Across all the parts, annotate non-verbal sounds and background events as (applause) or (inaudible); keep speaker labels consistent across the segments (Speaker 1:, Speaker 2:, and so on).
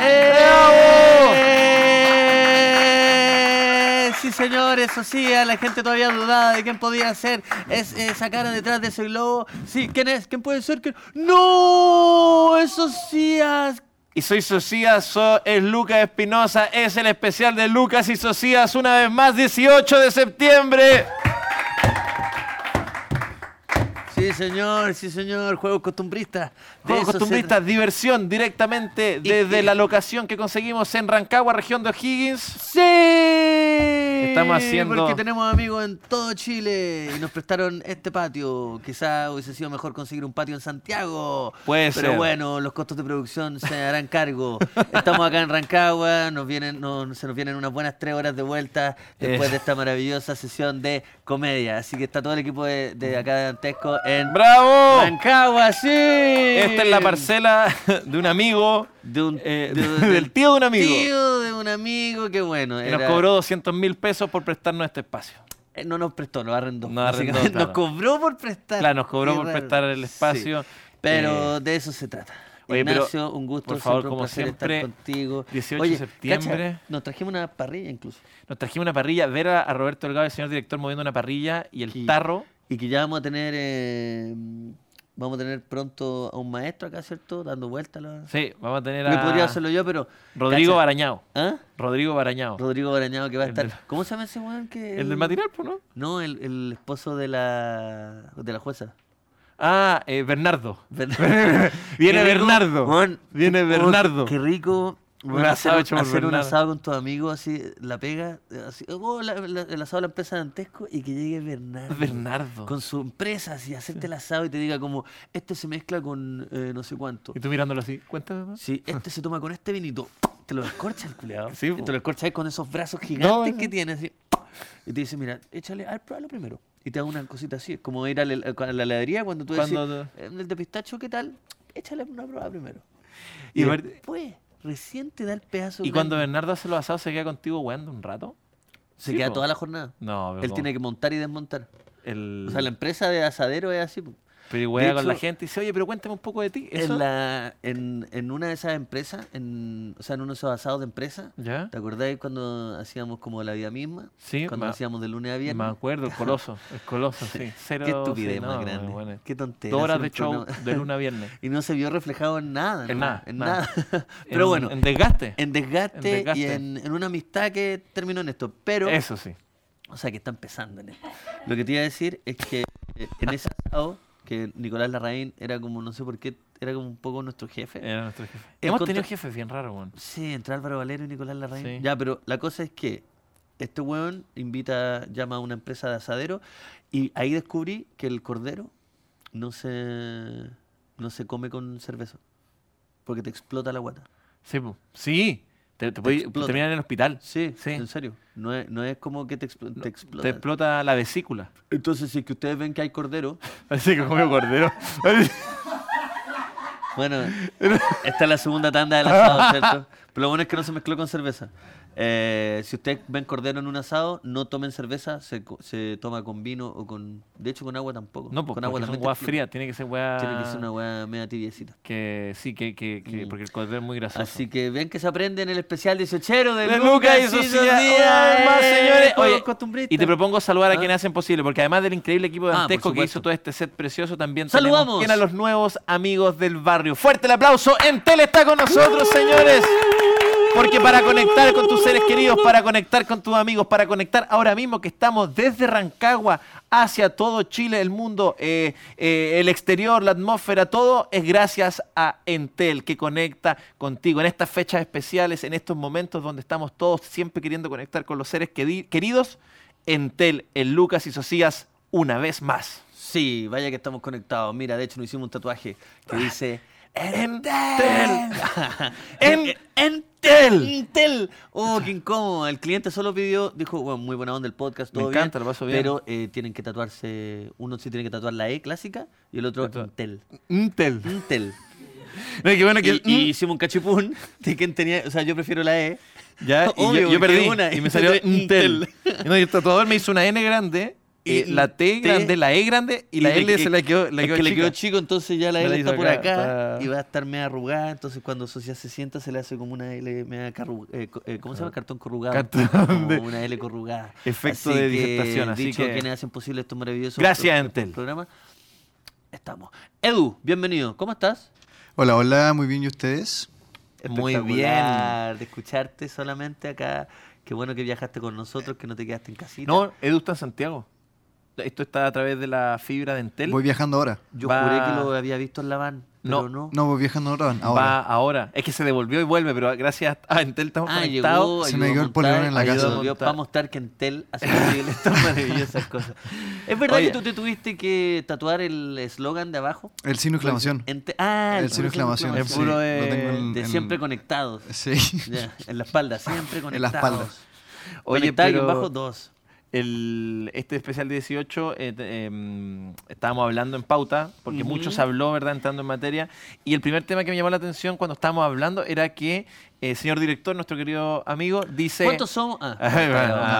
Speaker 1: ¡Eh! señores, o sea, ¿eh? la gente todavía dudaba de quién podía ser es, esa cara detrás de ese globo. Sí, ¿quién es? ¿Quién puede ser? ¿Quién- ¡No! ¡Es Socias!
Speaker 2: Y soy Socias, so- es Lucas Espinosa, es el especial de Lucas y Socias, una vez más, 18 de septiembre.
Speaker 1: Sí, señor, sí, señor. Juegos costumbristas. De
Speaker 2: Juegos
Speaker 1: eso se
Speaker 2: costumbristas, diversión directamente desde
Speaker 1: y-
Speaker 2: la locación que conseguimos en Rancagua, región de O'Higgins.
Speaker 1: Sí.
Speaker 2: Estamos haciendo-
Speaker 1: Porque tenemos amigos en todo Chile y nos prestaron este patio. Quizá hubiese sido mejor conseguir un patio en Santiago.
Speaker 2: Puede
Speaker 1: Pero
Speaker 2: ser.
Speaker 1: bueno, los costos de producción se harán cargo. Estamos acá en Rancagua, nos vienen, no- se nos vienen unas buenas tres horas de vuelta después
Speaker 2: Eh.
Speaker 1: de esta maravillosa sesión de comedia. Así que está todo el equipo de, de acá de Antesco en
Speaker 2: ¡Bravo!
Speaker 1: Rancagua, sí.
Speaker 2: Esta es la parcela (laughs) de un amigo,
Speaker 1: de un-
Speaker 2: eh,
Speaker 1: de-
Speaker 2: (laughs) del tío de un amigo,
Speaker 1: tío de un amigo, qué bueno.
Speaker 2: que nos
Speaker 1: era-
Speaker 2: cobró 200 mil pesos por prestarnos este espacio.
Speaker 1: Eh, No nos prestó, nos arrendó.
Speaker 2: Nos arrendó,
Speaker 1: básicamente. (laughs)
Speaker 2: claro.
Speaker 1: Nos cobró por prestar.
Speaker 2: Claro, nos cobró
Speaker 1: Qué
Speaker 2: por
Speaker 1: raro.
Speaker 2: prestar el espacio. Eh,
Speaker 1: Sí. Pero de eso se trata.
Speaker 2: Oye, pero,
Speaker 1: Ignacio, un gusto.
Speaker 2: por favor,
Speaker 1: siempre un
Speaker 2: como
Speaker 1: placer
Speaker 2: siempre,
Speaker 1: estar contigo.
Speaker 2: 18
Speaker 1: Oye,
Speaker 2: de septiembre.
Speaker 1: cacha, nos trajimos una parrilla incluso.
Speaker 2: Nos trajimos una parrilla, ver a, a Roberto Delgado, el señor director, moviendo una parrilla y el
Speaker 1: Sí.
Speaker 2: tarro.
Speaker 1: Y que ya vamos a tener. eh, vamos a tener pronto a un maestro acá, ¿cierto? Dando vueltas. a la-
Speaker 2: Sí, vamos a tener
Speaker 1: Que
Speaker 2: a
Speaker 1: podría hacerlo yo, pero.
Speaker 2: Rodrigo
Speaker 1: cacha,
Speaker 2: Barañao.
Speaker 1: ¿Ah?
Speaker 2: Rodrigo Barañao.
Speaker 1: Rodrigo Barañado que va a
Speaker 2: El del-
Speaker 1: estar. ¿Cómo se llama ese weón? Que
Speaker 2: el del matinal, pues, ¿no?
Speaker 1: No, el, el esposo de la, de
Speaker 2: (laughs)
Speaker 1: la jueza.
Speaker 2: Ah, eh, Bernardo.
Speaker 1: Bernardo.
Speaker 2: Viene
Speaker 1: (laughs) Qué rico,
Speaker 2: Bernardo.
Speaker 1: weón.
Speaker 2: Viene
Speaker 1: Oh,
Speaker 2: Bernardo.
Speaker 1: Qué rico.
Speaker 2: Un
Speaker 1: weón, hacer
Speaker 2: asado
Speaker 1: un-
Speaker 2: hecho por
Speaker 1: hacer un
Speaker 2: Bernardo.
Speaker 1: asado con tus amigos, así, la pega, eh, así, oh, la- la- el asado de la empresa de Antesco y que llegue Bernardo.
Speaker 2: Bernardo.
Speaker 1: Con su empresa, así, hacerte el asado y te diga como, este se mezcla con eh, no sé cuánto.
Speaker 2: Y tú mirándolo así, cuéntame más.
Speaker 1: Sí, este se toma con este vinito. Te lo descorcha el culeado.
Speaker 2: Sí, po.
Speaker 1: te lo descorcha ahí con esos brazos
Speaker 2: No,
Speaker 1: gigantes
Speaker 2: no.
Speaker 1: que tiene. así. Y te dice, mira, échale, a ver, pruébalo primero. Y te da una cosita así. Es como ir a la, a la heladería cuando tú decís,
Speaker 2: Cuando
Speaker 1: "Eh, el de pistacho, ¿qué tal? Échale una prueba primero.
Speaker 2: Y
Speaker 1: Y,
Speaker 2: ver-
Speaker 1: después, recién te da el pedazo.
Speaker 2: Y cuando
Speaker 1: grande.
Speaker 2: Bernardo hace los asados, ¿se queda contigo weando un rato?
Speaker 1: se
Speaker 2: Sí,
Speaker 1: queda
Speaker 2: po.
Speaker 1: toda la jornada.
Speaker 2: No, Mm. pero
Speaker 1: Él
Speaker 2: como
Speaker 1: tiene que montar y desmontar.
Speaker 2: el...
Speaker 1: O sea, la empresa de asadero es así. po.
Speaker 2: Pero wea
Speaker 1: de
Speaker 2: con la
Speaker 1: hecho-
Speaker 2: gente y dice, oye, pero cuéntame un poco de ti. ¿Eso?
Speaker 1: En, la, en, en una de esas empresas, en, o sea, en uno de esos asados de empresa,
Speaker 2: ¿Ya?
Speaker 1: ¿Te acordáis cuando hacíamos como la vida misma?
Speaker 2: Sí,
Speaker 1: Cuando
Speaker 2: ma-
Speaker 1: hacíamos de lunes a viernes.
Speaker 2: Me acuerdo,
Speaker 1: (laughs)
Speaker 2: el coloso. El coloso, sí. Cero,
Speaker 1: Qué estupidez
Speaker 2: sí, no,
Speaker 1: más grande.
Speaker 2: bueno.
Speaker 1: Qué tontería.
Speaker 2: Dos horas
Speaker 1: hacer
Speaker 2: de
Speaker 1: un
Speaker 2: show
Speaker 1: programa.
Speaker 2: de luna a viernes.
Speaker 1: (laughs) Y no se vio reflejado en nada.
Speaker 2: En
Speaker 1: ¿no?
Speaker 2: nada,
Speaker 1: En
Speaker 2: nada.
Speaker 1: nada. (laughs) Pero
Speaker 2: En-
Speaker 1: bueno,
Speaker 2: En
Speaker 1: en,
Speaker 2: desgaste.
Speaker 1: desgaste,
Speaker 2: en desgaste.
Speaker 1: y en, en una amistad que terminó en esto. Pero,
Speaker 2: Eso sí.
Speaker 1: o sea, que está empezando en esto. Lo que te iba a decir es que eh, en ese asado, que Nicolás Larraín era como, no sé por qué, era como un poco nuestro jefe.
Speaker 2: Era nuestro jefe.
Speaker 1: El
Speaker 2: Hemos
Speaker 1: contra-
Speaker 2: tenido jefes bien raros, weón.
Speaker 1: Sí, entre Álvaro Valero y Nicolás Larraín.
Speaker 2: Sí.
Speaker 1: Ya, pero la cosa es que este hueón invita, llama a una empresa de asadero y ahí descubrí que el cordero no se, no se come con cerveza. Porque te explota la guata.
Speaker 2: Sí, po. sí. Te, te podí-
Speaker 1: explota.
Speaker 2: terminar en el hospital.
Speaker 1: Sí,
Speaker 2: Sí.
Speaker 1: en serio. No es, no es como que te, explo- te
Speaker 2: Te
Speaker 1: explota.
Speaker 2: explota la
Speaker 1: (laughs)
Speaker 2: vesícula.
Speaker 1: Entonces, si es que ustedes ven que hay cordero,
Speaker 2: Así que comió cordero.
Speaker 1: bueno, esta es la segunda tanda del asado, ¿cierto? Pero lo bueno es que no se mezcló con cerveza. Eh, si ustedes ven cordero en un asado, no tomen cerveza, se, co- se toma con vino o con. De hecho, con agua tampoco.
Speaker 2: (laughs) no, po,
Speaker 1: con agua
Speaker 2: porque son
Speaker 1: también te
Speaker 2: hueás
Speaker 1: explota.
Speaker 2: frías. Tiene que ser hueá...
Speaker 1: Tiene que ser una hueá media tibiecita.
Speaker 2: Que sí, que, que, que-
Speaker 1: Mm.
Speaker 2: porque el cordero es muy grasoso.
Speaker 1: Así que ven que se aprende en el especial 18 de,
Speaker 2: De Lucas y sus días. Una vez más, señores. Oye, y te propongo saludar a
Speaker 1: Ah.
Speaker 2: quienes hacen posible, porque además del increíble equipo de
Speaker 1: Ah, por
Speaker 2: Antesco que hizo
Speaker 1: supuesto.
Speaker 2: todo este set precioso, también
Speaker 1: ¡Saludamos!
Speaker 2: Tienen a los nuevos amigos del barrio. Fuerte el aplauso. Entel está con nosotros, señores. Porque para conectar con tus seres queridos, para conectar con tus amigos, para conectar ahora mismo que estamos desde Rancagua hacia todo Chile, el mundo, eh, eh, el exterior, la atmósfera, todo es gracias a Entel que conecta contigo en estas fechas especiales, en estos momentos donde estamos todos siempre queriendo conectar con los seres quedi- queridos. Entel, en Lucas y Socias, una vez más.
Speaker 1: Sí, vaya que estamos conectados. Mira, de hecho, nos hicimos un tatuaje que
Speaker 2: Ah.
Speaker 1: dice.
Speaker 2: Entel. (laughs)
Speaker 1: En-
Speaker 2: Entel.
Speaker 1: Intel. Oh, qué incómodo. El cliente solo pidió, dijo, bueno, muy buena onda el podcast,
Speaker 2: Me
Speaker 1: todo
Speaker 2: encanta, lo paso bien.
Speaker 1: Pero eh, tienen que tatuarse, uno sí tiene que tatuar la E clásica y el otro
Speaker 2: Tatua-
Speaker 1: Intel.
Speaker 2: Intel. (laughs)
Speaker 1: Intel.
Speaker 2: No, qué bueno que
Speaker 1: Y, y hicimos un cachipún de quien tenía, o sea, yo prefiero la E.
Speaker 2: mm, Ya, y
Speaker 1: Obvio,
Speaker 2: yo, yo
Speaker 1: porque
Speaker 2: perdí
Speaker 1: una,
Speaker 2: y me
Speaker 1: y
Speaker 2: salió
Speaker 1: te-
Speaker 2: Intel.
Speaker 1: Intel.
Speaker 2: No, y el tatuador me hizo una N grande eh,
Speaker 1: Y
Speaker 2: la T
Speaker 1: T-
Speaker 2: grande, la E grande y, la
Speaker 1: le
Speaker 2: L
Speaker 1: que-
Speaker 2: se la quedó, la
Speaker 1: es
Speaker 2: quedó
Speaker 1: que le
Speaker 2: chica.
Speaker 1: quedó chico, entonces ya la
Speaker 2: Me la
Speaker 1: L
Speaker 2: hizo
Speaker 1: está por
Speaker 2: acá,
Speaker 1: acá
Speaker 2: pa.
Speaker 1: y va a estar media arrugada. Entonces, cuando Socia se sienta, se le hace como una L media carru- eh, co- eh, ¿Cómo se llama? Cartón corrugado.
Speaker 2: Cartón
Speaker 1: Como
Speaker 2: de-
Speaker 1: una L corrugada.
Speaker 2: Efecto
Speaker 1: Así
Speaker 2: de
Speaker 1: que,
Speaker 2: disertación, así
Speaker 1: dicho
Speaker 2: que-
Speaker 1: quienes hacen posible estos maravillosos
Speaker 2: Gracias,
Speaker 1: pro-
Speaker 2: Entel.
Speaker 1: programas. Estamos. Edu, bienvenido. ¿Cómo estás?
Speaker 3: Hola, hola, muy bien, ¿y ustedes?
Speaker 2: Muy
Speaker 1: Espectacular De escucharte solamente acá. Qué bueno que viajaste con nosotros, que no te quedaste en casita.
Speaker 2: No, Edu está en Santiago. Esto está a través de la fibra de Entel.
Speaker 3: Voy viajando ahora.
Speaker 1: Yo
Speaker 2: va-
Speaker 1: juré que lo había visto en la van,
Speaker 2: No.
Speaker 1: pero no.
Speaker 3: No, voy viajando ahora.
Speaker 2: Va
Speaker 3: ahora.
Speaker 2: ahora. Es que se devolvió y vuelve, pero gracias a Entel estamos
Speaker 1: Ah,
Speaker 2: conectados.
Speaker 1: llegó,
Speaker 3: Se me
Speaker 1: ayudó
Speaker 3: quedó
Speaker 1: a
Speaker 3: el polerón
Speaker 1: montar,
Speaker 3: en la
Speaker 1: ayudó
Speaker 3: casa.
Speaker 1: a montar. Vamos a estar que Entel hace
Speaker 3: (laughs)
Speaker 1: posible estas maravillosas cosas. ¿Es verdad
Speaker 2: Oye.
Speaker 1: que tú te tuviste que tatuar el eslogan de abajo?
Speaker 3: El signo de exclamación.
Speaker 1: Ente- ah,
Speaker 3: El
Speaker 1: con
Speaker 3: signo de exclamación.
Speaker 2: El
Speaker 3: sí,
Speaker 2: puro
Speaker 3: lo
Speaker 2: de-
Speaker 3: tengo en-
Speaker 1: De
Speaker 3: en-
Speaker 1: siempre conectados.
Speaker 3: (laughs) Sí.
Speaker 1: Ya, en la espalda, siempre conectados.
Speaker 3: (laughs) En la espalda.
Speaker 2: Oye,
Speaker 1: Oye, pero...
Speaker 2: pero-
Speaker 1: bajo dos.
Speaker 2: El, este especial 18 eh, te- em, estábamos hablando en pauta, porque
Speaker 1: Ujú.
Speaker 2: mucho se habló, ¿verdad? Entrando en materia. Y el primer tema que me llamó la atención cuando estábamos hablando era que, eh, señor director, nuestro querido amigo, dice...
Speaker 1: ¿Cuántos somos?
Speaker 2: (laughs)
Speaker 1: Ah,
Speaker 2: Ah, bueno, ah, verdad,
Speaker 1: ah,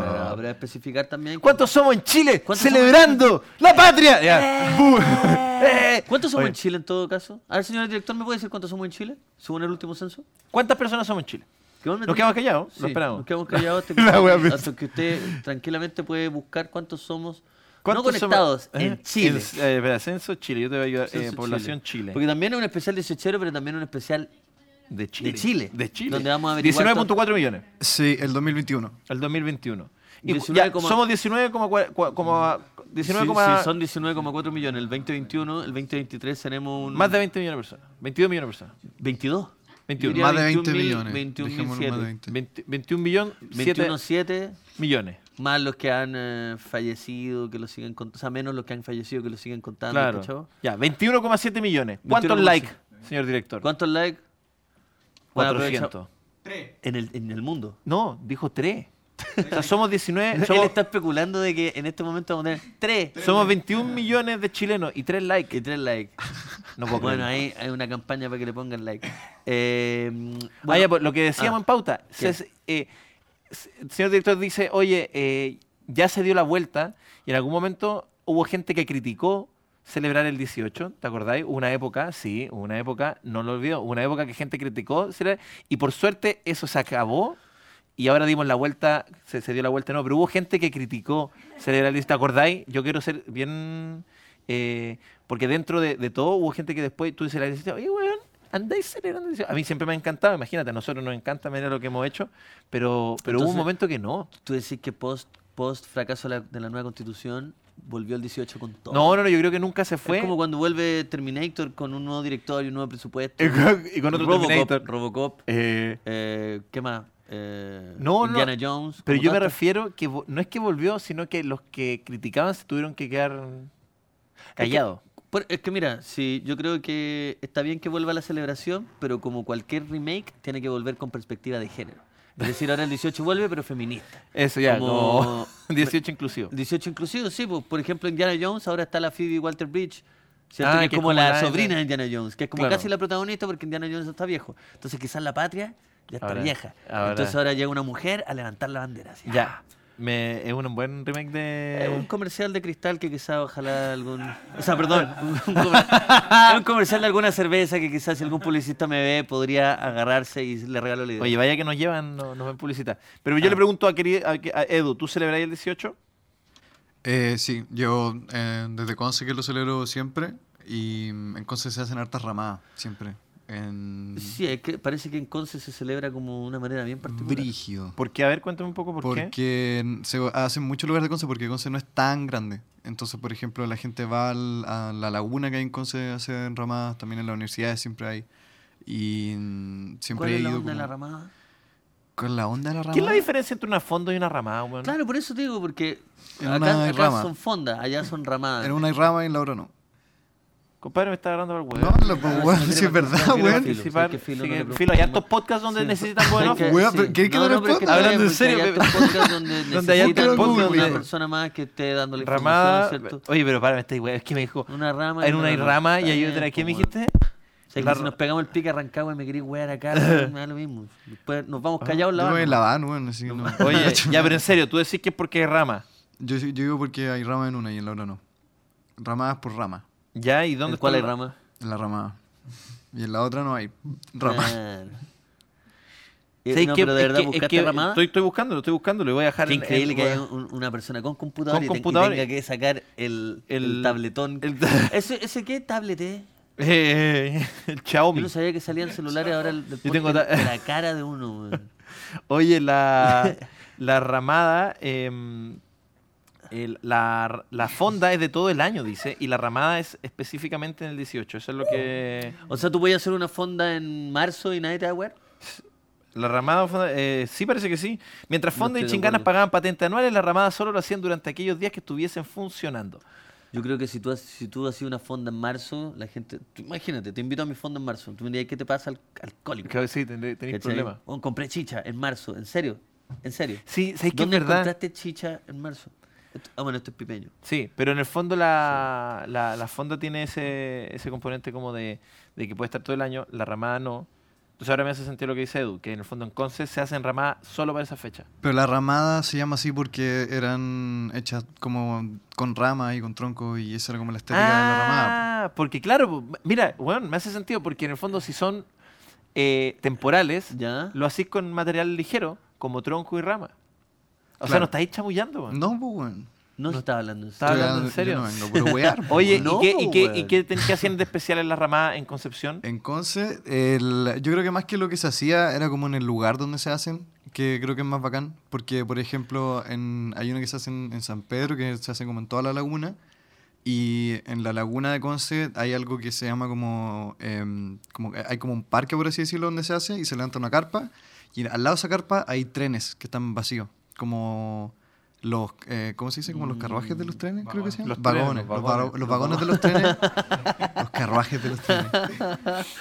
Speaker 2: verdad, verdad.
Speaker 1: habrá que especificar también.
Speaker 2: ¿Cuántos somos en Chile?
Speaker 1: ¿Cuántos
Speaker 2: ¡Celebrando la patria!
Speaker 1: Eh.
Speaker 2: Ya. Bu- (laughs) Eh.
Speaker 1: ¿Cuántos somos
Speaker 2: Oye,
Speaker 1: en Chile en todo caso? A ver, señor director, ¿me puede decir cuántos somos en Chile? Según el último censo.
Speaker 2: ¿Cuántas personas somos en Chile?
Speaker 1: Que vos me
Speaker 2: Nos
Speaker 1: tengas-
Speaker 2: quedamos callados, lo
Speaker 1: Sí,
Speaker 2: esperamos.
Speaker 1: Nos quedamos callados
Speaker 2: (laughs)
Speaker 1: hasta que,
Speaker 2: La wea
Speaker 1: usted,
Speaker 2: piensa.
Speaker 1: hasta que usted tranquilamente puede buscar cuántos somos
Speaker 2: ¿Cuántos
Speaker 1: no conectados
Speaker 2: somos?
Speaker 1: en
Speaker 2: Eh,
Speaker 1: Chile.
Speaker 2: en- eh, espera, censo Chile, yo te voy a ayudar. eh,
Speaker 1: Censo
Speaker 2: población Chile.
Speaker 1: Porque también es un especial de Sechero, pero también un especial.
Speaker 2: De Chile.
Speaker 1: Chile.
Speaker 2: De Chile.
Speaker 1: Donde vamos a averiguar
Speaker 2: 19.4 millones
Speaker 3: Sí, el 2021.
Speaker 2: al 2021. Y cu-
Speaker 1: 19,
Speaker 2: ya,
Speaker 1: coma-
Speaker 2: somos 19, coma cua- cua- coma- 19,
Speaker 1: Sí,
Speaker 2: coma-
Speaker 1: sí, son 19,4 millones. El 2021, el 2023 tenemos un.
Speaker 2: más de 20 millones de personas. 22 millones de personas.
Speaker 1: 22.
Speaker 2: 21.
Speaker 1: Diría
Speaker 3: Más de 20
Speaker 1: 21.000,
Speaker 3: millones.
Speaker 1: 21.000,
Speaker 3: Dejémoslo más de 20.
Speaker 2: 20 21 millones, 7
Speaker 1: 21,7
Speaker 2: millones.
Speaker 1: más los que han eh, fallecido, que lo siguen contando. O sea, menos los que han fallecido, que lo siguen contando. ¿cachao?
Speaker 2: Claro. Ya, 21,7 millones.
Speaker 1: 21,7.
Speaker 2: ¿Cuántos likes, señor director?
Speaker 1: ¿Cuántos likes? Bueno, aprovecha-
Speaker 2: 400.
Speaker 1: En el, en
Speaker 2: (laughs)
Speaker 1: el mundo.
Speaker 2: No, dijo 3. o sea, somos 19,
Speaker 1: (laughs) Él
Speaker 2: somos,
Speaker 1: está especulando de que en este momento vamos a tener tres.
Speaker 2: somos 21 millones de chilenos y 3 likes.
Speaker 1: Y tres likes.
Speaker 2: (laughs) No puedo
Speaker 1: bueno,
Speaker 2: creerlo.
Speaker 1: ahí hay una campaña para que le pongan like. Eh, bueno,
Speaker 2: Ah, ya, pues, lo que decíamos
Speaker 1: ah,
Speaker 2: en pauta.
Speaker 1: ¿qué?
Speaker 2: se- eh, se- el señor director dice, oye, eh, ya se dio la vuelta y en algún momento hubo gente que criticó celebrar el 18, ¿te acordáis? Hubo Una época, sí, hubo una época, no lo olvido, hubo una época que gente criticó celebrar- y por suerte eso se acabó y ahora dimos la vuelta, se, se dio la vuelta, no, pero hubo gente que criticó celebrar el 18, ¿te acordáis? Yo quiero ser bien... eh, porque dentro de, de todo hubo gente que después tú dices la iglesia, oye, weón, andáis celebrando. el 18". A mí siempre me ha encantado, imagínate, a nosotros nos encanta mira lo que hemos hecho, pero, pero hubo un
Speaker 1: Entonces-
Speaker 2: momento que no.
Speaker 1: ah, Tú decís que post, post fracaso de la, de la nueva constitución volvió el 18 con todo.
Speaker 2: No, no, no, yo creo que nunca se fue.
Speaker 1: Es como cuando vuelve Terminator con un nuevo director y un nuevo
Speaker 2: (laughs)
Speaker 1: presupuesto.
Speaker 2: Y con- y con otro
Speaker 1: Robocop,
Speaker 2: Terminator.
Speaker 1: Robocop.
Speaker 2: Eh,
Speaker 1: eh, ¿Qué más? Eh,
Speaker 2: No, no,
Speaker 1: Indiana Jones.
Speaker 2: pero
Speaker 1: como
Speaker 2: yo me
Speaker 1: tantas.
Speaker 2: refiero que vo- no es que volvió, sino que los que criticaban se tuvieron que quedar callados.
Speaker 1: Por- es que mira, sí, yo creo que está bien que vuelva la celebración, pero como cualquier remake, tiene que volver con perspectiva de género. Es decir, ahora el 18 vuelve, pero feminista.
Speaker 2: Eso (laughs) ya,
Speaker 1: como-
Speaker 2: como (laughs) 18 inclusivo.
Speaker 1: 18 inclusivo, sí, pues, por ejemplo, Indiana Jones, ahora está la Phoebe Walter Bridge. ¿cierto?
Speaker 2: Ah,
Speaker 1: que es como la, sobrina
Speaker 2: de-
Speaker 1: de Indiana Jones, que es como
Speaker 2: Claro.
Speaker 1: casi la protagonista porque Indiana Jones está viejo. Entonces quizás la patria ya está
Speaker 2: Ahora-
Speaker 1: vieja.
Speaker 2: ahora-
Speaker 1: Entonces ahora llega una mujer a levantar la bandera. así.
Speaker 2: Ya. Me- es un buen remake de.
Speaker 1: Es Eh, un comercial de cristal que quizás
Speaker 2: (laughs)
Speaker 1: ojalá algún... O sea, perdón. (laughs) un comer- es un comercial de alguna cerveza que quizás si algún publicista me ve podría agarrarse y le regalo la idea.
Speaker 2: Oye, vaya que nos llevan, no- nos ven publicitar. Pero yo le pregunto a, queri- a que- a Edu, ¿tú celebráis el 18?
Speaker 3: Eh, sí, yo eh, desde Conce que lo celebro siempre y mm, en Conce se hacen hartas ramadas, siempre. En
Speaker 1: Sí, es que parece que en Conce se celebra como una manera bien particular.
Speaker 3: Brígido.
Speaker 2: ¿Por qué? A ver, cuéntame un poco por qué.
Speaker 3: porque n- se hacen muchos lugares de Conce porque Conce no es tan grande. Entonces, por ejemplo, la gente va al- a la laguna que hay en Conce, hacen ramadas, también en las universidades siempre hay. Y mm, siempre
Speaker 1: ¿Cuál
Speaker 3: he
Speaker 1: es
Speaker 3: ido
Speaker 1: la onda de
Speaker 3: como-
Speaker 1: la ramada?
Speaker 3: con la onda de la ramada.
Speaker 2: ¿Qué es la diferencia entre una fonda y una ramada, weón?
Speaker 1: Claro, por eso te digo, porque
Speaker 3: En
Speaker 1: acá,
Speaker 3: una
Speaker 1: acá
Speaker 3: rama.
Speaker 1: son fondas, allá son ramadas.
Speaker 3: En una hay rama y en la otra no.
Speaker 2: Compadre, me está agarrando para el
Speaker 3: No,
Speaker 2: huevo.
Speaker 3: lo-
Speaker 1: no,
Speaker 3: weón,
Speaker 1: si no
Speaker 3: (laughs) si es
Speaker 1: quiere
Speaker 3: verdad,
Speaker 1: participar,
Speaker 3: weón.
Speaker 1: filo, si es que filo, no le
Speaker 2: filo, hay hartos
Speaker 1: preguntamos.
Speaker 2: podcasts donde
Speaker 1: Sí. (laughs)
Speaker 2: necesitan buenos.
Speaker 1: Es que-
Speaker 3: Weón, pero ¿querés que
Speaker 1: No,
Speaker 3: lo
Speaker 1: no, pero es
Speaker 3: responda?
Speaker 1: está
Speaker 2: Hablando
Speaker 1: bien,
Speaker 2: en
Speaker 1: porque
Speaker 2: serio,
Speaker 1: hay
Speaker 2: bebe.
Speaker 1: hartos podcasts donde
Speaker 2: (laughs) Donde hay
Speaker 1: necesitan
Speaker 3: harto
Speaker 1: ponte una
Speaker 3: Google.
Speaker 1: persona más que esté dando la
Speaker 2: Ramada.
Speaker 1: información, ¿cierto?
Speaker 2: Oye, pero párame, este weón. Es que me dijo.
Speaker 1: Una rama. y
Speaker 2: En una hay rama y
Speaker 1: Está
Speaker 2: hay
Speaker 1: bien,
Speaker 2: otra. ¿Qué me
Speaker 1: pues,
Speaker 2: dijiste?
Speaker 1: O sea, que
Speaker 2: La
Speaker 1: si
Speaker 2: ra-
Speaker 1: nos pegamos el pique arrancado y me queréis wear acá, me da lo mismo. Después nos vamos callados en la
Speaker 3: Yo voy
Speaker 1: barra.
Speaker 3: (laughs) en la van, weón, así que no.
Speaker 2: Oye, ya, pero en serio, tú decís que es porque hay rama.
Speaker 3: Yo, yo digo porque hay ramas en una y en la otra no. Ramadas por rama.
Speaker 2: ¿Ya? ¿Y dónde
Speaker 1: ¿En
Speaker 2: está
Speaker 1: cuál
Speaker 2: la-
Speaker 1: hay rama?
Speaker 3: En la rama A. Y en la otra no hay rama.
Speaker 1: Claro. Eh,
Speaker 2: ¿Sabes
Speaker 1: no,
Speaker 2: qué?
Speaker 1: pero de
Speaker 2: Es
Speaker 1: verdad
Speaker 2: que- es
Speaker 1: buscaste
Speaker 2: que
Speaker 1: ramada.
Speaker 2: Estoy, estoy buscándolo, estoy buscándolo. y voy a dejar
Speaker 1: Qué
Speaker 2: en-
Speaker 1: increíble
Speaker 2: en-
Speaker 1: que
Speaker 2: voy a-
Speaker 1: haya un- una persona con computador,
Speaker 2: Con
Speaker 1: y te- y
Speaker 2: computador.
Speaker 1: tenga que sacar el, el
Speaker 2: El-
Speaker 1: tabletón.
Speaker 2: el-
Speaker 1: ¿Ese, ¿Ese qué tablet es?
Speaker 2: (laughs) Eh, el
Speaker 1: Yo
Speaker 2: Xiaomi.
Speaker 1: no sabía que salían celulares ahora el,
Speaker 2: Yo tengo
Speaker 1: porte
Speaker 2: ta-
Speaker 1: en la cara de uno. weón.
Speaker 2: Oye,
Speaker 1: (laughs)
Speaker 2: la, la ramada, em, el- la, la fonda es de todo el año, dice, y la ramada es específicamente en el 18. Eso es lo que...
Speaker 1: O sea, tú podías hacer una fonda en marzo y nadie te va a wear.
Speaker 2: La ramada, fonda- eh, sí parece que sí. Mientras
Speaker 1: Mm. No
Speaker 2: fonda y
Speaker 1: estoy de
Speaker 2: chinganas
Speaker 1: acuerdo.
Speaker 2: pagaban patentes anuales, la ramada solo lo hacían durante aquellos días que estuviesen funcionando.
Speaker 1: Yo creo que si tú, has- si tú hacías una fonda en marzo, la gente. tú imagínate, te invito a mi fonda en marzo. Tú me dirías, ¿qué te pasa al alcohólico?
Speaker 2: Claro, sí, tenéis
Speaker 1: ¿Cachai?
Speaker 2: problemas.
Speaker 1: Weón, compré chicha en marzo, en serio, en serio.
Speaker 2: Sí, ¿sabes qué es
Speaker 1: ¿Dónde
Speaker 2: verdad?
Speaker 1: encontraste chicha en marzo? Esto- ah, bueno, esto es pipeño.
Speaker 2: Sí, pero en el fondo la, la, la fonda tiene ese, ese componente como de, de que puede estar todo el año, la ramada no. Entonces ahora me hace sentido lo que dice Edu, que en el fondo en Conce se hacen ramadas solo para esa fecha.
Speaker 3: Pero la ramada se llama así porque eran hechas como con rama y con tronco y esa era como la estética de la ramada.
Speaker 2: Ah, porque claro, po, mira, bueno, me hace sentido porque en el fondo si son eh, temporales,
Speaker 1: ¿Ya?
Speaker 2: lo hacís con material ligero, como tronco y rama. O sea,
Speaker 3: Claro.
Speaker 2: no estáis chamullando, weón.
Speaker 3: No, pues, weón.
Speaker 1: No, se estaba hablando de eso.
Speaker 2: Estaba
Speaker 3: Yo-
Speaker 2: Ah. hablando en
Speaker 3: yo
Speaker 2: serio.
Speaker 3: no vengo,
Speaker 2: (laughs)
Speaker 3: puro wear, pues, po,
Speaker 2: Oye,
Speaker 3: weón.
Speaker 1: No,
Speaker 2: ¿y qué, y qué, y
Speaker 1: weón.
Speaker 2: qué ten- qué hacían de especial en la ramada en
Speaker 3: (laughs)
Speaker 2: Concepción?
Speaker 3: En Conce, el- yo creo que más que lo que se hacía era como en el lugar donde se hacen, que creo que es más bacán, porque por ejemplo en, hay una que se hace en, en San Pedro, que se hace como en toda la laguna, y en la laguna de Conce hay algo que se llama como, em, como hay como un parque, por así decirlo, donde se hace, y se levanta una carpa, y al lado de esa carpa hay trenes que están vacíos, como... Los, eh, ¿Cómo se dice? Como los carruajes de los trenes, creo que se llaman.
Speaker 2: Mm, Los trenes,
Speaker 3: Vagones.
Speaker 2: los
Speaker 3: Los, vago-
Speaker 2: vagones,
Speaker 3: los vagones de los trenes. los carruajes de los trenes.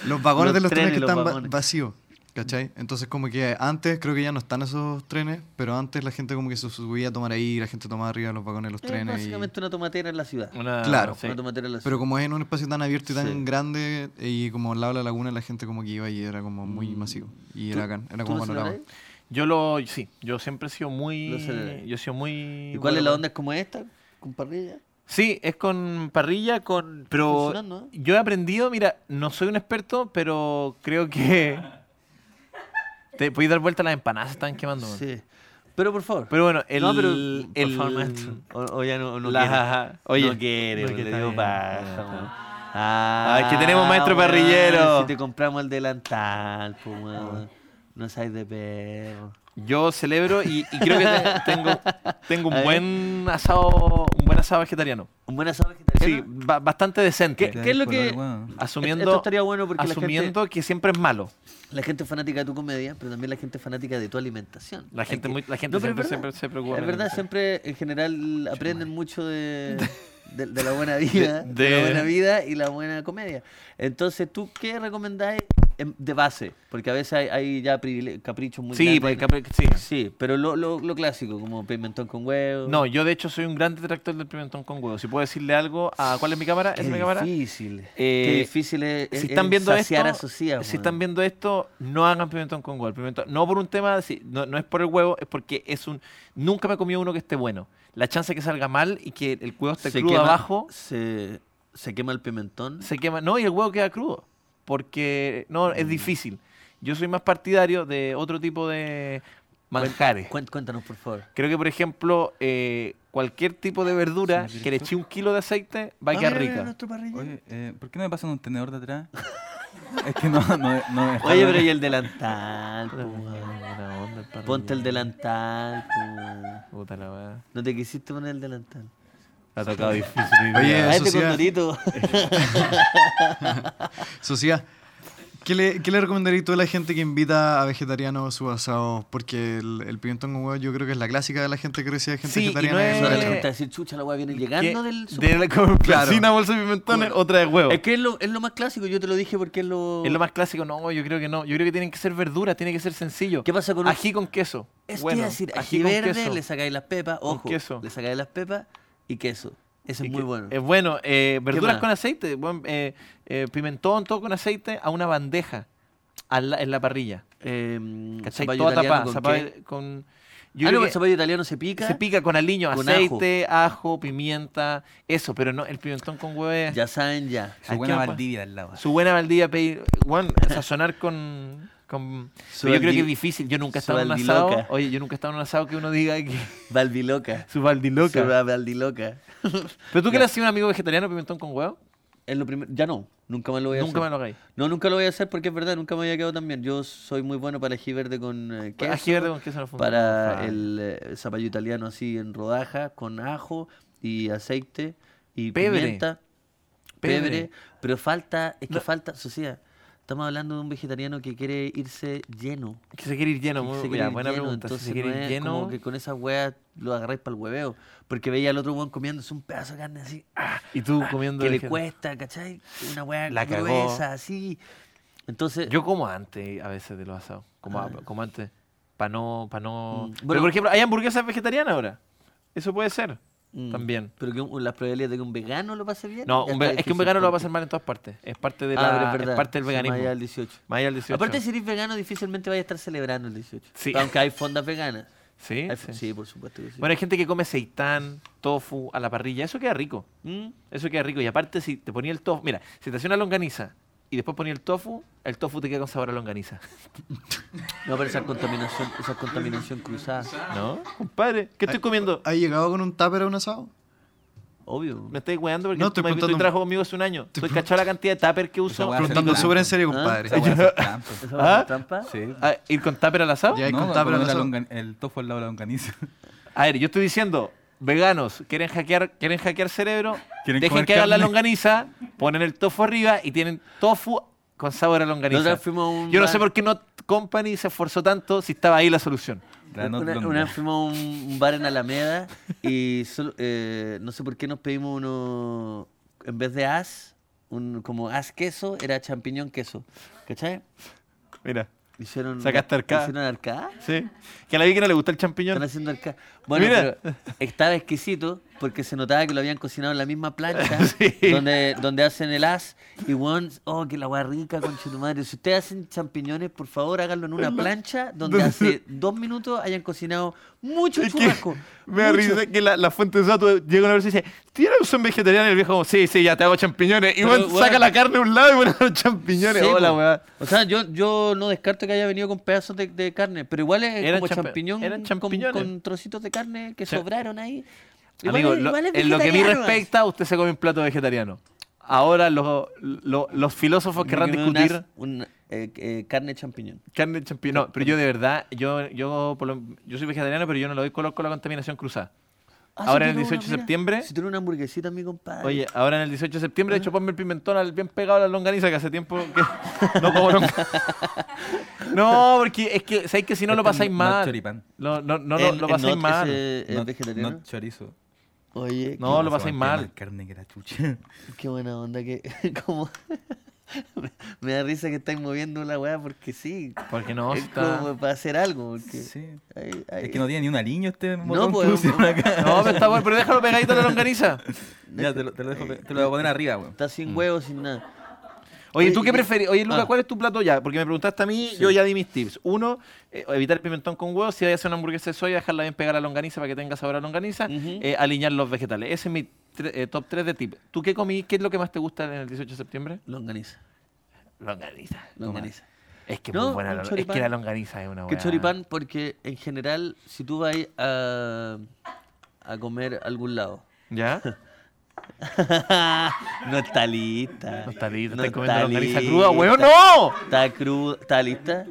Speaker 3: Los
Speaker 1: Los
Speaker 3: vagones de los trenes,
Speaker 1: trenes,
Speaker 3: que
Speaker 1: los
Speaker 3: están va-
Speaker 1: vagones.
Speaker 3: vacíos. ¿Cachai? Entonces como que antes creo que ya no están esos trenes, pero antes la gente como que se subía a tomar ahí, la gente tomaba arriba de los vagones de los
Speaker 1: Es
Speaker 3: trenes. y-
Speaker 1: Eh, básicamente una tomatera en la ciudad.
Speaker 2: Una-
Speaker 3: Claro.
Speaker 2: sí.
Speaker 1: Una tomatera en la ciudad.
Speaker 3: Pero como es en un espacio tan abierto y tan
Speaker 1: Sí.
Speaker 3: grande y como al lado de la laguna la gente como que iba y era como muy masivo. Y era bacán, era
Speaker 1: Mm. ¿Tú
Speaker 3: como
Speaker 1: lo
Speaker 3: panorama.
Speaker 1: celebrás?
Speaker 2: Yo lo, sí, yo siempre he sido
Speaker 1: Lo celebra.
Speaker 2: muy, yo he sido muy.
Speaker 1: ¿Y cuál es la
Speaker 2: bueno,
Speaker 1: onda? ¿Es como esta? ¿Con parrilla?
Speaker 2: Sí, es con parrilla, con, pero
Speaker 1: Funcionando, ¿eh?
Speaker 2: yo he aprendido, mira, no soy un experto, pero creo que te podéis dar vuelta a las empanadas, se están quemando. man.
Speaker 1: Sí. Pero por favor.
Speaker 2: Pero bueno, el,
Speaker 1: no, pero.
Speaker 2: el-
Speaker 1: por favor, maestro. O, o ya no, no
Speaker 2: la-
Speaker 1: quiere.
Speaker 2: oye,
Speaker 1: no quiere,
Speaker 2: no
Speaker 1: no
Speaker 2: quiere,
Speaker 1: le dio
Speaker 2: está bien.
Speaker 1: paja. weón. Ah,
Speaker 2: Ay, que tenemos maestro
Speaker 1: weón,
Speaker 2: parrillero.
Speaker 1: Si te compramos el delantal, pues, weón. No sabes de perro.
Speaker 2: yo celebro y, y creo que te- tengo, tengo un
Speaker 1: A ver.
Speaker 2: buen asado, un buen asado vegetariano.
Speaker 1: Un buen asado
Speaker 2: Sí,
Speaker 1: vegetariano.
Speaker 2: ba- bastante decente.
Speaker 1: ¿Qué- qué es lo que-
Speaker 2: Asumiendo,
Speaker 1: Esto estaría bueno porque la gente-
Speaker 2: asumiendo que siempre es malo.
Speaker 1: La gente es fanática de tu comedia, pero también la gente es fanática de tu alimentación.
Speaker 2: La
Speaker 1: Hay
Speaker 2: gente
Speaker 1: que-
Speaker 2: muy- la gente
Speaker 1: pero
Speaker 2: siempre
Speaker 1: es
Speaker 2: se-
Speaker 1: verdad.
Speaker 2: se preocupa de
Speaker 1: Es
Speaker 2: la
Speaker 1: verdad, siempre en general aprenden
Speaker 2: (laughs)
Speaker 1: mucho de, de- de la buena vida,
Speaker 2: De-
Speaker 1: de,
Speaker 2: de-
Speaker 1: la buena vida y la buena comedia. Entonces, ¿tú qué recomendáis en- de base? Porque a veces hay, hay ya privile- caprichos muy
Speaker 2: Sí, pues,
Speaker 1: grandes.
Speaker 2: porque- sí.
Speaker 1: Sí, pero lo, lo- lo clásico, como pimentón con huevo.
Speaker 2: No, yo de hecho soy un gran detractor del pimentón con huevo. Si puedo decirle algo a cuál es mi cámara,
Speaker 1: qué
Speaker 2: es mi cámara.
Speaker 1: difícil.
Speaker 2: Eh,
Speaker 1: qué difícil es, es-
Speaker 2: Si están
Speaker 1: es
Speaker 2: viendo esto,
Speaker 1: saciar a sus hijas,
Speaker 2: si
Speaker 1: weón.
Speaker 2: están viendo esto, no hagan pimentón con huevo. El pimentón- no por un tema, sí, no, no es por el huevo, es porque es un nunca me he comido uno que esté bueno. La chance que salga mal y que el huevo esté
Speaker 1: se
Speaker 2: crudo
Speaker 1: quema,
Speaker 2: abajo
Speaker 1: Se, se quema el pimentón.
Speaker 2: se quema, no, y el huevo queda crudo, porque no
Speaker 1: Mm.
Speaker 2: es difícil. Yo soy más partidario de otro tipo de manjares.
Speaker 1: Cuént- Cuéntanos, por favor.
Speaker 2: Creo que, por ejemplo, eh, cualquier tipo de verdura
Speaker 4: Señor
Speaker 2: que le
Speaker 4: director.
Speaker 2: eché un kilo de aceite va a
Speaker 1: Ah,
Speaker 2: quedar
Speaker 1: mira, mira,
Speaker 2: rica.
Speaker 1: nuestro parrillero. (laughs)
Speaker 4: Oye, eh, ¿por qué no me pasan un tenedor de atrás? (laughs) es que no, no, no me dejaron.
Speaker 1: Oye, pero y el delantal, po, weón.
Speaker 2: Buena onda, el
Speaker 1: Ponte el
Speaker 2: parrillero.
Speaker 1: delantal, po, weón.
Speaker 2: Puta la weá.
Speaker 1: No te quisiste poner el delantal.
Speaker 2: La ha tocado (laughs) difícil. hoy
Speaker 3: Oye,
Speaker 2: día.
Speaker 1: Ah, este
Speaker 3: sí era-
Speaker 1: condorito.
Speaker 3: Socia, ¿qué le, qué le recomendarías tú a la gente que invita a vegetarianos su asado? Porque el, el pimentón con huevo yo creo que es la clásica de la gente que recibe gente
Speaker 2: Sí, y
Speaker 3: vegetariana.
Speaker 2: no
Speaker 3: en su
Speaker 1: No,
Speaker 2: es-
Speaker 1: la
Speaker 3: derecho.
Speaker 1: gente va a decir, chucha, la weá viene llegando
Speaker 2: ¿Qué?
Speaker 1: del... super-".
Speaker 2: de la (laughs) con
Speaker 3: Claro.
Speaker 2: placina, bolsa de pimentones, otra de huevo.
Speaker 1: Es que es lo, es lo más clásico, yo te lo dije porque es lo...
Speaker 2: Es lo más clásico, no, yo creo que no. Yo creo que tienen que ser verduras, tiene que ser sencillo.
Speaker 1: ¿Qué pasa con un-
Speaker 2: ají con queso?
Speaker 1: Es
Speaker 2: Bueno,
Speaker 1: que decir, ají verde, le sacáis las pepas,
Speaker 2: Con
Speaker 1: ojo,
Speaker 2: queso.
Speaker 1: le sacáis las pepas y queso. Eso es muy bueno.
Speaker 2: Es bueno, eh, verduras
Speaker 1: más?
Speaker 2: con aceite, buen- eh, eh, pimentón, todo con aceite, a una bandeja a la- en la parrilla.
Speaker 1: Eh,
Speaker 2: ¿Cachai?
Speaker 1: Em, zapallo
Speaker 2: Todo
Speaker 1: italiano
Speaker 2: tapado,
Speaker 1: con
Speaker 2: zapallo
Speaker 1: qué?
Speaker 2: con... Yo creo
Speaker 1: ah, no,
Speaker 2: que
Speaker 1: el zapallo italiano se pica.
Speaker 2: se pica con aliño,
Speaker 1: Con
Speaker 2: aceite, ajo. pimienta, eso, pero no, el pimentón con hueve.
Speaker 1: Ya saben, ya.
Speaker 2: Ay,
Speaker 4: Su buena
Speaker 2: qué guapa.
Speaker 4: Valdivia al lado.
Speaker 2: Su buena Valdivia, pedir, bueno, sazonar con...
Speaker 1: (laughs)
Speaker 2: con-
Speaker 1: Su
Speaker 2: pero yo creo
Speaker 1: Valdi-
Speaker 2: que es difícil, yo nunca he
Speaker 1: su
Speaker 2: estado en un asado,
Speaker 1: Valdiloca.
Speaker 2: oye, yo nunca he estado en un asado que uno diga que... (laughs)
Speaker 1: Valdiloca.
Speaker 2: Su Valdiloca.
Speaker 1: Su Valdiloca.
Speaker 2: ¿Pero tú que le hacías un amigo vegetariano pimentón con huevo?
Speaker 1: (laughs) Es lo primer- Ya no, nunca más lo voy a
Speaker 2: Nunca
Speaker 1: hacer.
Speaker 2: me lo hagáis.
Speaker 1: No, nunca lo voy a hacer porque es verdad, nunca me había quedado tan bien. Yo soy muy bueno para el ají verde con eh, queso.
Speaker 2: Ají verde con queso Ah, no funciona.
Speaker 1: Para
Speaker 2: Fran.
Speaker 1: el eh, zapallo italiano así en rodaja, con ajo y aceite y
Speaker 2: Pebre.
Speaker 1: pimienta.
Speaker 2: Pebre.
Speaker 1: Pebre. Pero falta, es que
Speaker 2: No.
Speaker 1: falta, Socia, estamos hablando de un vegetariano que quiere irse lleno.
Speaker 2: Que se quiere ir lleno,
Speaker 1: que
Speaker 2: muy,
Speaker 1: se
Speaker 2: ya,
Speaker 1: quiere ir
Speaker 2: buena
Speaker 1: lleno,
Speaker 2: pregunta. si
Speaker 1: Entonces
Speaker 2: se quiere
Speaker 1: no
Speaker 2: ir
Speaker 1: es
Speaker 2: lleno.
Speaker 1: como que con esa weas lo agarráis para el hueveo. Porque veía al otro weón comiéndose un pedazo de carne así. ¡ah!
Speaker 2: Y tú comiendo
Speaker 1: (laughs) que le
Speaker 2: vegetal.
Speaker 1: cuesta, ¿cachai? Una weá
Speaker 2: La cagó.
Speaker 1: gruesa, así. Entonces,
Speaker 2: Yo como antes a veces de los asados. Como, a- como antes. Para no. Pa no...
Speaker 1: Ah, Mm,
Speaker 2: Pero,
Speaker 1: bueno.
Speaker 2: por ejemplo, hay hamburguesas vegetarianas ahora. Eso puede ser.
Speaker 1: mm,
Speaker 2: También.
Speaker 1: Pero que un- las probabilidades de que un vegano lo pase bien.
Speaker 2: No,
Speaker 1: ya
Speaker 2: un ve-
Speaker 1: está
Speaker 2: es que un
Speaker 1: difícil
Speaker 2: vegano lo va a
Speaker 1: porque-
Speaker 2: pasar mal en todas partes. Es parte, de
Speaker 1: Ah, pero
Speaker 2: la, es
Speaker 1: verdad,
Speaker 2: parte del
Speaker 1: sí, más
Speaker 2: veganismo.
Speaker 1: allá del 18.
Speaker 2: Más allá del 18.
Speaker 1: Aparte, si eres vegano, difícilmente vayas a estar celebrando el 18.
Speaker 2: Sí.
Speaker 1: Aunque hay fondas veganas.
Speaker 2: ¿Sí?
Speaker 1: Hay
Speaker 2: sí.
Speaker 1: fo- por supuesto que sí.
Speaker 2: Bueno, hay gente que come seitán, tofu, a la parrilla. Eso queda rico.
Speaker 1: Mm,
Speaker 2: Eso queda rico. Y aparte, si te ponía el tofu. Mira, si te hacía una longaniza y después ponía el tofu, el tofu te queda con sabor a longaniza.
Speaker 1: No, pero esa contaminación, esa contaminación cruzada.
Speaker 2: ¿No? Compadre, ¿qué estoy comiendo?
Speaker 3: ¿Has llegado con un tupper a un asado?
Speaker 1: Obvio.
Speaker 2: Me estáis weando porque
Speaker 3: No,
Speaker 2: tú
Speaker 3: estoy
Speaker 2: me has visto y
Speaker 3: contando-
Speaker 2: trabajo conmigo hace un año. Estoy cachado la cantidad de tupper que uso.
Speaker 4: weá- Ah,
Speaker 3: Preguntando
Speaker 4: sí,
Speaker 3: súper en
Speaker 4: claro.
Speaker 3: serio,
Speaker 1: Ah,
Speaker 3: compadre.
Speaker 4: Esa weá (laughs) es trampa.
Speaker 1: (laughs) ¿Esa va a
Speaker 2: ¿Ah?
Speaker 1: ser trampa?
Speaker 4: Sí.
Speaker 2: Ah, ¿Ir con tupper al asado?
Speaker 3: Ya hay
Speaker 4: No,
Speaker 3: con tupper
Speaker 4: comer
Speaker 3: al
Speaker 4: la
Speaker 3: asado.
Speaker 4: longan- el tofu al lado de la
Speaker 1: (laughs)
Speaker 4: longaniza.
Speaker 2: A ver, yo estoy diciendo, veganos, ¿quieren hackear, quieren hackear cerebro?
Speaker 4: ¿Quieren
Speaker 2: Dejen
Speaker 4: comer
Speaker 2: que hagan la
Speaker 4: carne?
Speaker 2: longaniza, ponen el tofu arriba y tienen tofu con sabor a longaniza.
Speaker 1: Nosotros fuimos a un
Speaker 2: Yo no
Speaker 1: bar-
Speaker 2: sé por qué Not Company se esforzó tanto si estaba ahí la solución.
Speaker 4: La not
Speaker 1: Una,
Speaker 4: longa.
Speaker 1: una vez fuimos a un un bar en Alameda y solo- eh, no sé por qué nos pedimos uno, en vez de as, un, como as queso, era champiñón queso. ¿Cachai?
Speaker 2: Mira,
Speaker 1: Hicieron,
Speaker 2: Sacaste arcada.
Speaker 1: Hicieron arcada.
Speaker 2: sí. Que a la Vicky no le gusta el champiñón.
Speaker 1: Están haciendo arcada. Bueno,
Speaker 2: Mira.
Speaker 1: pero estaba exquisito porque se notaba que lo habían cocinado en la misma plancha
Speaker 2: (laughs) Sí.
Speaker 1: donde, donde hacen el as. Y weón, oh, que la hueá rica, concha tu madre. Si ustedes hacen champiñones, por favor háganlo en una plancha donde
Speaker 2: (laughs)
Speaker 1: hace dos minutos hayan cocinado mucho
Speaker 2: Es que
Speaker 1: churrasco.
Speaker 2: Me da
Speaker 1: mucho.
Speaker 2: risa que la, la fuente de datos llega una vez y dice, ¿tienes son vegetariano? Y el viejo como, sí, sí, ya te hago champiñones. Y
Speaker 1: Pero,
Speaker 2: bueno,
Speaker 1: weón.
Speaker 2: saca la carne a un lado y bueno, los champiñones.
Speaker 1: Sí,
Speaker 2: Hola,
Speaker 1: po.
Speaker 2: weá.
Speaker 1: O sea, yo, yo no descarto que haya venido con pedazos de, de carne, pero igual es
Speaker 2: Eran
Speaker 1: como
Speaker 2: champi-
Speaker 1: champiñón
Speaker 2: eran
Speaker 1: con-
Speaker 2: champiñones.
Speaker 1: Con, trocitos de carne que
Speaker 2: Sí.
Speaker 1: sobraron ahí. Igual
Speaker 2: Amigo,
Speaker 1: es-
Speaker 2: lo-
Speaker 1: igual es
Speaker 2: en lo que a mí
Speaker 1: vegetariano,
Speaker 2: respecta, usted se come un plato vegetariano. Ahora los, lo- los filósofos
Speaker 1: Me
Speaker 2: querrán
Speaker 1: comí un
Speaker 2: discutir
Speaker 1: as- un, eh, eh, carne champiñón.
Speaker 2: carne de champiñón. No, pero yo de verdad, yo, yo, por lo- yo soy vegetariano, pero yo no le doy color con la contaminación cruzada.
Speaker 1: Ah,
Speaker 2: Ahora en el 18 de septiembre-
Speaker 1: Si tiene una hamburguesita, mi compadre.
Speaker 2: Oye, ahora en el 18 de septiembre, de hecho, ponme el pimentón al bien pegado a la longaniza, que hace tiempo que (laughs) no como longa- No, porque es que, ¿sabéis que si no lo
Speaker 4: Este
Speaker 2: pasáis
Speaker 4: no- no
Speaker 2: mal?
Speaker 4: choripán.
Speaker 2: No, no, no, lo-
Speaker 1: El-
Speaker 2: lo
Speaker 1: el
Speaker 2: pasáis
Speaker 1: Not
Speaker 2: mal.
Speaker 1: ese es
Speaker 4: Not-
Speaker 1: vegetariano.
Speaker 4: not chorizo.
Speaker 1: Oye,
Speaker 2: No, lo
Speaker 4: se
Speaker 2: pasáis
Speaker 4: mantiene
Speaker 2: mal.
Speaker 4: más carne que la chucha.
Speaker 1: qué, qué buena onda que... (laughs) como... me, me da risa que estáis moviendo la weá porque sí.
Speaker 2: Porque no,
Speaker 1: es
Speaker 2: está-
Speaker 1: como para hacer algo. Porque...
Speaker 4: Sí.
Speaker 1: Ay, ay,
Speaker 4: Es que no tiene ni un aliño este
Speaker 1: No,
Speaker 4: botón
Speaker 1: pues,
Speaker 4: que pusieron acá.
Speaker 2: No, pero está bueno, pero déjalo pegadito a la longaniza.
Speaker 4: (laughs) Ya, te lo, te lo dejo, pe- te lo voy a poner arriba, weón.
Speaker 1: eh, Está
Speaker 2: Mm.
Speaker 1: sin huevos, sin nada.
Speaker 2: Oye,
Speaker 1: Oye,
Speaker 2: ¿tú qué
Speaker 1: yo-
Speaker 2: preferís? Oye, Luca,
Speaker 1: Ah.
Speaker 2: ¿cuál es tu plato ya? Porque me preguntaste a mí, yo ya di mis tips. Uno, eh, evitar el pimentón con huevo. Si hay que hacer una hamburguesa de soya, dejarla bien pegada a la longaniza para que tenga sabor a longaniza.
Speaker 1: Ujú.
Speaker 2: eh, alinear los vegetales. Ese es mi tre- eh, top 3 de tips. ¿Tú qué comí? ¿Qué es lo que más te gusta en el 18 de septiembre?
Speaker 1: Longaniza,
Speaker 2: Longaniza.
Speaker 1: longaniza.
Speaker 2: Es que,
Speaker 1: No,
Speaker 2: muy buena
Speaker 1: un
Speaker 2: la- es
Speaker 1: choripán.
Speaker 2: que la longaniza es una
Speaker 1: Que
Speaker 2: buena.
Speaker 1: choripán, porque en general, si tú vas a, a comer a algún lado...
Speaker 2: ¿Ya?
Speaker 1: (laughs) no está lista.
Speaker 2: No está lista.
Speaker 1: No
Speaker 2: Estás comiendo
Speaker 1: está
Speaker 2: longaniza
Speaker 1: lista.
Speaker 2: cruda, huevo. ¡No!
Speaker 1: Está cruda. ¿Está lista?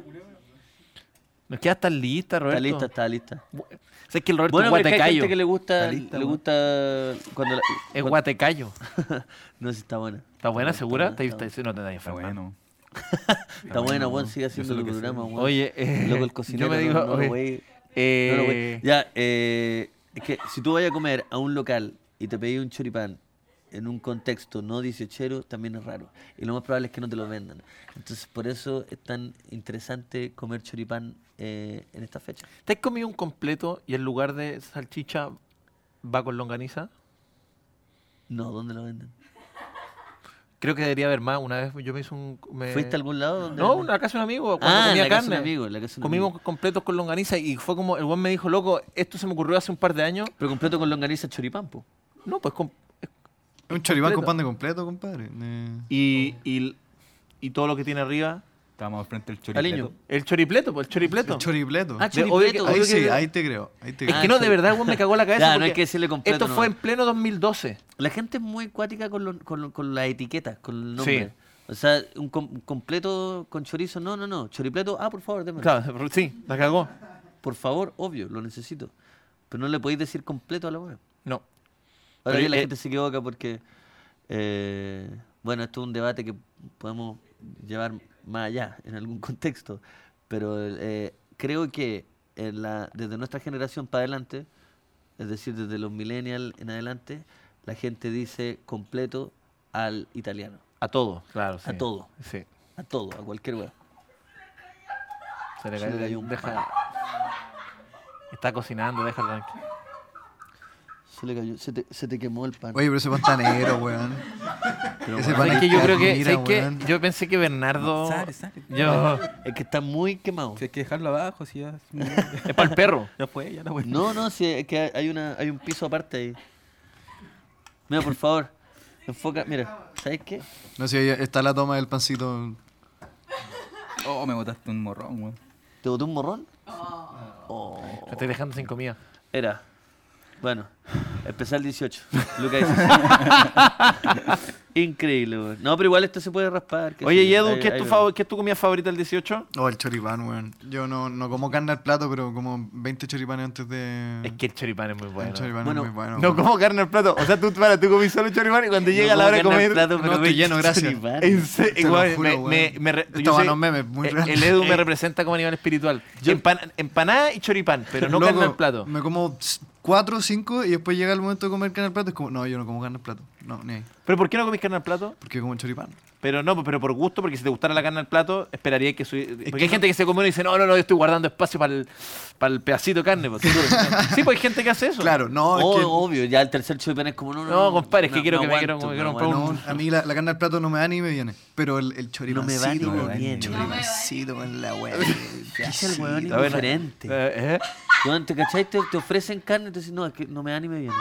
Speaker 2: Nos quedas tan lista, Roberto.
Speaker 1: Está lista, está lista.
Speaker 2: O sea, es que el Roberto
Speaker 1: Bueno,
Speaker 2: es
Speaker 1: pero es que hay
Speaker 2: guatecayo.
Speaker 1: gente que le gusta,
Speaker 4: Está lista,
Speaker 1: le
Speaker 4: weón.
Speaker 1: gusta cuando la-
Speaker 2: Es guatecayo.
Speaker 1: cuando- (laughs) no, sí, está buena.
Speaker 2: ¿Está buena, segura?
Speaker 1: buena,
Speaker 2: ¿Te-
Speaker 1: está
Speaker 2: te- No te da
Speaker 4: Está
Speaker 2: enferma.
Speaker 4: bueno.
Speaker 1: Está buena,
Speaker 4: bueno,
Speaker 1: weón,
Speaker 4: weón.
Speaker 1: sigue
Speaker 4: Yo
Speaker 1: haciendo
Speaker 4: sé
Speaker 1: el
Speaker 4: lo que soy.
Speaker 1: programa, weón.
Speaker 2: Oye, eh,
Speaker 1: Loco, el cocinero,
Speaker 2: yo me digo,
Speaker 1: no, no
Speaker 2: oye,
Speaker 1: lo wey-
Speaker 2: eh,
Speaker 1: no lo wey- Ya, eh, es que si tú vayas a comer a un local y te pedís un choripán en un contexto no dieciochero, también es raro. Y lo más probable es que no te lo vendan. Entonces, por eso es tan interesante comer choripán eh, en esta fecha.
Speaker 2: ¿Te has comido un completo y en lugar de salchicha va con longaniza?
Speaker 1: No, ¿dónde lo venden?
Speaker 2: Creo que debería haber más. Una vez yo me hice un. me-
Speaker 1: ¿Fuiste a algún lado? donde-
Speaker 2: Eh, No, una casa de un amigo. Cuando
Speaker 1: Ah, en
Speaker 2: comía
Speaker 1: la casa de
Speaker 2: carne.
Speaker 1: un amigo, en la casa de un
Speaker 2: Comimos
Speaker 1: amigo.
Speaker 2: completos con longaniza y fue como. El buen me dijo, loco, esto se me ocurrió hace un par de años.
Speaker 1: Pero completo con longaniza choripampo.
Speaker 2: No, pues. com-
Speaker 3: (laughs) Un choripán con
Speaker 2: Completo.
Speaker 3: pan de completo, compadre. Eh,
Speaker 2: Y, y, y todo lo que tiene arriba.
Speaker 4: Estábamos frente al choripleto.
Speaker 1: Aliño.
Speaker 2: El choripleto, pues el choripleto.
Speaker 3: el choripleto.
Speaker 1: Ah,
Speaker 2: De- obvio que-
Speaker 1: choripleto.
Speaker 3: ahí
Speaker 2: obvio
Speaker 3: sí,
Speaker 2: que-
Speaker 3: ahí te creo. Ahí te
Speaker 2: Es
Speaker 3: creo.
Speaker 2: que no, de verdad, el buen me cagó
Speaker 1: (laughs)
Speaker 2: la cabeza.
Speaker 1: Ya, no hay
Speaker 2: porque
Speaker 1: que decirle completo,
Speaker 2: Esto
Speaker 1: no.
Speaker 2: fue en pleno 2012.
Speaker 1: La gente es muy acuática con, lo- con, lo- con la etiqueta, con el
Speaker 2: Sí.
Speaker 1: nombre. O sea, un com- completo con chorizo, no, no, no. Choripleto, ah, por favor, démelo.
Speaker 2: Claro, sí, la cagó.
Speaker 1: Por favor, obvio, lo necesito. Pero no le podéis decir completo a la web.
Speaker 2: No.
Speaker 1: Ahora
Speaker 2: Pero,
Speaker 1: bien, la
Speaker 2: eh,
Speaker 1: gente se equivoca porque, eh, bueno, esto es un debate que podemos llevar más allá en algún contexto, pero eh, creo que en la- desde nuestra generación para adelante, es decir, desde los millennials en adelante, la gente dice completo al italiano,
Speaker 2: A todo, claro.
Speaker 1: A todo.
Speaker 2: Sí.
Speaker 1: a todo, a cualquier web.
Speaker 2: Se le
Speaker 1: Se le cayó un
Speaker 2: deja- Está cocinando, déjalo tranquilo.
Speaker 1: Se, le cayó- se te, se te quemó el pan.
Speaker 3: Oye, pero ese pan está negro, weón. Ese
Speaker 2: ¿Sabes
Speaker 3: hay
Speaker 2: que yo creo que,
Speaker 3: admirar,
Speaker 2: ¿sabes qué?
Speaker 3: weón.
Speaker 2: yo pensé que Bernardo.
Speaker 4: Sale, sale.
Speaker 2: Yo.
Speaker 1: Es que está muy quemado.
Speaker 4: Si hay que dejarlo abajo, si ya.
Speaker 1: (laughs)
Speaker 2: Es para el (laughs) perro.
Speaker 4: ya fue, ya la fue.
Speaker 1: No, no, sí, es que hay, una, hay un piso aparte ahí. Mira, por favor, enfoca, mira, ¿sabes qué?
Speaker 3: No sé, ahí está la toma del pancito.
Speaker 4: Oh, me botaste un morrón, weón.
Speaker 1: ¿Te botó un morrón? Oh.
Speaker 2: Lo estoy dejando sin comida.
Speaker 1: Era. Bueno, especial 18. Lucas 18. Increíble, weón. No, pero igual esto se puede raspar. qué sé
Speaker 2: Oye,
Speaker 1: yo.
Speaker 2: ¿y Edu,
Speaker 1: Ahí-
Speaker 2: ¿qué es,
Speaker 1: ahí
Speaker 2: tu
Speaker 1: vemos.
Speaker 2: favor- ¿qué es tu comida favorita del 18?
Speaker 3: Oh, el choripán, weón. Yo no, no como carne al plato, pero como 20 choripanes antes de.
Speaker 2: Es que el choripán es muy
Speaker 3: El
Speaker 2: bueno.
Speaker 3: choripán
Speaker 1: Bueno,
Speaker 3: es muy bueno.
Speaker 2: No
Speaker 3: weón.
Speaker 2: como carne al plato. O sea, tú, para, tú comís solo choripán y cuando
Speaker 1: No
Speaker 2: llega la
Speaker 1: puedo
Speaker 2: hora de
Speaker 1: ganar
Speaker 2: comer.
Speaker 1: plato,
Speaker 3: No,
Speaker 1: pero
Speaker 3: estoy
Speaker 1: me-
Speaker 3: lleno, gracias.
Speaker 2: (laughs)
Speaker 1: choripán.
Speaker 2: En serio,
Speaker 3: Te lo
Speaker 2: weón,
Speaker 3: juro,
Speaker 2: me-
Speaker 3: weón.
Speaker 2: me- me re-
Speaker 3: Esto
Speaker 2: yo
Speaker 3: va a
Speaker 2: sé-
Speaker 3: los memes, muy
Speaker 2: eh,
Speaker 3: real.
Speaker 2: El Edu me
Speaker 3: (laughs)
Speaker 2: representa como animal espiritual. Empan- empanada y choripán, pero no
Speaker 3: Loco,
Speaker 2: carne al plato.
Speaker 3: Me como 4 o 5 y después llega el momento de comer carne al plato. Es como, no, yo no como carne al plato. No, ni ahí.
Speaker 2: ¿Pero por qué no comís carne al plato?
Speaker 3: Porque como choripán.
Speaker 2: Pero no, pero por gusto, porque si te gustara la carne al plato, esperaría que subi- Porque
Speaker 3: que
Speaker 2: hay
Speaker 3: no-
Speaker 2: gente que se come uno y dice, no, no, no, yo estoy guardando espacio para el, para el pedacito de carne. pues,
Speaker 3: (laughs)
Speaker 2: seguro. sí, pues hay gente que hace eso.
Speaker 3: Claro, no,
Speaker 1: Oh,
Speaker 3: es que.
Speaker 1: Obvio, ya el tercer choripán es como no, no.
Speaker 2: No, compadre, es que quiero que me
Speaker 1: aguanto,
Speaker 2: quiero- me quiero
Speaker 1: no
Speaker 2: comprar un-
Speaker 1: aguanto.
Speaker 3: No, a mí la, la carne al plato no me da ni me viene. Pero el, el choripán.
Speaker 1: No me va ni me viene.
Speaker 3: Choripancito en la weá.
Speaker 1: (laughs) ¿Qué es el weón
Speaker 2: A ver,
Speaker 1: indiferente?
Speaker 2: Ah,
Speaker 1: (laughs)
Speaker 2: eh, eh.
Speaker 1: Weón, ¿Te cachai? Te, te ofrecen carne, te dicen, no, es que no me da ni me viene.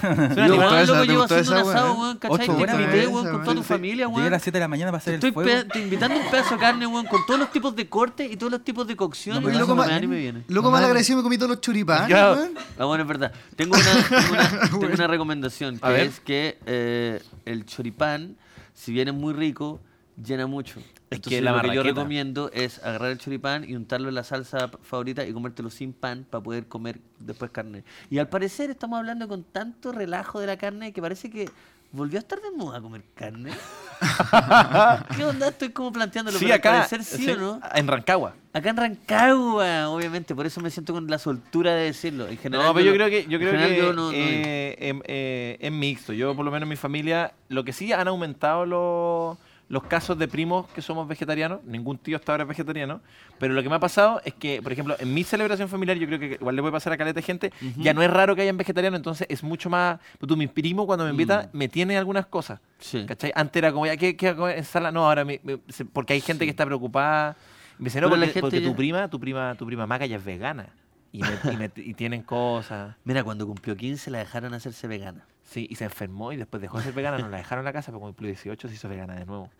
Speaker 3: ¿Te
Speaker 1: Yo,
Speaker 3: gustó
Speaker 1: weón,
Speaker 3: esa?
Speaker 1: loco,
Speaker 3: ¿Te
Speaker 1: llevo haciendo
Speaker 3: gustó
Speaker 1: un
Speaker 3: esa,
Speaker 1: asado,
Speaker 3: weón?
Speaker 1: weón, ¿cachai?
Speaker 4: Ocho
Speaker 1: Te
Speaker 4: horas,
Speaker 1: invité,
Speaker 3: weón,
Speaker 1: weón,
Speaker 3: esa,
Speaker 1: con toda tu
Speaker 3: weón.
Speaker 1: familia,
Speaker 4: Llegué a
Speaker 1: weón.
Speaker 4: las 7 de la mañana
Speaker 1: Te
Speaker 4: para hacer
Speaker 1: estoy
Speaker 4: el fuego.
Speaker 1: pe- te invitando un pedazo de carne, weón, con todos los tipos de corte y todos los tipos de cocción.
Speaker 4: No
Speaker 1: y
Speaker 4: me
Speaker 1: weón,
Speaker 4: da,
Speaker 1: no
Speaker 4: no
Speaker 1: me
Speaker 4: me-
Speaker 1: da ni me viene.
Speaker 3: Loco mal agradecido me comí todos los choripanes,
Speaker 2: Ya.
Speaker 3: weón.
Speaker 1: Ah, bueno, es verdad. Tengo una, tengo
Speaker 2: (laughs)
Speaker 1: una- tengo una recomendación,
Speaker 2: A
Speaker 1: que
Speaker 2: ver.
Speaker 1: es que eh, el choripán, si bien es muy rico, llena mucho.
Speaker 2: que
Speaker 1: Entonces,
Speaker 2: la
Speaker 1: lo que yo
Speaker 2: marraqueta.
Speaker 1: recomiendo es agarrar el choripán y untarlo en la salsa p- favorita y comértelo sin pan para poder comer después carne. Y al parecer estamos hablando con tanto relajo de la carne que parece que volvió a estar de moda comer
Speaker 2: (laughs)
Speaker 1: carne. ¿Qué onda? Estoy como planteándolo.
Speaker 2: Sí,
Speaker 1: pero Al
Speaker 2: acá.
Speaker 1: parecer sí,
Speaker 2: sí,
Speaker 1: o no.
Speaker 2: En Rancagua.
Speaker 1: Acá en Rancagua, obviamente, por eso me siento con la soltura de decirlo. En general,
Speaker 2: No, pero yo
Speaker 1: no-
Speaker 2: creo que, yo
Speaker 1: en
Speaker 2: creo
Speaker 1: general
Speaker 2: que
Speaker 1: yo no- no-
Speaker 2: eh, em- eh, es mixto. Yo, por lo menos en mi familia, lo que sí han aumentado los, los casos de primos que somos vegetarianos. Ningún tío hasta ahora es vegetariano. Pero lo que me ha pasado es que, por ejemplo, en mi celebración familiar, yo creo que igual le puede pasar a caleta de gente, ya no es raro que hayan vegetarianos, entonces es mucho más... Tú, mi primo, cuando me invita,
Speaker 1: Mm.
Speaker 2: me tiene algunas cosas.
Speaker 1: Sí.
Speaker 2: ¿Cachai? Antes era como, ya, ¿qué, qué vas a comer? Ensalada. No, ahora me- me- se- porque hay gente que está preocupada. Me dice, no,
Speaker 1: Pero la
Speaker 2: porque,
Speaker 1: gente
Speaker 2: porque tu
Speaker 1: ya-
Speaker 2: prima, tu prima, tu prima Maca ya es vegana. Y, me- y me- y tienen cosas.
Speaker 1: Mira, cuando cumplió 15 la dejaron hacerse vegana.
Speaker 2: Sí, y se enfermó y después dejó de ser vegana, nos la dejaron en la casa, pero cuando cumplió 18 se hizo vegana de nuevo.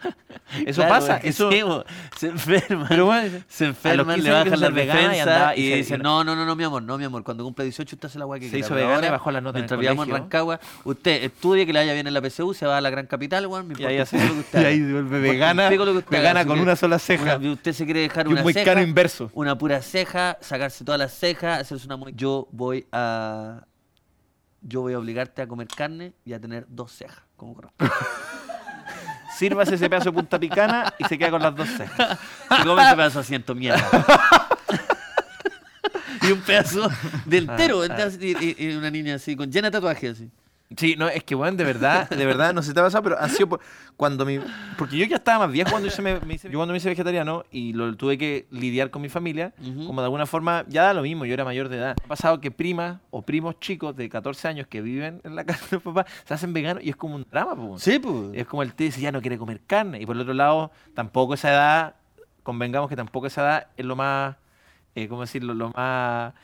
Speaker 2: Eso
Speaker 1: Claro,
Speaker 2: pasa,
Speaker 1: es que
Speaker 2: eso.
Speaker 1: sí, bo, se enferman.
Speaker 2: Pero bueno,
Speaker 1: se enferman,
Speaker 2: 15
Speaker 1: le
Speaker 2: años que
Speaker 1: bajan la
Speaker 2: ser vegana y
Speaker 1: defensa
Speaker 2: andaba-
Speaker 1: y,
Speaker 2: y se-
Speaker 1: dicen, no, no, no, no, mi amor, no, mi amor, cuando cumpla 18 usted hace la guay que
Speaker 2: Se
Speaker 1: quiera,
Speaker 2: hizo
Speaker 1: pero
Speaker 2: vegana y
Speaker 1: ahora,
Speaker 2: bajó las notas en el
Speaker 1: Mientras vivamos en
Speaker 2: colegio".
Speaker 1: Rancagua, usted estudie que le vaya bien en la PSU, se va a la gran capital, weón, me
Speaker 2: Y ahí,
Speaker 1: importa
Speaker 2: hace-
Speaker 1: un pico lo que
Speaker 2: (laughs)
Speaker 1: usted
Speaker 2: y
Speaker 1: haga.
Speaker 2: ahí se
Speaker 1: Me
Speaker 2: vuelve
Speaker 1: importa un
Speaker 2: vegana,
Speaker 1: pico lo que usted haga,
Speaker 2: vegana
Speaker 1: así
Speaker 2: con
Speaker 1: que
Speaker 2: una sola ceja.
Speaker 1: una- usted se quiere dejar
Speaker 2: Y un
Speaker 1: una
Speaker 2: moicano
Speaker 1: ceja,
Speaker 2: inverso.
Speaker 1: Una pura ceja, sacarse todas las cejas, hacerse una moi- Yo voy a. Yo voy a obligarte a comer carne y a tener dos cejas, como corresponde.
Speaker 2: Sírvase ese pedazo de punta picana y se queda con las dos cejas.
Speaker 1: Se come ese pedazo de asiento, mierda. y un pedazo de entero.
Speaker 2: Ah,
Speaker 1: Ah, entero, y, y- y una niña así, con llena de tatuajes así.
Speaker 2: Sí, no, es que, weón, de verdad, de verdad, no sé si te ha pasado, pero ha sido por- cuando mi... Porque yo ya estaba más viejo cuando hice me, me hice- yo cuando me hice vegetariano y lo tuve que lidiar con mi familia,
Speaker 1: Ujú.
Speaker 2: como de alguna forma, ya da lo mismo, yo era mayor de edad. Ha pasado que primas o primos chicos de 14 años que viven en la casa de los papás se hacen veganos y es como un drama, pues. weón.
Speaker 1: Sí, pues.
Speaker 2: Es como el tío dice, ya no quiere comer carne. Y por el otro lado, tampoco esa edad, convengamos que tampoco esa edad es lo más, eh, ¿cómo decirlo? Lo más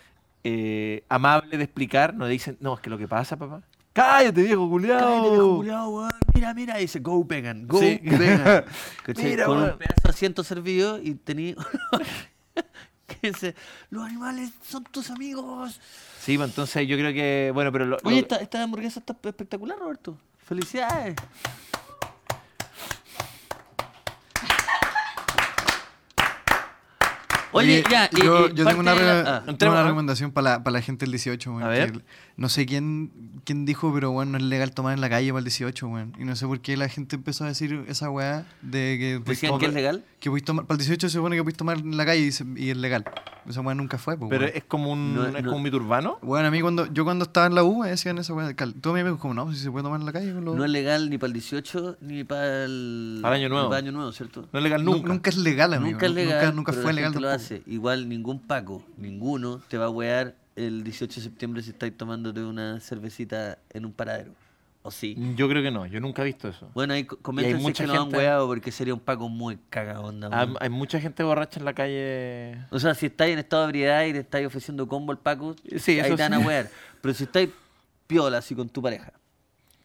Speaker 2: eh, amable de explicar. No le dicen, no, es que lo que pasa, papá. ¡Cállate, viejo culiao!
Speaker 1: Cállate, viejo culiao, weón. Mira, mira, y dice go vegan, go
Speaker 2: Sí.
Speaker 1: (laughs) vegan. ¿Cachai?
Speaker 2: Mira,
Speaker 1: Con
Speaker 2: weón.
Speaker 1: un pedazo de asiento servido y tenía. (laughs) que dice, los animales son tus amigos.
Speaker 2: Sí, pues, entonces yo creo que, bueno, pero lo- lo-
Speaker 1: Oye, esta, esta hamburguesa está espectacular, Roberto. Felicidades. Oye, ya. y-
Speaker 3: yo,
Speaker 1: y parte
Speaker 3: yo tengo una,
Speaker 1: de
Speaker 3: re-
Speaker 1: la- ah.
Speaker 3: tengo
Speaker 2: entremos,
Speaker 3: una
Speaker 2: ¿no?
Speaker 3: recomendación para la, para la gente del 18, weón.
Speaker 2: A
Speaker 3: que
Speaker 2: ver.
Speaker 3: el- No sé quién, quién dijo, pero bueno, no es legal tomar en la calle para el 18, weón. Y no sé por qué la gente empezó a decir esa weá de que... podéis
Speaker 1: ¿Decían que
Speaker 3: tomar-
Speaker 1: es legal?
Speaker 3: Que podéis tomar, para el 18 se supone que podéis tomar en la calle y, se- y es legal. Esa weá nunca fue, pues,
Speaker 2: pero
Speaker 3: weón.
Speaker 2: es como un,
Speaker 1: No,
Speaker 2: es
Speaker 1: no.
Speaker 2: como un mito urbano.
Speaker 3: Bueno, a mí cuando, yo cuando estaba en la U me decían esa weá. cal- Todos mis amigos como, no, si se puede tomar en la calle. con los-
Speaker 1: No es legal ni para el 18 ni para el.
Speaker 2: Para Año
Speaker 1: ni
Speaker 2: Nuevo.
Speaker 1: para Año Nuevo, ¿cierto?
Speaker 2: No es legal
Speaker 3: Nu-
Speaker 2: nunca.
Speaker 3: es legal, amigo.
Speaker 1: Nunca es
Speaker 3: nu-
Speaker 1: legal.
Speaker 3: Nunca, nunca
Speaker 1: pero
Speaker 3: fue
Speaker 1: la
Speaker 3: legal
Speaker 1: gente lo
Speaker 3: tampoco.
Speaker 1: hace. Igual ningún Paco, ninguno te va a wear el 18 de septiembre si estáis tomándote una cervecita en un paradero. ¿O sí?
Speaker 2: Yo creo que no, yo nunca he visto eso.
Speaker 1: Bueno, ahí co- comenten si es
Speaker 2: mucha
Speaker 1: que no han
Speaker 2: gente-
Speaker 1: weado porque sería un Paco muy caga onda.
Speaker 2: Hay,
Speaker 1: weón.
Speaker 2: hay mucha gente borracha en la calle.
Speaker 1: O sea, si estáis en estado de ebriedad y te estáis ofreciendo combo al Paco,
Speaker 2: Sí,
Speaker 1: ahí
Speaker 2: eso
Speaker 1: te van a
Speaker 2: sí.
Speaker 1: wear. Pero si estáis piola así con tu pareja,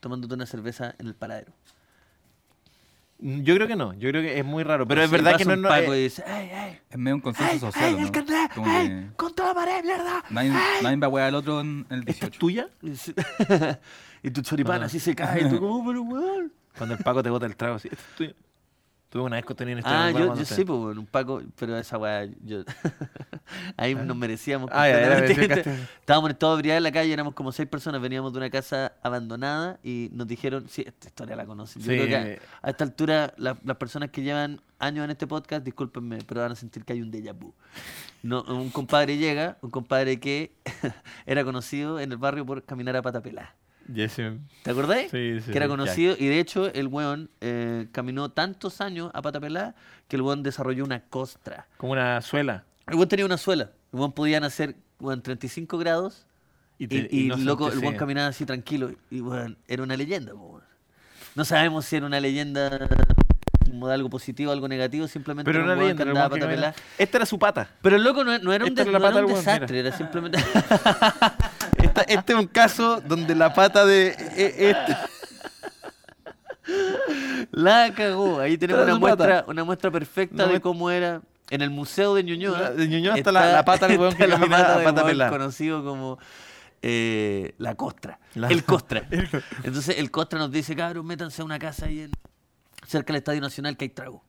Speaker 1: tomándote una cerveza en el paradero.
Speaker 2: Yo creo que no, yo creo que es muy raro. Pero es
Speaker 1: Así
Speaker 2: verdad
Speaker 1: Pues pasa
Speaker 2: que no,
Speaker 1: un
Speaker 2: no
Speaker 1: Paco
Speaker 2: eh,
Speaker 1: y dice, ¡ay, ay!
Speaker 4: Es medio un consenso
Speaker 1: ¡Ay,
Speaker 4: social,
Speaker 1: ay,
Speaker 4: ¿o ¿no?
Speaker 1: el carnet!
Speaker 4: Como
Speaker 1: ¡Ay,
Speaker 4: que
Speaker 1: contra la pared, mierda!
Speaker 4: nadie,
Speaker 1: ¡Ay! Este
Speaker 4: nadie va a wear al otro en el
Speaker 2: ¿Esta es
Speaker 4: 18.
Speaker 2: tuya? Ah.
Speaker 1: Y se- (laughs) y tu choripán así se cae. Y tú, como, pero weón?
Speaker 2: Cuando el Paco te bota el trago así. "Esto es tuyo". Tuve una vez que tenía en este
Speaker 1: Ah,
Speaker 2: lugar
Speaker 1: yo,
Speaker 2: cuando
Speaker 1: yo
Speaker 2: te-
Speaker 1: sí, pues, bueno, un Paco, pero esa weá, yo. (laughs) Ahí nos merecíamos.
Speaker 2: Ah, ya, ya,
Speaker 1: completamente.
Speaker 2: me explicaste.
Speaker 1: Estábamos en estado de ebriedad en la calle, éramos como seis personas, veníamos de una casa abandonada y nos dijeron, sí, esta historia la conocen. Yo
Speaker 2: Sí.
Speaker 1: creo que a, a esta altura la- las personas que llevan años en este podcast, discúlpenme, pero van a sentir que hay un déjà vu. No, un compadre llega, un compadre que (laughs) era conocido en el barrio por caminar a pata pelada. ¿Te acordáis?
Speaker 2: Sí, sí,
Speaker 1: Que era
Speaker 2: sí,
Speaker 1: conocido. Y de hecho, el weón eh, caminó tantos años a pata pelada que el weón desarrolló una costra.
Speaker 2: Como una suela.
Speaker 1: El weón tenía una suela. El weón podía nacer en 35 grados. Y,
Speaker 2: Y te-
Speaker 1: y
Speaker 2: y no
Speaker 1: loco,
Speaker 2: sentí-
Speaker 1: el weón
Speaker 2: sí.
Speaker 1: caminaba así tranquilo. Y weón, era una leyenda. po, weón. No sabemos si era una leyenda como de algo positivo, algo negativo. Simplemente
Speaker 2: Pero una
Speaker 1: era un weón
Speaker 2: leyenda.
Speaker 1: que
Speaker 2: el
Speaker 1: andaba a
Speaker 2: weón que
Speaker 1: pata
Speaker 2: camina.
Speaker 1: pelada.
Speaker 2: Esta era su pata.
Speaker 1: Pero el loco no, no era un,
Speaker 2: Esta
Speaker 1: de-
Speaker 2: era la
Speaker 1: no
Speaker 2: pata
Speaker 1: era un
Speaker 2: del weón, mira.
Speaker 1: desastre, era simplemente...
Speaker 2: (laughs) Esta- este es un caso donde la pata de. e- este-
Speaker 1: La cagó. Ahí tenemos
Speaker 2: Tras
Speaker 1: una
Speaker 2: su pata.
Speaker 1: muestra, una muestra perfecta
Speaker 2: No
Speaker 1: de
Speaker 2: me-
Speaker 1: cómo era. En el museo de Ñuñoa.
Speaker 2: La- de Ñuñoa está la- la pata del weón que
Speaker 1: está (laughs) la
Speaker 2: camina a
Speaker 1: pata del
Speaker 2: pata
Speaker 1: weón
Speaker 2: pelada.
Speaker 1: conocido como eh, la costra.
Speaker 2: La-
Speaker 1: El
Speaker 2: (laughs)
Speaker 1: costra. Entonces el costra nos dice, cabrón, métanse a una casa ahí en- cerca del Estadio Nacional que hay trago.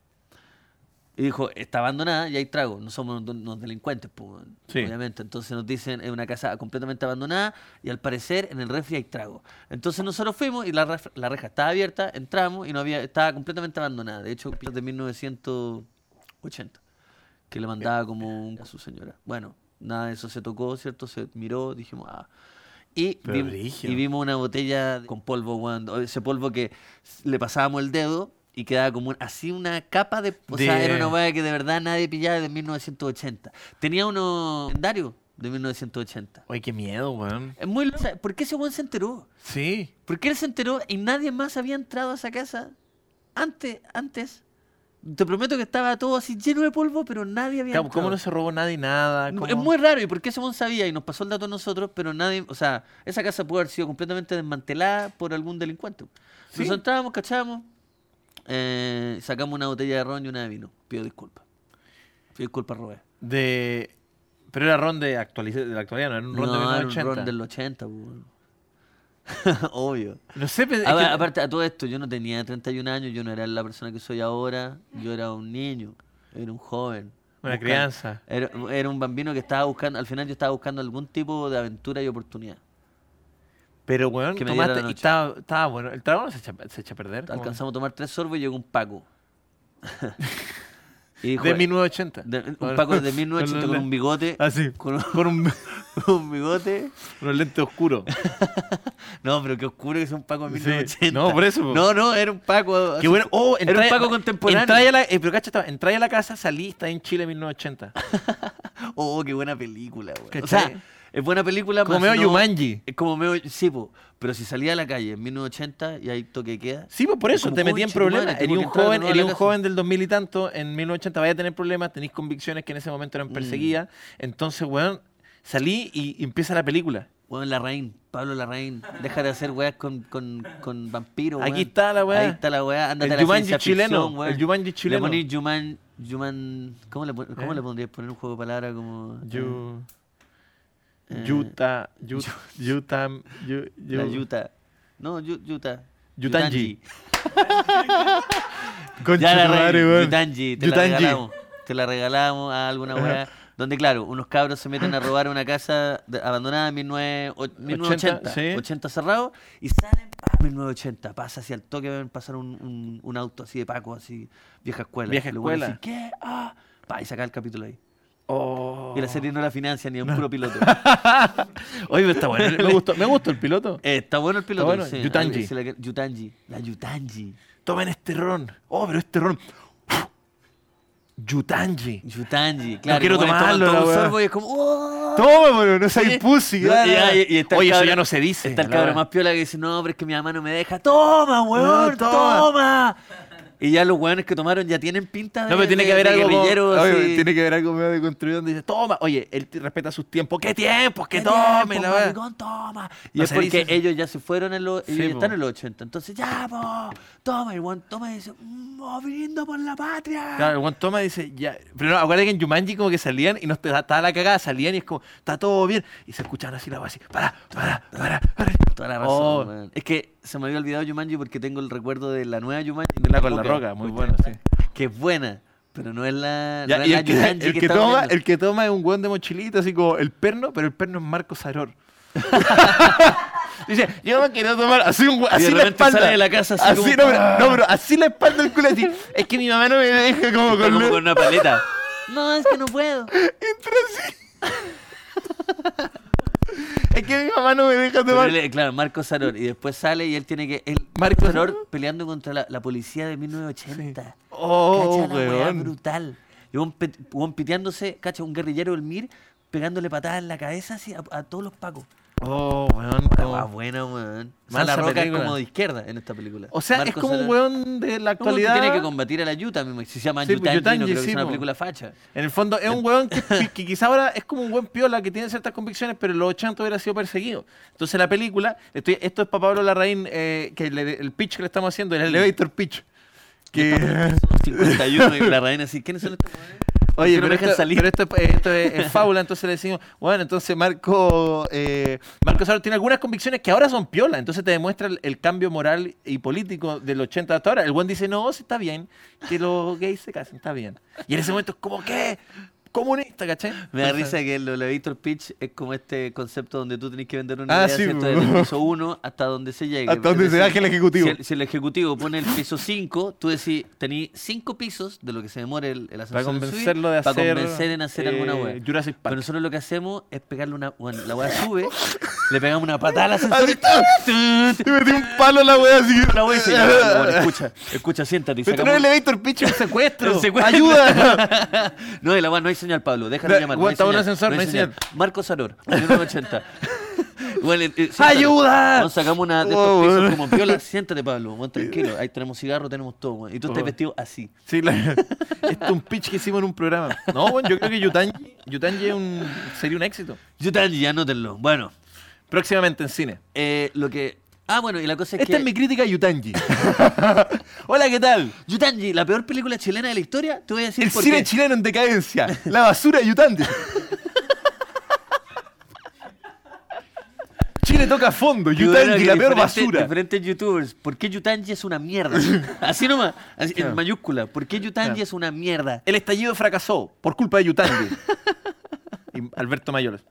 Speaker 1: Y dijo, está abandonada y hay trago. No somos unos- unos delincuentes, pues, weón,
Speaker 2: Sí.
Speaker 1: obviamente. Entonces nos dicen, es una casa completamente abandonada y al parecer en el refri hay trago. Entonces nosotros fuimos y la, ref- la reja estaba abierta, entramos y no había estaba completamente abandonada. De hecho, de 1980, que le mandaba como un- a su señora. Bueno, nada de eso se tocó, ¿cierto? Se miró, dijimos, ah. Y,
Speaker 2: Pero
Speaker 1: vim-
Speaker 2: brígido.
Speaker 1: y vimos una botella con polvo, weón, o ese polvo que s- le pasábamos el dedo y quedaba como un- así una capa de... O sea,
Speaker 2: De-
Speaker 1: era una weá que de verdad nadie pillaba de 1980. Tenía uno calendario de 1980.
Speaker 2: Oye, qué miedo, weón.
Speaker 1: Es muy... loco. O sea, ¿Por qué ese weón se enteró?
Speaker 2: Sí.
Speaker 1: ¿Por qué él se enteró y nadie más había entrado a esa casa antes? antes? Te prometo que estaba todo así lleno de polvo, pero nadie había
Speaker 2: Cabo,
Speaker 1: entrado.
Speaker 2: ¿Cómo no se robó nadie nada?
Speaker 1: No,
Speaker 2: ¿Cómo-
Speaker 1: Es muy raro, y porque ese mon sabía y nos pasó el dato a nosotros, pero nadie, o sea, esa casa pudo haber sido completamente desmantelada por algún delincuente. Nos
Speaker 2: Sí.
Speaker 1: entrábamos, cachábamos, eh, sacamos una botella de ron y una de vino. Pido disculpas. Pido disculpas, Robert.
Speaker 2: De. Pero era ron de, actualiz- de la actualidad, no era un ron de
Speaker 1: No, era un
Speaker 2: 1980.
Speaker 1: ron del 80, pues, bueno. (laughs) Obvio.
Speaker 2: No sé, pero es
Speaker 1: A-
Speaker 2: que-
Speaker 1: Aparte, a todo esto, yo no tenía 31 años, yo no era la persona que soy ahora, yo era un niño, era un joven.
Speaker 2: Una
Speaker 1: buscando-
Speaker 2: crianza.
Speaker 1: Era, era un bambino que estaba buscando, al final yo estaba buscando algún tipo de aventura y oportunidad.
Speaker 2: Pero, weón,
Speaker 1: que me diera la
Speaker 2: tomaste y
Speaker 1: noche.
Speaker 2: estaba, estaba bueno. El trago no se echa, se echa a perder. como-
Speaker 1: Alcanzamos a tomar tres sorbos y llegó
Speaker 2: (laughs)
Speaker 1: un Paco. y dijo,
Speaker 2: De 1980.
Speaker 1: de- un eh, Paco de 1980 con un bigote.
Speaker 2: (laughs) Así.
Speaker 1: (laughs) Con un-
Speaker 2: Con un,
Speaker 1: un bigote.
Speaker 2: Unos lentes oscuros.
Speaker 1: No, pero qué oscuro que es un Paco de
Speaker 2: Sí.
Speaker 1: 1980.
Speaker 2: No, por eso, po.
Speaker 1: No, no, era un Paco.
Speaker 2: Qué bueno. Oh,
Speaker 1: Ah, Era un
Speaker 2: entra-
Speaker 1: Paco contemporáneo.
Speaker 2: entra a la, eh, pero cacha, estaba- entra a la casa, salí, está en Chile
Speaker 1: (laughs)
Speaker 2: 1980.
Speaker 1: Oh, qué buena película, güey. O
Speaker 2: ¿Cachai?
Speaker 1: sea, es buena película.
Speaker 2: Como
Speaker 1: más
Speaker 2: medio
Speaker 1: no-
Speaker 2: Yumanji.
Speaker 1: Es como medio. Sí, po, pero si salía a la calle en 1980 y hay toque de queda.
Speaker 2: Sí, pues por eso,
Speaker 1: Como
Speaker 2: te metí en
Speaker 1: concha tu madre,
Speaker 2: problemas.
Speaker 1: tengo
Speaker 2: Eres
Speaker 1: que
Speaker 2: un
Speaker 1: entrar de
Speaker 2: joven,
Speaker 1: nuevo a
Speaker 2: eres
Speaker 1: la
Speaker 2: un
Speaker 1: casa.
Speaker 2: joven del 2000 y tanto, en 1980 vaya a tener problemas, tenés convicciones que en ese momento
Speaker 1: Mm.
Speaker 2: eran perseguidas. Entonces, weón, salí y y empieza la película.
Speaker 1: Weón, Larraín, Pablo Larraín, deja de hacer weas con, con, con vampiros.
Speaker 2: Aquí
Speaker 1: weón.
Speaker 2: está la wea.
Speaker 1: Ahí está la wea. Ándate
Speaker 2: El
Speaker 1: a la
Speaker 2: Jumanji
Speaker 1: ciencia
Speaker 2: chileno,
Speaker 1: ficción, weón.
Speaker 2: el Jumanji chileno.
Speaker 1: Le ponís Juman. Juman ¿Cómo le, pon- cómo
Speaker 2: ¿Eh?
Speaker 1: le pondrías poner un juego de palabras como.
Speaker 2: Yu-
Speaker 1: Eh,
Speaker 2: Yuta, Yu- Yutam, Yu-
Speaker 1: eh, la
Speaker 2: Yu-
Speaker 1: Yuta. No, Yu- Yuta.
Speaker 2: Yutanji.
Speaker 1: Ya la
Speaker 2: Concha tu
Speaker 1: regalé,
Speaker 2: madre, weón.
Speaker 1: Yutanji, te
Speaker 2: Yutanji.
Speaker 1: la regalamos. Te la regalamos a alguna weá. Donde, claro, unos cabros se
Speaker 2: (laughs)
Speaker 1: meten a robar una casa de- abandonada en 1980.
Speaker 2: sí.
Speaker 1: 80 cerrado y salen pa, 1980. Pasa hacia el toque, ven pasar un, un- un auto así de Paco, así, vieja escuela.
Speaker 2: Vieja
Speaker 1: Y los buenos
Speaker 2: escuela.
Speaker 1: dicen, ¿Qué? Ah, pa, y saca el capítulo ahí.
Speaker 2: Oh.
Speaker 1: Y la serie no la financia ni a un puro piloto.
Speaker 2: (laughs) Oye, pero está bueno. Me gustó, me gustó el piloto.
Speaker 1: Eh, está bueno el piloto.
Speaker 2: bueno,
Speaker 1: sí.
Speaker 2: Yutanji.
Speaker 1: Ah, sí, la- Yutanji. La Yutanji.
Speaker 2: Tomen este ron. Oh, pero este ron. Yutanji.
Speaker 1: Yutanji, claro.
Speaker 2: quiero
Speaker 1: como le toman
Speaker 2: tomarlo,
Speaker 1: todo
Speaker 2: la
Speaker 1: un
Speaker 2: weá.
Speaker 1: sorbo y es como. "Oh".
Speaker 2: Tómalo, no
Speaker 1: Oye,
Speaker 2: soy pussy. ¿eh?
Speaker 1: no,
Speaker 2: ya,
Speaker 1: y-
Speaker 2: ya.
Speaker 1: y- y está el
Speaker 2: Oye, eso
Speaker 1: cabro-
Speaker 2: ya no se dice.
Speaker 1: Está el
Speaker 2: la
Speaker 1: cabrón
Speaker 2: verdad.
Speaker 1: más piola que dice, no, pero es que mi mamá no me deja. ¡Toma, weón! toma. Y ya los weones que tomaron ya tienen pinta de
Speaker 2: No, pero tiene
Speaker 1: de-
Speaker 2: que haber
Speaker 1: de
Speaker 2: algo. como-
Speaker 1: guerrilleros,
Speaker 2: oye,
Speaker 1: sí.
Speaker 2: Tiene que haber algo medio de construido donde dice, toma. Oye, él te respeta sus tiempos. ¿Qué tiempos? Que
Speaker 1: "Qué
Speaker 2: tome,
Speaker 1: tiempo,
Speaker 2: la verdad.
Speaker 1: maricón, toma. Y
Speaker 2: No
Speaker 1: es
Speaker 2: se
Speaker 1: porque
Speaker 2: dice eso.
Speaker 1: ellos ya se fueron en los...
Speaker 2: Sí,
Speaker 1: ellos ya están
Speaker 2: po.
Speaker 1: en los 80. Entonces, ya, po, toma. Y el weón toma y dice, "Mm, oh, brindo por la patria.
Speaker 2: Claro, el Juan Toma dice, ya. Pero no, acuérdate que en Jumanji como que salían y no te- estaba la cagada, salían y es como, está todo bien. Y se escuchaban así la voz así, para, para, para, para.
Speaker 1: Toda la razón,
Speaker 2: Oh.
Speaker 1: weón. Es que se me había olvidado Yumanji porque tengo el recuerdo de la nueva Yumanji.
Speaker 2: De la con la roca, muy bueno, sí.
Speaker 1: Que es buena, pero no es la,
Speaker 2: Ya,
Speaker 1: no es
Speaker 2: y
Speaker 1: la
Speaker 2: el que,
Speaker 1: Yumanji
Speaker 2: el que
Speaker 1: estamos
Speaker 2: toma,
Speaker 1: viendo.
Speaker 2: el que toma es un weón de mochilita, así como el perno, pero el perno es Marco
Speaker 1: (laughs)
Speaker 2: Saror. Dice, yo me quiero tomar así, un, we-
Speaker 1: Y de
Speaker 2: así la
Speaker 1: repente
Speaker 2: espalda.
Speaker 1: sale de la casa así
Speaker 2: Así, no,
Speaker 1: como-
Speaker 2: pero, no, pero así la espalda del culo, así. Es que mi mamá no me deja como
Speaker 1: Está
Speaker 2: con...
Speaker 1: como con una paleta. No, es que no
Speaker 2: (laughs)
Speaker 1: puedo.
Speaker 2: Es que mi mamá no me deja
Speaker 1: Pero
Speaker 2: tomar...
Speaker 1: él es- claro, Marco Saror. Y después sale y él tiene que. Él,
Speaker 2: Marco
Speaker 1: Marco
Speaker 2: Saror.
Speaker 1: Saror peleando contra la, la policía de 1980.
Speaker 2: Oh,
Speaker 1: Cacha la weá
Speaker 2: weón.
Speaker 1: brutal. Y un, pit- un piteándose, cacha, un guerrillero del MIR pegándole patadas en la cabeza así a, a todos los pacos.
Speaker 2: Oh, weón.
Speaker 1: Una
Speaker 2: como-
Speaker 1: weá buena, weón. O sea,
Speaker 2: Mansa
Speaker 1: la roca
Speaker 2: película.
Speaker 1: es como de izquierda en esta película.
Speaker 2: O sea, es
Speaker 1: Marco
Speaker 2: como un
Speaker 1: Saror.
Speaker 2: weón de la
Speaker 1: No, porque
Speaker 2: actualidad.
Speaker 1: tiene que combatir a la Yuta mismo. Si se llama
Speaker 2: Sí, pues,
Speaker 1: Yutanji, no
Speaker 2: Yutanji,
Speaker 1: creo que
Speaker 2: sí,
Speaker 1: sea una
Speaker 2: po.
Speaker 1: película facha.
Speaker 2: En el fondo, es un weón (laughs) que, que quizá ahora es como un buen piola que tiene ciertas convicciones, pero en los 80 hubiera sido perseguido. Entonces, la película, estoy- esto es para Pablo Larraín, eh, que le- el pitch que le estamos haciendo, el elevator pitch. (laughs) Que,
Speaker 1: Son 51 y la reina así. ¿Quiénes son estos weones?
Speaker 2: oye,
Speaker 1: no
Speaker 2: pero,
Speaker 1: me dejan
Speaker 2: esto,
Speaker 1: salir.
Speaker 2: pero esto es, esto es- es fábula, entonces le decimos, bueno, entonces Marco eh, Marco Saro tiene algunas convicciones que ahora son piola, entonces te demuestra el, el cambio moral y político del 80 hasta ahora. El buen dice, no, sí está bien, que los gays se casen, está bien. Y en ese momento es como, ¿qué? Comunista, ¿cachai?
Speaker 1: Me da
Speaker 2: Entonces-
Speaker 1: risa que lo Elevator Pitch es como este concepto donde tú tenés que vender una
Speaker 2: Ah,
Speaker 1: idea
Speaker 2: sí,
Speaker 1: ¿cierto?
Speaker 2: po. (laughs)
Speaker 1: desde el piso 1 hasta donde se llegue.
Speaker 2: Hasta donde
Speaker 1: Es
Speaker 2: se baje "Ah, el ejecutivo.
Speaker 1: Si el, si el ejecutivo pone el piso 5, tú decís, tenés 5 pisos de lo que se demore el, el ascensor.
Speaker 2: Para
Speaker 1: en subir,
Speaker 2: convencerlo de hacer.
Speaker 1: Para convencer en hacer alguna
Speaker 2: eh,
Speaker 1: hueá.
Speaker 2: Jurassic Park.
Speaker 1: Pero nosotros lo que hacemos es pegarle una. Bueno, la hueá
Speaker 2: (laughs)
Speaker 1: sube, le pegamos una patada al ascensor.
Speaker 2: Así, ¡ah! Y metí un palo a la wea así.
Speaker 1: La
Speaker 2: (laughs)
Speaker 1: hueá dice, "Ya, bueno, escucha, escucha, siéntate. y
Speaker 2: Pero esto no
Speaker 1: sacamos-
Speaker 2: es elevator pitch, es un
Speaker 1: (laughs)
Speaker 2: secuestro.
Speaker 1: Un secuestro.
Speaker 2: Ayuda.
Speaker 1: (laughs) No, el agua no hay señal, Pablo. Déjalo
Speaker 2: Da-
Speaker 1: llamar.
Speaker 2: bueno, está
Speaker 1: no
Speaker 2: un
Speaker 1: hay señal,
Speaker 2: ascensor, no hay
Speaker 1: Marco Saror,
Speaker 2: (laughs)
Speaker 1: 1980. Bueno, eh, siéntate.
Speaker 2: ¡Ayuda!
Speaker 1: Bueno, sacamos una de estos
Speaker 2: Oh,
Speaker 1: pisos
Speaker 2: bueno.
Speaker 1: como piola. Siéntate, Pablo. Bueno, tranquilo. Ahí tenemos cigarro, tenemos todo. bueno. Y tú estás
Speaker 2: Oh.
Speaker 1: vestido así.
Speaker 2: sí, la- (laughs) Esto es un pitch que hicimos en un programa. No, bueno, yo creo que Yutanji, Yutanji es un, sería un éxito.
Speaker 1: Yo también, anótenlo. Bueno,
Speaker 2: Próximamente en cine.
Speaker 1: eh, lo que. Ah, bueno, y la cosa es
Speaker 2: Esta
Speaker 1: que.
Speaker 2: Este es mi crítica a
Speaker 1: (laughs)
Speaker 2: Yutanji. Hola, ¿qué tal?
Speaker 1: Yutanji, la peor película chilena de la historia, te voy a decir
Speaker 2: El
Speaker 1: por
Speaker 2: cine
Speaker 1: qué.
Speaker 2: chileno en decadencia. La basura de
Speaker 1: (laughs)
Speaker 2: Yutanji. Chile toca fondo.
Speaker 1: Y bueno,
Speaker 2: Yutanji,
Speaker 1: que
Speaker 2: la peor
Speaker 1: diferentes-
Speaker 2: basura.
Speaker 1: Diferentes youtubers. ¿Por qué Yutanji es
Speaker 2: (laughs)
Speaker 1: una mierda? Así nomás, así, en mayúscula. ¿Por qué Yutanji
Speaker 2: Claro.
Speaker 1: es una mierda?
Speaker 2: El estallido fracasó por culpa de (laughs) Yutanji. y Alberto Mayores.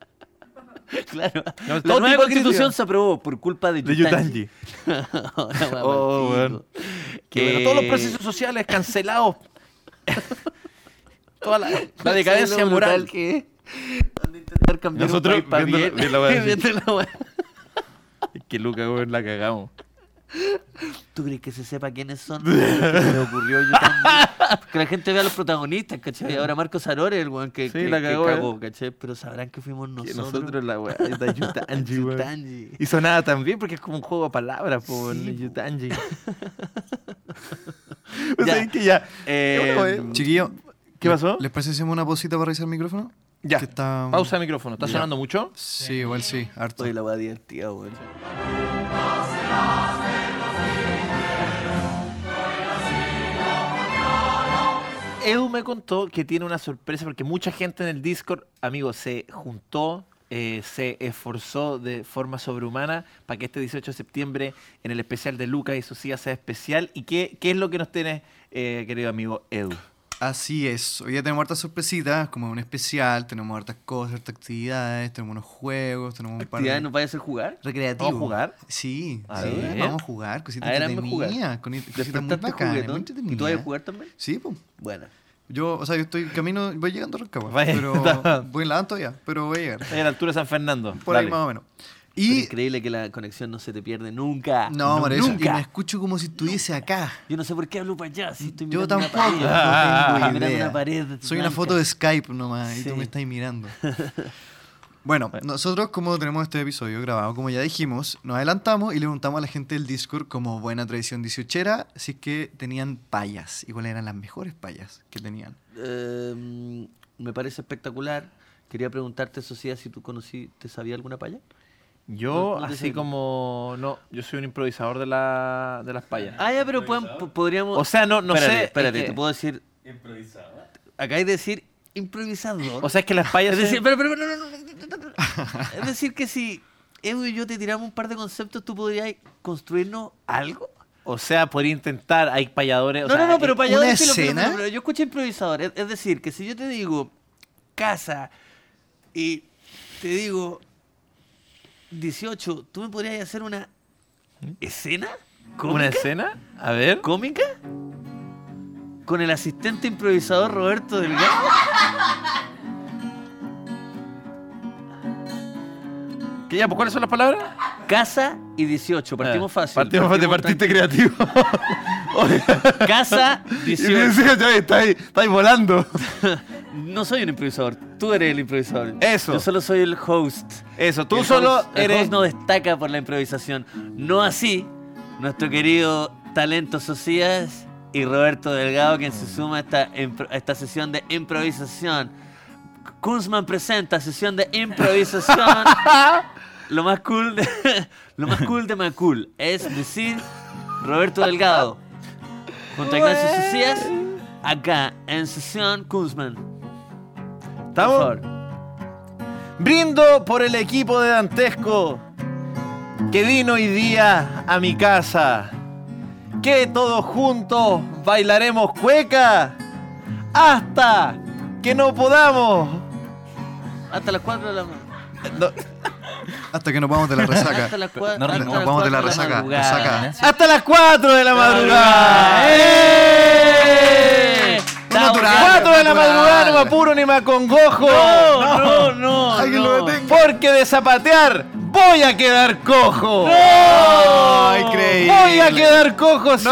Speaker 1: Claro.
Speaker 2: No,
Speaker 1: la
Speaker 2: todo tipo de
Speaker 1: nueva
Speaker 2: crítica.
Speaker 1: constitución se aprobó por culpa de
Speaker 2: De
Speaker 1: Yutanji. (laughs) Ahora,
Speaker 2: (laughs)
Speaker 1: guau,
Speaker 2: Oh,
Speaker 1: maldito.
Speaker 2: Que bueno,
Speaker 1: Eh,
Speaker 2: todos los procesos sociales cancelados. Toda la, la (laughs)
Speaker 1: ¿sabes
Speaker 2: decadencia
Speaker 1: lo brutal
Speaker 2: moral.
Speaker 1: que es? Donde intentar cambiar
Speaker 2: Nosotros
Speaker 1: un país para
Speaker 2: viendo la-
Speaker 1: bien.
Speaker 2: viendo
Speaker 1: (laughs)
Speaker 2: la wea así.
Speaker 1: Viendo la wea.
Speaker 2: Es (laughs) que Luca, weón, la cagamos.
Speaker 1: ¿Tú crees que se sepa
Speaker 2: (laughs)
Speaker 1: quiénes son? ¿Qué se le ocurrió yo también? Que la gente vea a los protagonistas, ¿cachai? Ahora Marco Sarore, el weón que,
Speaker 2: Sí,
Speaker 1: que-
Speaker 2: la
Speaker 1: que
Speaker 2: cagó, ¿eh?
Speaker 1: ¿cachai? Pero sabrán que fuimos nosotros.
Speaker 2: Que Nosotros la weá (laughs) de Yutanji, weón.
Speaker 1: Yutanji.
Speaker 2: Y sonaba también porque es como un juego de palabras, po,
Speaker 1: Sí,
Speaker 2: el
Speaker 1: po.
Speaker 2: Yutanji. (laughs)
Speaker 1: Ya.
Speaker 2: o sea, es que ya.
Speaker 1: Eh,
Speaker 2: Ya, bueno, eh,
Speaker 3: Chiquillo,
Speaker 2: ¿Qué pasó?
Speaker 3: ¿les parece que hacemos una pausita para revisar el micrófono?
Speaker 2: Ya.
Speaker 3: Que está-
Speaker 2: Pausa de micrófono. ¿Está sonando mucho?
Speaker 3: Sí, igual sí, harto.
Speaker 1: Oye, la wea divertida, weón.
Speaker 2: Edu me contó que tiene una sorpresa porque mucha gente en el Discord, amigos, se juntó, eh, se esforzó de forma sobrehumana para que este 18 de septiembre, en el especial de Lucas y Socia, sea especial. ¿Y qué, qué es lo que nos tienes, eh, querido amigo Edu?
Speaker 3: Así es, hoy ya tenemos hartas sorpresitas, como un especial, tenemos hartas cosas, hartas actividades, tenemos unos juegos, tenemos un par
Speaker 1: ¿Actividades
Speaker 3: de...
Speaker 1: nos vaya a hacer jugar?
Speaker 3: Recreativo.
Speaker 2: ¿Vamos a jugar?
Speaker 3: Sí,
Speaker 2: A
Speaker 3: sí,
Speaker 2: ver.
Speaker 3: vamos a jugar, cositas
Speaker 2: Ah,
Speaker 1: A ver, hazme
Speaker 3: entretenidas,
Speaker 1: jugar.
Speaker 3: con- cositas muy
Speaker 1: Despertaste
Speaker 3: bacanas,
Speaker 1: juguetón.
Speaker 3: muy
Speaker 1: ¿Y tú vas a
Speaker 3: entretenidas.
Speaker 1: jugar también?
Speaker 3: Sí, pues.
Speaker 1: Buena.
Speaker 3: Yo, o sea, yo estoy camino, voy llegando a Rancagua,
Speaker 2: Vaya.
Speaker 1: (laughs)
Speaker 3: pero voy en la van todavía, pero voy a llegar,
Speaker 2: En la altura de San Fernando.
Speaker 3: por ahí
Speaker 2: Dale.
Speaker 3: más o menos.
Speaker 1: Pero
Speaker 3: Y,
Speaker 1: increíble que la conexión no se te pierde nunca.
Speaker 3: no,
Speaker 1: Nu-
Speaker 3: Marisa, y me
Speaker 1: nunca.
Speaker 3: escucho como si estuviese acá.
Speaker 1: Yo no sé por qué hablo para allá. Si estoy
Speaker 3: Yo
Speaker 1: mirando una
Speaker 3: tampoco,
Speaker 1: pared.
Speaker 3: no tengo
Speaker 1: Ah, (laughs) mirando
Speaker 3: idea.
Speaker 1: una pared
Speaker 3: Soy una
Speaker 1: blanca.
Speaker 3: foto de Skype nomás y tú
Speaker 1: Sí.
Speaker 3: me estás
Speaker 1: (laughs)
Speaker 3: mirando. Bueno, nosotros como tenemos este episodio grabado, como ya dijimos, nos adelantamos y le preguntamos a la gente del Discord como buena tradición dieciochera, si es que tenían payas y cuáles eran las mejores payas que tenían.
Speaker 1: Eh, me parece espectacular. Quería preguntarte, Socia, si tú conocí, ¿te sabía alguna paya?
Speaker 2: Yo,
Speaker 1: No, no te
Speaker 2: así
Speaker 1: sirve.
Speaker 2: como. No, yo soy un improvisador de, la, de las payas.
Speaker 1: Ah, ya, pero pueden- po- podríamos...
Speaker 2: O sea, no, no
Speaker 1: espérate,
Speaker 2: sé.
Speaker 1: Espérate,
Speaker 2: es que-
Speaker 1: te puedo decir... Acá hay de decir improvisador.
Speaker 2: O sea, es que las payas.
Speaker 1: (laughs) es decir,
Speaker 2: se-
Speaker 1: pero, pero, pero, no, no, no, no, no, no. Es decir que si Edu y yo te tiramos un par de conceptos, ¿tú podrías construirnos algo?
Speaker 2: o sea, podría intentar. Hay payadores. o
Speaker 1: No,
Speaker 2: sea,
Speaker 1: no, no, pero
Speaker 2: eh,
Speaker 1: payador
Speaker 3: ¿una
Speaker 1: es filo, filo,
Speaker 3: escena?
Speaker 1: filo, filo. Yo escuché improvisador. Es, es decir, que si yo te digo casa y te digo 18, ¿tú me podrías hacer una escena? ¿Cómica?
Speaker 2: ¿Una escena? A ver.
Speaker 1: ¿Cómica? Con el asistente improvisador Roberto Delgado.
Speaker 2: ¿Qué, ya, pues, ¿Cuáles son las palabras?
Speaker 1: Casa y 18. Partimos
Speaker 2: Ah,
Speaker 1: fácil.
Speaker 2: Partimos fácil, partiste creativo. (laughs)
Speaker 1: tan- Casa,
Speaker 2: y
Speaker 1: 18.
Speaker 2: decía, ya, está ahí, está ahí
Speaker 1: (laughs)
Speaker 2: volando.
Speaker 1: No soy un improvisador. Tú eres el improvisador.
Speaker 2: Eso.
Speaker 1: Yo solo soy el host.
Speaker 2: Eso, tú
Speaker 1: El
Speaker 2: solo
Speaker 1: host- el
Speaker 2: eres.
Speaker 1: host no destaca por la improvisación. No así, nuestro querido talento Socias y Roberto Delgado, quien se suma a esta, impro- a esta sesión de improvisación. Kunzman presenta sesión de
Speaker 2: (laughs)
Speaker 1: improvisación. lo más cool de, (laughs) lo más cool de Macul es decir Roberto Delgado junto a Ignacio Socias acá en sesión Kunzman. Por
Speaker 2: ¿Estamos?
Speaker 1: favor.
Speaker 2: Brindo por el equipo de Dantesco que vino hoy día a mi casa. Que todos juntos bailaremos cueca hasta que no podamos.
Speaker 1: Hasta las 4 de la mañana.
Speaker 2: No,
Speaker 3: Hasta que nos vamos de la
Speaker 1: Hasta
Speaker 3: resaca.
Speaker 1: las cua-
Speaker 4: No,
Speaker 1: hasta
Speaker 4: no,
Speaker 1: las
Speaker 3: vamos de la
Speaker 1: cuatro
Speaker 3: resaca,
Speaker 1: madrugada.
Speaker 3: resaca.
Speaker 2: hasta las 4 de la madrugada. ¡Eh!
Speaker 1: Está
Speaker 3: natural.
Speaker 1: bueno.
Speaker 2: 4 de la madrugada, no me apuro ni me acongojo.
Speaker 1: No, no, no.
Speaker 3: Alguien
Speaker 1: no.
Speaker 3: lo detenga.
Speaker 2: Porque de zapatear voy a quedar cojo.
Speaker 3: ¡No! Increíble.
Speaker 2: Voy a quedar cojo, sí.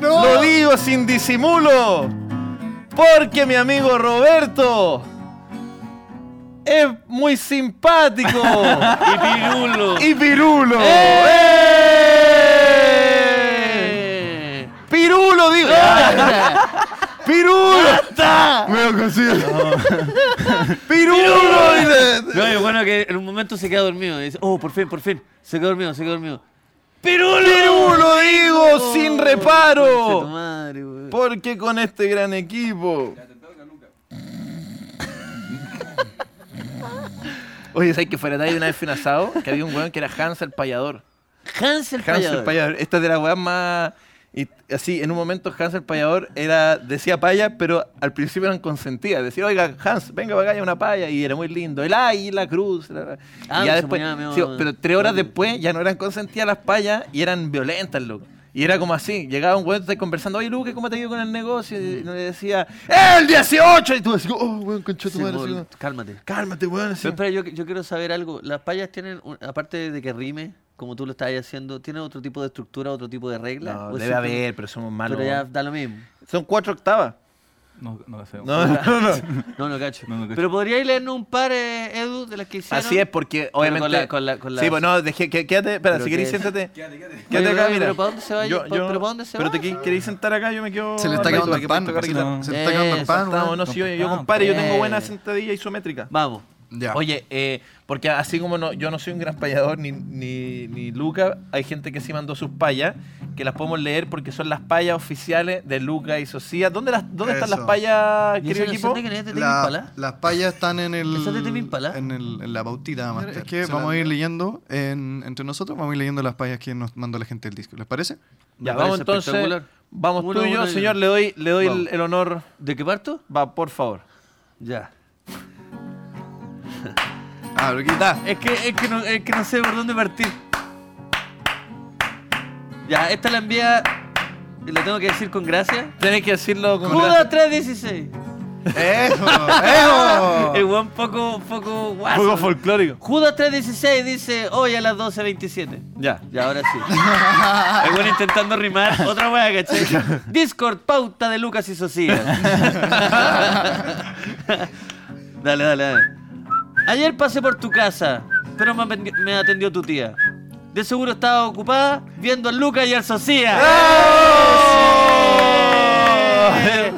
Speaker 3: no.
Speaker 2: Lo digo sin disimulo. Porque mi amigo Roberto es muy simpático
Speaker 1: Y pirulo.
Speaker 2: y pirulo. ¡Eh!
Speaker 1: Eh.
Speaker 2: Pirulo, digo. (laughs) Pirulo.
Speaker 3: Me lo consigo.
Speaker 2: (laughs) Pirulo. dice.
Speaker 1: No, y bueno que en un momento se queda dormido. Y dice, oh, por fin, por fin. Se queda dormido, se queda dormido. ¡Pirulo!
Speaker 2: Pirulo, digo, sin
Speaker 1: Oh, concha de tu
Speaker 2: reparo.
Speaker 1: madre, güey.
Speaker 2: Porque con este gran equipo. Oye, ¿sabes que fuera de ahí una vez fui a un asado? Que había un weón que era Hans el payador.
Speaker 1: Hansel
Speaker 2: Hans el
Speaker 1: Payador.
Speaker 2: payador. Esta es de la weá más. Y así, en un momento Hans el payador era, decía paya, pero al principio eran consentidas. Decía, oiga, Hans, venga para acá, hay una paya. Y era muy lindo. El ay, la cruz. la- la-
Speaker 1: Ah,
Speaker 2: y ya
Speaker 1: se
Speaker 2: después,
Speaker 1: ponía medio-
Speaker 2: sí, pero tres horas después ya no eran consentidas las payas y eran violentas, loco. Y era como así, llegaba un weón, estás conversando, oye Luque, ¿cómo te ha ido con el negocio? Y le decía, ¡el 18! Y tú decías, oh, weón, concha tu
Speaker 5: Sí,
Speaker 2: madre.
Speaker 5: po,
Speaker 2: así como,
Speaker 5: cálmate.
Speaker 2: Cálmate, weón. así.
Speaker 5: Pero espera, yo, yo quiero saber algo. Las payas tienen, un- aparte de que rime, como tú lo estás haciendo, ¿tienen otro tipo de estructura, otro tipo de regla?
Speaker 2: No,
Speaker 5: ¿O es
Speaker 1: pues,
Speaker 2: debe
Speaker 5: simple-
Speaker 2: haber, pero somos malos.
Speaker 5: Pero ya da lo mismo.
Speaker 2: Son cuatro octavas.
Speaker 4: No, no lo sé.
Speaker 2: No, no, no. (laughs)
Speaker 5: No, no cacho.
Speaker 4: No, no cacho.
Speaker 5: Pero podríais leernos un par, eh, Edu, de las que hicieron.
Speaker 2: Así es, porque obviamente.
Speaker 5: con la- con la- con la-
Speaker 2: Sí, pues no, dejé, que- quédate, espera,
Speaker 5: Pero
Speaker 2: si querés,
Speaker 5: que-
Speaker 2: siéntate.
Speaker 4: Quédate, quédate.
Speaker 2: Quédate
Speaker 5: Oye,
Speaker 2: acá,
Speaker 5: pero-
Speaker 2: mira.
Speaker 5: pero ¿pa' dónde se va?
Speaker 2: Yo-
Speaker 5: ¿Pa-
Speaker 2: yo-
Speaker 5: pero ¿pa' dónde se
Speaker 2: pero
Speaker 5: va?
Speaker 2: te qui- queréis sentar acá, yo me quedo.
Speaker 3: Se le está
Speaker 2: arriba,
Speaker 3: quedando
Speaker 2: que
Speaker 3: el pan.
Speaker 2: puesto
Speaker 3: Se,
Speaker 2: carrito.
Speaker 3: le- se le está quedando el
Speaker 5: Eso,
Speaker 3: pan.
Speaker 2: Estamos,
Speaker 3: weón.
Speaker 2: no, si yo, yo
Speaker 4: Ah,
Speaker 2: compadre, yo tengo
Speaker 5: eh.
Speaker 2: buena sentadilla isométrica.
Speaker 5: Vamos.
Speaker 3: Ya.
Speaker 2: Oye, eh, porque así como no, yo no soy un gran payador ni, ni, ni Luca, hay gente que sí mandó sus payas, que las podemos leer porque son las payas oficiales de Luca y Socia. ¿Dónde, las, dónde están
Speaker 3: Eso.
Speaker 2: las payas,
Speaker 5: ¿Y
Speaker 2: querido
Speaker 5: esa
Speaker 2: equipo?
Speaker 5: canción de que nadie te tiene
Speaker 3: La-
Speaker 5: este pala?
Speaker 3: las payas están en el.
Speaker 5: ¿Esa es de Tame Impala?
Speaker 3: En, el- en la pautita, Master.
Speaker 6: es
Speaker 3: que vamos a ir leyendo en- entre nosotros, vamos a ir leyendo las payas que nos mandó la gente del disco. ¿Les parece?
Speaker 5: Me
Speaker 2: Ya,
Speaker 5: parece
Speaker 2: vamos entonces.
Speaker 5: espectacular.
Speaker 2: Vamos
Speaker 5: Uno,
Speaker 2: tú y yo,
Speaker 5: uno y
Speaker 2: señor,
Speaker 5: uno.
Speaker 2: le doy, le doy el,
Speaker 5: Vamos.
Speaker 2: el honor.
Speaker 5: ¿De qué parto?
Speaker 2: Va, por favor.
Speaker 5: Ya.
Speaker 3: Ah, pero aquí está.
Speaker 5: Es que, es que, no, es que no sé por dónde partir. Ya, esta la envía. y La tengo que decir con gracia.
Speaker 2: Tenés que decirlo con
Speaker 5: Judas 316.
Speaker 3: ¡Eso!
Speaker 5: (laughs)
Speaker 3: ¡Eso!
Speaker 5: El buen poco, poco guaso.
Speaker 2: Juego folclórico.
Speaker 5: Judas 316 dice hoy a las 12.27.
Speaker 2: Ya.
Speaker 5: Y ahora sí. El buen intentando rimar. Otra wea, ¿cachai? Discord, pauta de Lucas y Socias. dale, dale, dale. Ayer pasé por tu casa, pero me atendi- me atendió tu tía. De seguro estaba ocupada viendo al Lucas y al Socias.
Speaker 2: Eh.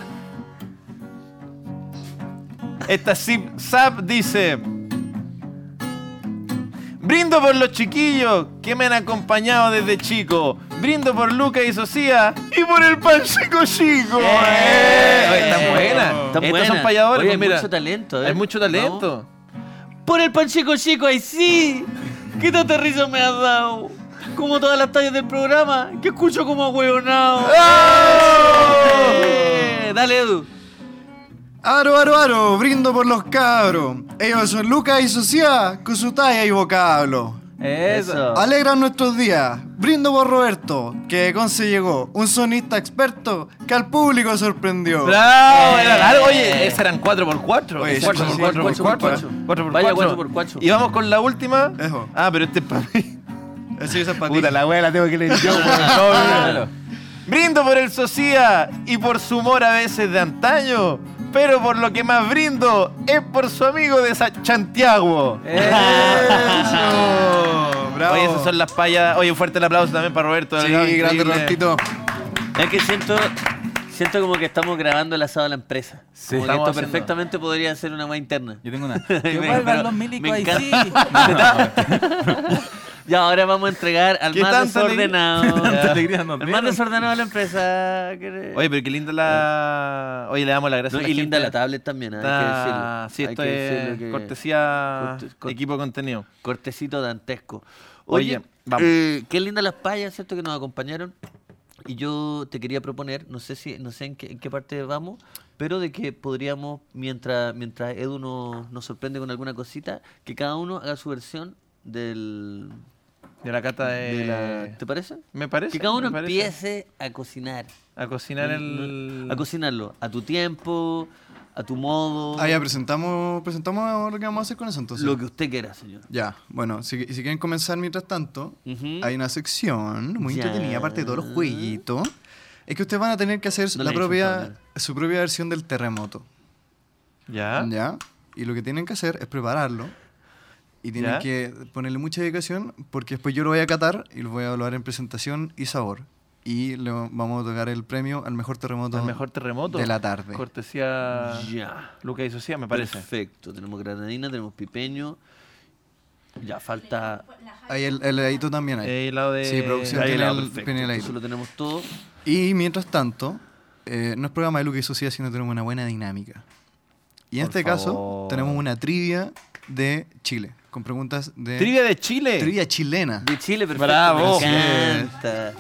Speaker 2: Esta Zip Zap dice: Brindo por los chiquillos que me han acompañado desde chico. Brindo por Luca y Socia y por el pan chico chico.
Speaker 5: Eh.
Speaker 2: Oye, Están buenas.
Speaker 5: Están
Speaker 2: Estos
Speaker 5: buenas.
Speaker 2: son payadores.
Speaker 5: Oye,
Speaker 2: pues
Speaker 5: hay
Speaker 2: mira,
Speaker 5: mucho talento, eh.
Speaker 2: Hay mucho talento.
Speaker 5: Por el pan chico chico, ahí sí. ¿Qué tanta risa me has dado? Como todas las tallas del programa, que escucho como huevonao.
Speaker 2: ¡Oh!
Speaker 5: Eh, Dale, Edu.
Speaker 3: Aro, aro, aro, brindo por los cabros. Ellos son Lucas y Socia, con su talla y vocablo.
Speaker 4: Eso.
Speaker 3: Alegran nuestros días. Brindo por Roberto, que de Conce llegó, un sonista experto que al público sorprendió.
Speaker 2: ¡Bravo! Era
Speaker 5: Eh.
Speaker 2: largo. Oye, esas eran 4x4.
Speaker 3: Oye, sí, sí,
Speaker 2: 4x4.
Speaker 3: cuatro por cuatro.
Speaker 2: 4x4.
Speaker 5: Vaya, cuatro por cuatro.
Speaker 2: Y vamos con la última.
Speaker 3: Eso.
Speaker 2: Ah, pero este es para mí.
Speaker 3: Así es, zapatito.
Speaker 2: Puta, la wea la tengo que leer yo. por
Speaker 3: (laughs)
Speaker 2: favor. brindo por el Socia y por su humor a veces de antaño. Pero por lo que más brindo es por su amigo de Sa-
Speaker 5: (laughs)
Speaker 2: Santiago.
Speaker 3: ¡Eso! ¡Bravo!
Speaker 2: Oye, esas son las payas. Oye, un fuerte el aplauso también para Roberto.
Speaker 3: Sí,
Speaker 2: Delgado,
Speaker 3: grande
Speaker 2: increíble.
Speaker 3: Robertito.
Speaker 5: Es que siento, siento como que estamos grabando el asado de la empresa.
Speaker 4: Sí.
Speaker 5: Como
Speaker 2: Estamos
Speaker 5: que esto
Speaker 2: haciendo.
Speaker 5: perfectamente podría ser una más interna.
Speaker 4: (laughs)
Speaker 2: (laughs)
Speaker 4: Yo tengo una.
Speaker 5: Me-
Speaker 4: Que vuelvan
Speaker 5: pero
Speaker 4: los milicos
Speaker 5: me
Speaker 4: ahí sí.
Speaker 5: Y ahora vamos a entregar al
Speaker 2: ¿Qué (laughs)
Speaker 5: más
Speaker 2: tanta alegría-
Speaker 5: desordenado.
Speaker 4: tanta alegría nos
Speaker 5: El más
Speaker 4: dieron?
Speaker 5: desordenado de la empresa. que-
Speaker 2: Oye, pero qué linda la. Oye, le damos las gracias
Speaker 5: No,
Speaker 2: a la
Speaker 5: y linda
Speaker 2: gente.
Speaker 5: la tablet también, ¿eh? hay
Speaker 2: Ah,
Speaker 5: que decirlo.
Speaker 2: sí,
Speaker 5: Hay
Speaker 2: esto
Speaker 5: que
Speaker 2: es
Speaker 5: decirlo que-
Speaker 2: cortesía
Speaker 5: Corte- cort-
Speaker 2: equipo de contenido.
Speaker 5: Cortecito dantesco.
Speaker 2: Oye,
Speaker 5: Oye,
Speaker 2: vamos.
Speaker 5: eh, qué lindas las payas, ¿cierto? Que nos acompañaron. Y yo te quería proponer, no sé si, no sé en qué, en qué parte vamos, pero de que podríamos, mientras, mientras Edu nos, nos sorprende con alguna cosita, que cada uno haga su versión del
Speaker 2: De la cata de,
Speaker 5: de la- ¿Te parece?
Speaker 2: Eh, Me parece.
Speaker 5: que cada uno
Speaker 2: me parece.
Speaker 5: empiece a cocinar.
Speaker 2: a cocinar el
Speaker 5: A cocinarlo. A tu tiempo, a tu modo.
Speaker 3: Ah, ya, presentamos, presentamos lo que vamos a hacer con eso entonces.
Speaker 5: lo que usted quiera, señor.
Speaker 3: Ya, bueno, si, si quieren comenzar mientras tanto,
Speaker 5: Ujú.
Speaker 3: hay una sección muy
Speaker 5: Ya.
Speaker 3: entretenida, aparte de todos los jueguitos, es que ustedes van a tener que hacer
Speaker 5: No
Speaker 3: la
Speaker 5: le he
Speaker 3: propia,
Speaker 5: insultado
Speaker 3: su propia versión del terremoto.
Speaker 2: ya.
Speaker 3: ¿Ya? Y lo que tienen que hacer es prepararlo. Y tienen
Speaker 2: ¿Ya?
Speaker 3: que ponerle mucha dedicación porque después yo lo voy a catar y lo voy a evaluar en presentación y sabor. Y le vamos a tocar el premio al mejor terremoto.
Speaker 2: El mejor terremoto
Speaker 3: de la tarde.
Speaker 2: Cortesía
Speaker 5: Ya.
Speaker 2: Luca y Socia, me parece.
Speaker 5: Perfecto. Tenemos granadina, tenemos pipeño. Ya falta.
Speaker 3: Ahí el, el heladito también hay.
Speaker 2: El lado de
Speaker 3: Sí, producción
Speaker 2: Eh, ahí
Speaker 3: tiene
Speaker 2: lado,
Speaker 3: el-
Speaker 2: perfecto.
Speaker 3: tiene el
Speaker 5: Eso
Speaker 3: heladito.
Speaker 5: lo tenemos todo.
Speaker 3: Y mientras tanto, eh, no es programa de Luke y Sociedad, sino tenemos una buena dinámica. Y en
Speaker 2: Por
Speaker 3: este caso,
Speaker 2: favor.
Speaker 3: tenemos una trivia de Chile, con preguntas de
Speaker 2: Trivia de Chile.
Speaker 3: trivia chilena.
Speaker 5: De Chile, perfecto.
Speaker 2: Bravo.
Speaker 5: Me encanta.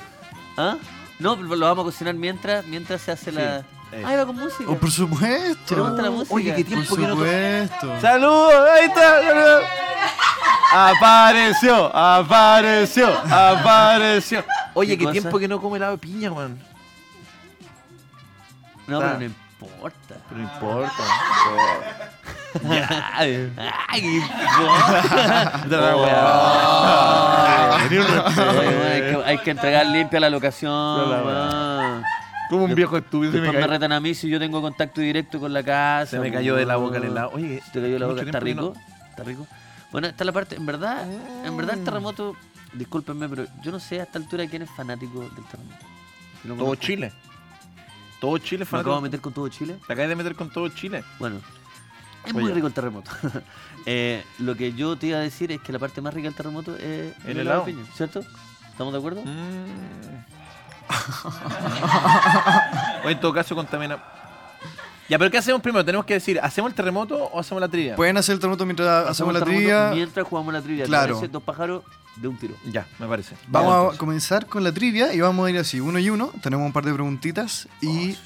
Speaker 5: ¿Ah? No, pero lo vamos a cocinar mientras, mientras se hace la.
Speaker 2: Eh.
Speaker 5: Ah, va con música.
Speaker 3: Oh, por
Speaker 5: ¿Te gusta la
Speaker 3: supuesto.
Speaker 5: música?
Speaker 2: Oh, Oye, qué
Speaker 3: Por
Speaker 2: tiempo que no
Speaker 3: supuesto.
Speaker 2: Saludos, ahí está. saludos. Apareció, apareció, apareció. Oye,
Speaker 5: ¿Qué
Speaker 2: qué
Speaker 5: cosa?
Speaker 2: tiempo que no come helado de piña, weón.
Speaker 5: No,
Speaker 2: Está.
Speaker 5: pero no importa.
Speaker 2: No importa.
Speaker 5: (laughs) Ay, qué importa. No, weón. Oye, weón, hay, que, hay que entregar limpia la locación. weón.
Speaker 2: Como un viejo estúpido. se me
Speaker 5: Después me
Speaker 2: cae-
Speaker 5: retan a mí si yo tengo contacto directo con la casa.
Speaker 2: Se me cayó de la boca el helado. Oye,
Speaker 5: Oye, te cayó la
Speaker 2: mucho
Speaker 5: boca. ¿Está
Speaker 2: tiempo que
Speaker 5: rico? ¿Está rico? Bueno, está la parte. En verdad, en verdad
Speaker 2: Mm.
Speaker 5: el terremoto. Discúlpenme, pero yo no sé a esta altura quién es fanático del terremoto. Yo no
Speaker 2: Todo
Speaker 5: conozco.
Speaker 2: Chile. Todo Chile,
Speaker 5: ¿Me acabo de
Speaker 2: fanático.
Speaker 5: meter con todo Chile?
Speaker 2: Te acabas de meter con todo Chile.
Speaker 5: Bueno, es
Speaker 2: Oye.
Speaker 5: muy rico el terremoto. (laughs) Eh, lo que yo te iba a decir es que la parte más rica del terremoto es
Speaker 2: El Mm. helado.
Speaker 5: de piña, ¿cierto? ¿Estamos de acuerdo?
Speaker 2: o en todo caso contamina. Ya, pero ¿qué hacemos primero? Tenemos que decir, ¿hacemos el terremoto o hacemos la trivia?
Speaker 3: Pueden hacer el terremoto mientras hacemos
Speaker 5: el
Speaker 3: la
Speaker 5: terremoto
Speaker 3: trivia.
Speaker 5: Mientras jugamos la trivia. ¿te
Speaker 3: Claro.
Speaker 5: parece? Dos pájaros de un tiro.
Speaker 2: Ya, me parece.
Speaker 3: Vamos a comenzar con la trivia y vamos a ir así, uno y uno. Tenemos un par de preguntitas y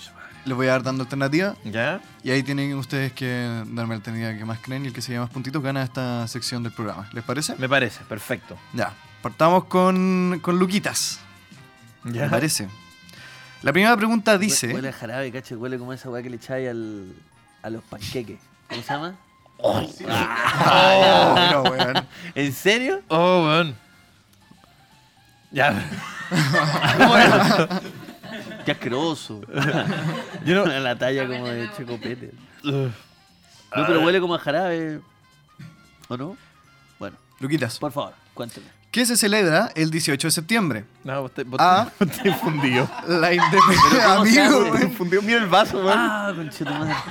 Speaker 3: les voy a dar dando alternativas.
Speaker 2: ¿Ya?
Speaker 3: Y ahí tienen ustedes que darme la alternativa que más creen y el que se lleva más puntitos gana esta sección del programa. ¿Les parece?
Speaker 2: Me parece, perfecto.
Speaker 3: Ya, partamos con, con Luquitas.
Speaker 2: ¿Ya?
Speaker 3: ¿Les parece? La primera pregunta dice...
Speaker 5: Huele a jarabe, cacho. Huele como esa weá que le echáis al, a los panqueques. ¿Cómo se
Speaker 2: (laughs)
Speaker 5: llama?
Speaker 3: Oh, pero, weón.
Speaker 5: ¿En serio?
Speaker 2: Oh, weón. Ya. Bueno, (laughs)
Speaker 5: Qué asqueroso.
Speaker 2: yo (laughs) no-
Speaker 5: la talla como de checopete. No, pero huele como a jarabe. ¿O no? Bueno,
Speaker 3: Luquitas,
Speaker 5: por favor, cuéntame.
Speaker 3: ¿qué se celebra el 18 de septiembre?
Speaker 2: No, vos te, vos
Speaker 3: Ah.
Speaker 2: te- (laughs) vos te fundió.
Speaker 3: La independencia...
Speaker 5: ¿cómo se
Speaker 3: Amigo,
Speaker 5: hace?
Speaker 3: weón.
Speaker 2: Fundió, mira el vaso, weón.
Speaker 5: Ah, conchetumadre. (laughs)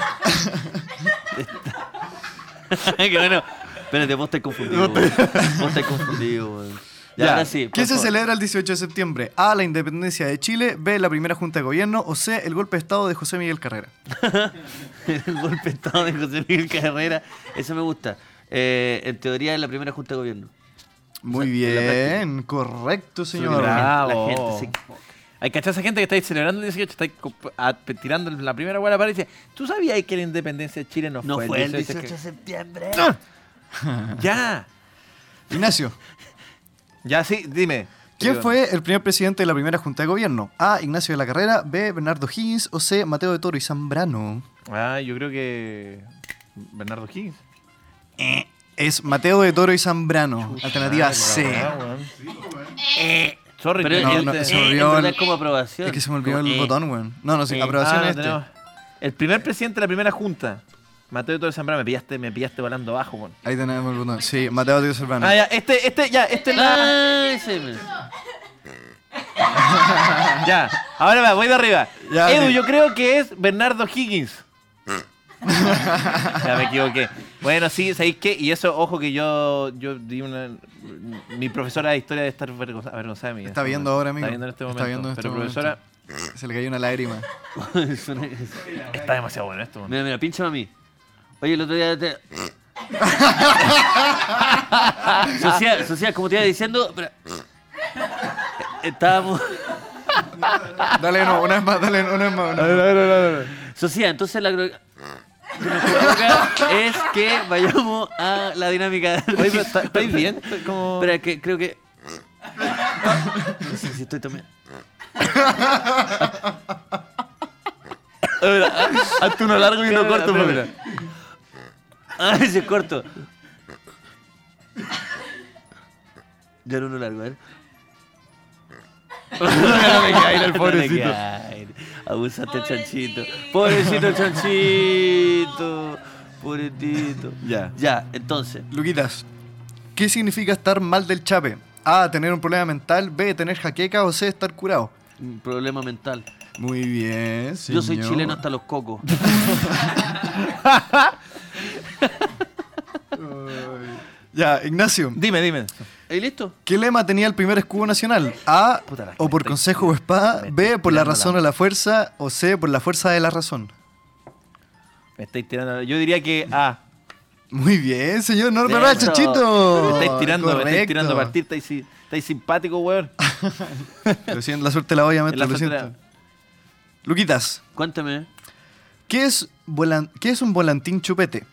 Speaker 5: Qué bueno. Espérate, vos estás confundido. weón. Vos estás confundido, weón. Ya,
Speaker 2: Ya,
Speaker 5: ahora sí. por
Speaker 3: ¿Qué se
Speaker 5: favor.
Speaker 3: celebra el 18 de septiembre? A. La independencia de Chile. B. La primera junta de gobierno. O C. El golpe de estado de José Miguel Carrera.
Speaker 5: el (laughs) golpe de estado de José Miguel Carrera. Eso me gusta. Eh, en teoría es la primera junta de gobierno.
Speaker 3: Muy bien, correcto, señor.
Speaker 2: Bravo.
Speaker 5: La gente se equivoca.
Speaker 2: Hay que esa gente que estáis celebrando el 18, estáis comp- a- tirando la primera buena pared y dice, ¿tú sabías que la independencia de Chile no,
Speaker 5: No fue el 18
Speaker 2: Es
Speaker 5: de
Speaker 2: que-
Speaker 5: septiembre.
Speaker 2: (laughs) Ya,
Speaker 3: Ignacio,
Speaker 2: ya sí, dime.
Speaker 3: ¿quién
Speaker 2: Perdón.
Speaker 3: fue el primer presidente de la primera junta de gobierno? A. Ignacio de la Carrera. B. Bernardo Higgins. O C. Mateo de Toro y Zambrano.
Speaker 2: Ah, yo creo que Bernardo Higgins.
Speaker 3: Eh, Es Mateo de Toro y Zambrano. Alternativa C.
Speaker 2: Ah, weón. Eh, Sorry,
Speaker 5: Pero
Speaker 3: No,
Speaker 5: el,
Speaker 3: no,
Speaker 5: eh,
Speaker 3: se
Speaker 5: en
Speaker 3: olvidó
Speaker 5: verdad
Speaker 3: el-
Speaker 5: es como aprobación.
Speaker 3: Es que se me olvidó
Speaker 5: Como,
Speaker 3: el
Speaker 5: eh,
Speaker 3: botón, weón. No, no, sí,
Speaker 2: eh,
Speaker 3: aprobación
Speaker 2: ah,
Speaker 3: es
Speaker 2: no
Speaker 3: este.
Speaker 2: tenemos. El primer presidente de la primera junta, Mateo Torres Zambrano, me pillaste, me pillaste volando abajo, weón.
Speaker 3: Ahí tenemos el botón. Sí, Mateo de Toro y Zambrano.
Speaker 2: Ah, ya, este, este, ya, este es la...
Speaker 5: Ah, ese, me- (laughs)
Speaker 2: Ya, ahora va, voy de arriba.
Speaker 3: Ya,
Speaker 2: Edu,
Speaker 3: sí. Mm.
Speaker 2: yo creo que es Bernardo Higgins. (laughs) ya me equivoqué. Bueno, sí, ¿sabéis qué? Y eso, ojo que yo, yo di una... Mi profesora de historia debe estar avergonza- avergonzada de mí. en
Speaker 3: Está
Speaker 2: este
Speaker 3: viendo
Speaker 2: momento.
Speaker 3: ahora, amigo.
Speaker 2: Está viendo en este momento.
Speaker 3: Está viendo en este
Speaker 2: pero
Speaker 3: momento.
Speaker 2: profesora,
Speaker 3: Se le cayó una lágrima.
Speaker 5: es una- es-
Speaker 2: está demasiado bueno este esto. man.
Speaker 5: Mira, mira, pinchame a mí. Oye, el otro día te... Socia, Socia, como te iba diciendo... pero- Estábamos...
Speaker 3: Dale, no, una vez más, dale, una vez más. Una vez más.
Speaker 5: Socia, entonces la... cro- que nos provoca es que vayamos a la dinámica.
Speaker 2: Oye, pero ¿está- ¿estáis bien? Como...
Speaker 5: Espera, que creo que... No sé si estoy también...
Speaker 2: Hazte uno largo y uno corto, pues,
Speaker 5: Espera,
Speaker 2: profesora.
Speaker 5: Ah, ese es corto. Ya era uno largo, a ver.
Speaker 2: No me cae el
Speaker 5: (laughs) No
Speaker 2: pobrecito.
Speaker 5: le cae. Abusaste, chanchito. Pobrecito, chanchito. Pobrecito.
Speaker 2: Ya.
Speaker 5: Ya, entonces.
Speaker 3: Luquitas, ¿qué significa estar mal del chape? A. Tener un problema mental. B. Tener jaqueca. O C. Estar curado.
Speaker 5: un Problema mental.
Speaker 3: Muy bien,
Speaker 5: Yo soy chileno hasta
Speaker 3: (laughs)
Speaker 5: los cocos.
Speaker 3: Ya, Ignacio.
Speaker 2: Dime, dime.
Speaker 5: ¿Y listo?
Speaker 3: ¿Qué lema tenía el primer escudo nacional? A.
Speaker 2: Puta la que
Speaker 3: O
Speaker 2: me
Speaker 3: por
Speaker 2: estoy-
Speaker 3: consejo o espada.
Speaker 2: me
Speaker 3: B.
Speaker 2: estoy
Speaker 3: Por la
Speaker 2: tirando la
Speaker 3: razón o la fuerza. O C. Por la fuerza de la razón.
Speaker 2: Me estáis tirando... Yo diría que...
Speaker 3: (laughs)
Speaker 2: Ah,
Speaker 3: Muy bien, señor. No
Speaker 5: Bien,
Speaker 3: no, el
Speaker 5: bravo.
Speaker 3: chanchito.
Speaker 2: me estáis tirando, me estáis
Speaker 3: Correcto.
Speaker 2: tirando a partir. Estáis, si- estáis simpático, weón.
Speaker 3: Lo siento, la suerte la voy a
Speaker 2: la
Speaker 3: meter, lo
Speaker 2: suerte la-
Speaker 3: siento. Luquitas,
Speaker 5: Cuéntame.
Speaker 3: ¿Qué es, volan- ¿Qué es un volantín chupete?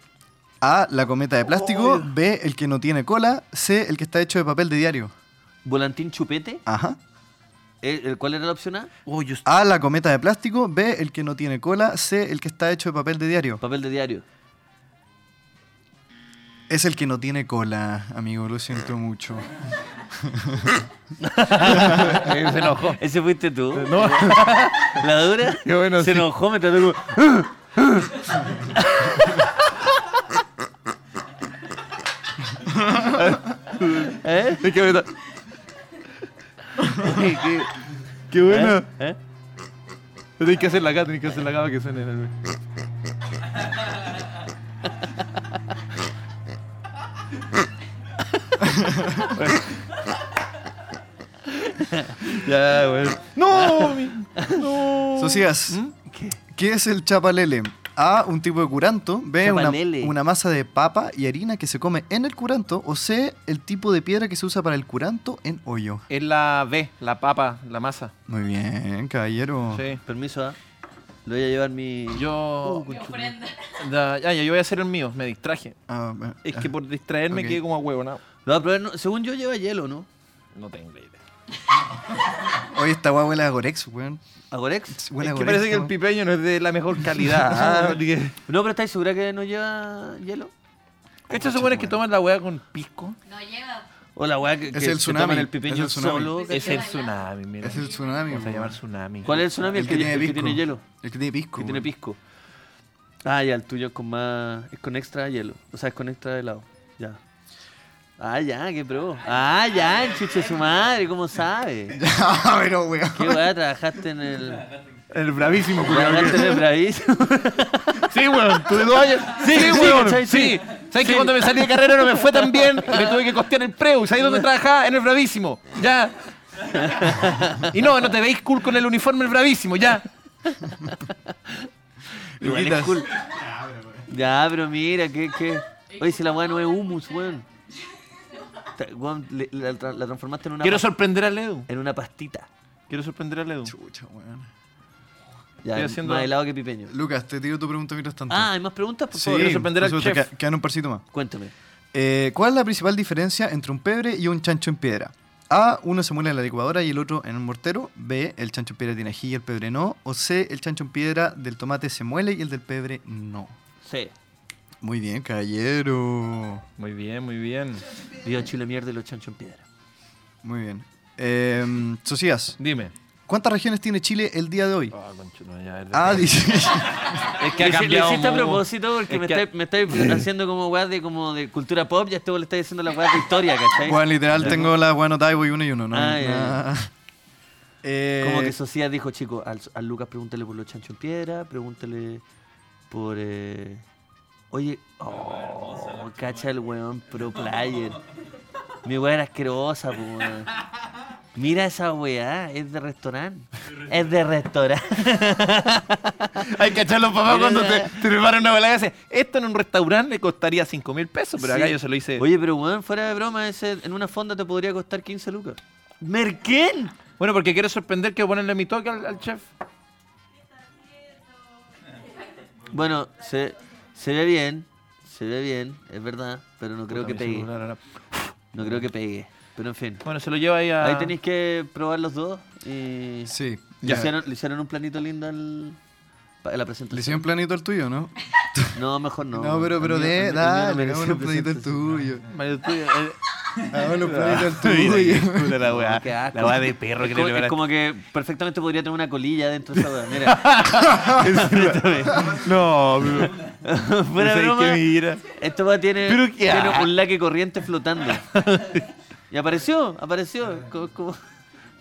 Speaker 3: A. La cometa de plástico. B. El que no tiene cola. C. El que está hecho de papel de diario.
Speaker 5: ¿Volantín chupete?
Speaker 3: Ajá.
Speaker 5: Eh, ¿el- ¿Cuál era la opción A? Oh, yo est-
Speaker 3: A, la cometa de plástico. B, el que no tiene cola. C, el que está hecho de papel de diario.
Speaker 5: Papel de diario.
Speaker 3: Es el que no tiene cola, amigo. Lo siento mucho.
Speaker 2: Se
Speaker 3: Oh.
Speaker 2: enojó.
Speaker 5: ¿Ese fuiste tú?
Speaker 3: Eh, (laughs)
Speaker 2: No.
Speaker 5: ¿La dura?
Speaker 3: Qué bueno,
Speaker 5: Se
Speaker 3: sí.
Speaker 5: enojó, me trató como... ¿Eh?
Speaker 2: Es que me
Speaker 4: (laughs)
Speaker 2: da-
Speaker 5: ¿Qué, qué,
Speaker 2: Qué bueno.
Speaker 5: ¿Eh? ¿Eh?
Speaker 2: Tenés que hacerla acá, tenés que hacerla acá para que suene. en el- ya, güey. ¡No! mi- ¡No!
Speaker 3: Socias,
Speaker 5: ¿Mm? ¿Qué?
Speaker 3: ¿qué es el chapalele? A, un tipo de curanto. B, una,
Speaker 5: Chapalele.
Speaker 3: una masa de papa y harina que se come en el curanto. O C, el tipo de piedra que se usa para el curanto en hoyo.
Speaker 2: Es la B, la papa, la masa.
Speaker 3: Muy bien, caballero.
Speaker 2: Sí. Uh,
Speaker 5: Permiso, ¿ah? Le voy a llevar mi...
Speaker 2: Yo.
Speaker 5: Oh,
Speaker 7: Ofrenda.
Speaker 2: Da- ya, ya, yo voy a hacer el mío, me distraje.
Speaker 3: Ah, eh,
Speaker 2: Es
Speaker 3: ah.
Speaker 2: que por distraerme
Speaker 3: Ok.
Speaker 2: quedé como a huevo, no.
Speaker 5: No, pero no- según yo lleva hielo, ¿no?
Speaker 2: No tengo idea.
Speaker 3: eh, Oye, esta guay huele a Gorex, weón.
Speaker 5: ¿Agorex?
Speaker 3: Huele
Speaker 2: es
Speaker 3: a
Speaker 2: que
Speaker 3: Gorex,
Speaker 2: parece que el
Speaker 3: weón.
Speaker 2: pipeño no es de la mejor calidad.
Speaker 3: (laughs)
Speaker 2: ah, (laughs) porque-
Speaker 5: No, pero ¿estáis segura que no lleva hielo?
Speaker 2: Estos supones que toman la hueá con pisco.
Speaker 7: No llega.
Speaker 5: O la weá que, que
Speaker 3: el
Speaker 5: se
Speaker 3: tsunami,
Speaker 5: toman el
Speaker 3: es
Speaker 5: pipeño
Speaker 3: el tsunami.
Speaker 5: solo.
Speaker 7: Pues que
Speaker 2: Es
Speaker 7: se
Speaker 2: el
Speaker 7: baila.
Speaker 2: tsunami, mira.
Speaker 3: Es el tsunami,
Speaker 2: Vamos a
Speaker 3: weón.
Speaker 2: llamar tsunami.
Speaker 5: ¿Cuál es el tsunami? El, que, el que
Speaker 3: pisco.
Speaker 5: tiene hielo.
Speaker 3: El que tiene pisco.
Speaker 5: Que tiene
Speaker 3: weón.
Speaker 5: pisco. Ah, ya, el tuyo es con más. Es con extra hielo. O sea, es con extra helado. Ya. Ah, ya, qué pro. Ah, ya, el chuche su madre, ¿cómo sabe?
Speaker 3: (laughs) Ya, Ah, pero weón.
Speaker 2: (laughs)
Speaker 5: Qué weá, trabajaste en el.
Speaker 2: El bravísimo,
Speaker 5: Trabajaste en el bravísimo. (laughs)
Speaker 2: Sí, weón, tuve dos años. (laughs) Sí,
Speaker 5: Sí,
Speaker 2: weón,
Speaker 5: ¿cachai?
Speaker 2: sí.
Speaker 5: Sí.
Speaker 2: ¿Sabes que cuando me salí de carrera no me fue tan (laughs) bien? Me tuve que costear el Preus, ahí donde trabajaba, en el Bravísimo, (laughs) ya. Y no, no te veis cool con el uniforme, el Bravísimo, ya.
Speaker 5: Igual es
Speaker 3: Luquitas.
Speaker 5: cool. Ya, pero mira, qué, qué. Oye, si la weá no es humus, weón. Ta- weón, le- la, tra- la transformaste en una,
Speaker 2: Quiero
Speaker 5: pas-
Speaker 2: sorprender al Edu.
Speaker 5: en una pastita.
Speaker 2: Quiero sorprender al Edu.
Speaker 3: Chucha, weón.
Speaker 5: Ya,
Speaker 2: Estoy
Speaker 5: es
Speaker 2: haciendo-
Speaker 5: más helado que pipeño.
Speaker 3: Lucas, te tiro tu pregunta mientras tanto.
Speaker 5: Ah, ¿hay más preguntas? Por
Speaker 3: Sí,
Speaker 5: favor,
Speaker 2: quiero sorprender
Speaker 3: por
Speaker 2: al
Speaker 3: supuesto,
Speaker 2: chef.
Speaker 3: que- Quedan un parcito más.
Speaker 5: cuéntame.
Speaker 3: Eh, ¿Cuál es la principal diferencia entre un pebre y un chancho en piedra? A. Uno se muele en la licuadora y el otro en un mortero. B. El chancho en piedra tiene ají y el pebre no. O C. El chancho en piedra del tomate se muele y el del pebre no.
Speaker 5: Sí.
Speaker 3: Muy bien, caballero.
Speaker 2: Muy bien, muy bien.
Speaker 5: Viva Chile mierda y los chanchos en piedra.
Speaker 3: Muy bien. Eh, Socias,
Speaker 2: Dime.
Speaker 3: ¿cuántas regiones tiene Chile el día de hoy?
Speaker 2: Ah, conchudo, ya, es de-
Speaker 3: A. 16.
Speaker 2: es
Speaker 5: Lo hici- Lo hiciste a
Speaker 2: mucho.
Speaker 5: propósito porque
Speaker 2: Es
Speaker 5: me
Speaker 2: que-
Speaker 5: estáis me
Speaker 2: (clears throat)
Speaker 5: estáis haciendo como weá de, como de cultura pop y a este vos le estáis diciendo la weá de historia, ¿cachai?
Speaker 3: Bueno, literal, tengo la buena y voy uno y uno, ¿no?
Speaker 5: Ah, ya, (laughs) ya.
Speaker 3: Ah. Eh,
Speaker 5: Como que Sociedad dijo, chico, al, al Lucas pregúntale por los chanchos en piedra, pregúntale por... eh, Oye, oh, cacha el weón pro player. Mi weá era asquerosa, po, weón. Mira esa weá, es de restaurante. Es de restaurante.
Speaker 2: Hay que echar los papás cuando te, te preparan una balada y haces, esto en un restaurante le costaría 5 mil pesos, pero acá
Speaker 5: Sí.
Speaker 2: yo se lo hice.
Speaker 5: Oye, pero weón, fuera de broma, ese, en una fonda te podría costar 15 lucas. ¿Merquén?
Speaker 2: Bueno, porque quiero sorprender, quiero ponerle mi toque al, al chef.
Speaker 5: Bueno, se, se ve bien, se ve bien, es verdad, pero no creo que
Speaker 2: Puta, mi
Speaker 5: pegue.
Speaker 2: celular ahora.
Speaker 5: No creo que pegue. Pero en fin.
Speaker 2: Bueno, se lo lleva ahí a...
Speaker 5: Ahí tenéis que probar los dos y.
Speaker 3: Sí.
Speaker 5: Le
Speaker 3: ya.
Speaker 5: hicieron, le hicieron un planito lindo al. pa- a la presentación.
Speaker 3: Le hicieron planito al tuyo, ¿no?
Speaker 5: No, mejor no.
Speaker 3: No, pero,
Speaker 5: El
Speaker 3: pero
Speaker 5: mío-
Speaker 3: de,
Speaker 5: el mío- el mío no
Speaker 3: dale,
Speaker 5: merece
Speaker 3: hagamos un planito al
Speaker 5: presentación.
Speaker 3: tuyo.
Speaker 2: Mario, tú, eh,
Speaker 5: (laughs)
Speaker 3: Hagamos un planito al
Speaker 2: (laughs) Mira, qué
Speaker 3: tuyo. (laughs)
Speaker 2: culo la
Speaker 5: No,
Speaker 2: weá.
Speaker 5: qué asco.
Speaker 2: La weá de perro que le
Speaker 5: Es como, es
Speaker 2: preparaste.
Speaker 5: como que perfectamente podría tener una colilla dentro de esa weá. Mira,
Speaker 2: (laughs) No, pero...
Speaker 5: (laughs) fuera de
Speaker 2: ¿sabes
Speaker 5: broma,
Speaker 2: qué mira?
Speaker 5: Esto va tiene,
Speaker 2: Pero qué
Speaker 5: tiene
Speaker 2: asco.
Speaker 5: un laque corriente flotando. y apareció, apareció. co- como-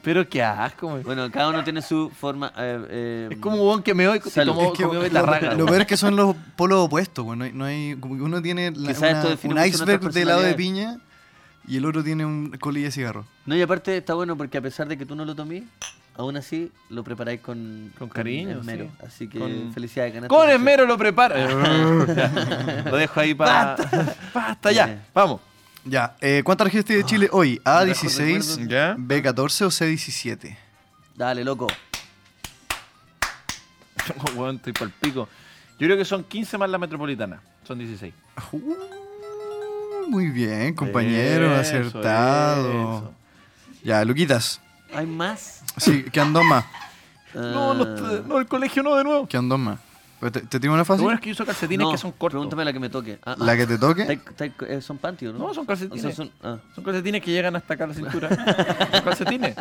Speaker 2: Pero qué asco, weón.
Speaker 5: Bueno, cada uno tiene su forma. eh, eh,
Speaker 2: Es como un weón que me hoy
Speaker 5: Salud.
Speaker 2: tomó,
Speaker 3: Es que
Speaker 2: comió
Speaker 3: lo,
Speaker 2: betarraga.
Speaker 3: lo
Speaker 2: weón.
Speaker 3: peor es que son los polos opuestos, güey. No hay, no hay- como que uno tiene la-
Speaker 5: Quizás esto
Speaker 3: una-
Speaker 5: define
Speaker 3: un
Speaker 5: mucho nuestras
Speaker 3: iceberg de helado de
Speaker 5: personalidades.
Speaker 3: piña y el otro tiene un colilla de cigarro.
Speaker 5: No, y aparte está bueno porque a pesar de que tú no lo tomís, aún así lo preparáis con,
Speaker 2: Con cariño,
Speaker 5: esmero.
Speaker 2: sí.
Speaker 5: Así que
Speaker 2: Con-
Speaker 5: felicidades, ganaste.
Speaker 2: Con
Speaker 5: mucho.
Speaker 2: esmero lo (laughs)
Speaker 5: (laughs)
Speaker 2: prepara. lo dejo ahí para... Basta, ya.
Speaker 5: Bien.
Speaker 2: Vamos.
Speaker 3: Ya, eh, ¿cuántas regiones tiene Chile
Speaker 5: Ah,
Speaker 3: hoy? A
Speaker 5: recuerdos.
Speaker 3: 16,
Speaker 2: Ya.
Speaker 3: B 14 o C 17.
Speaker 5: Dale, loco.
Speaker 2: (laughs) Weón, estoy pa'l pico. Yo creo que son 15 más la metropolitana. Son 16.
Speaker 3: Uh, muy bien, compañero,
Speaker 2: Eso,
Speaker 3: acertado.
Speaker 2: eso.
Speaker 3: Ya, Luquitas,
Speaker 5: ¿Hay más?
Speaker 3: Sí, que andó más.
Speaker 2: No, eh, no,
Speaker 5: Ah,
Speaker 2: no, el colegio no de nuevo.
Speaker 3: Que andó más. Pero Pues, ¿Te, te tiro una
Speaker 2: Lo
Speaker 3: fácil?
Speaker 2: bueno es que yo uso calcetines
Speaker 5: no,
Speaker 2: que son cortos.
Speaker 5: Pregúntame la que me toque. Ah, ah.
Speaker 3: La que te toque.
Speaker 5: Tai- tai- eh, son panty, ¿o ¿no? (laughs)
Speaker 2: No, son calcetines.
Speaker 5: O sea, son- ah.
Speaker 2: Son calcetines que llegan hasta acá a la
Speaker 5: (laughs)
Speaker 2: cintura. Son calcetines.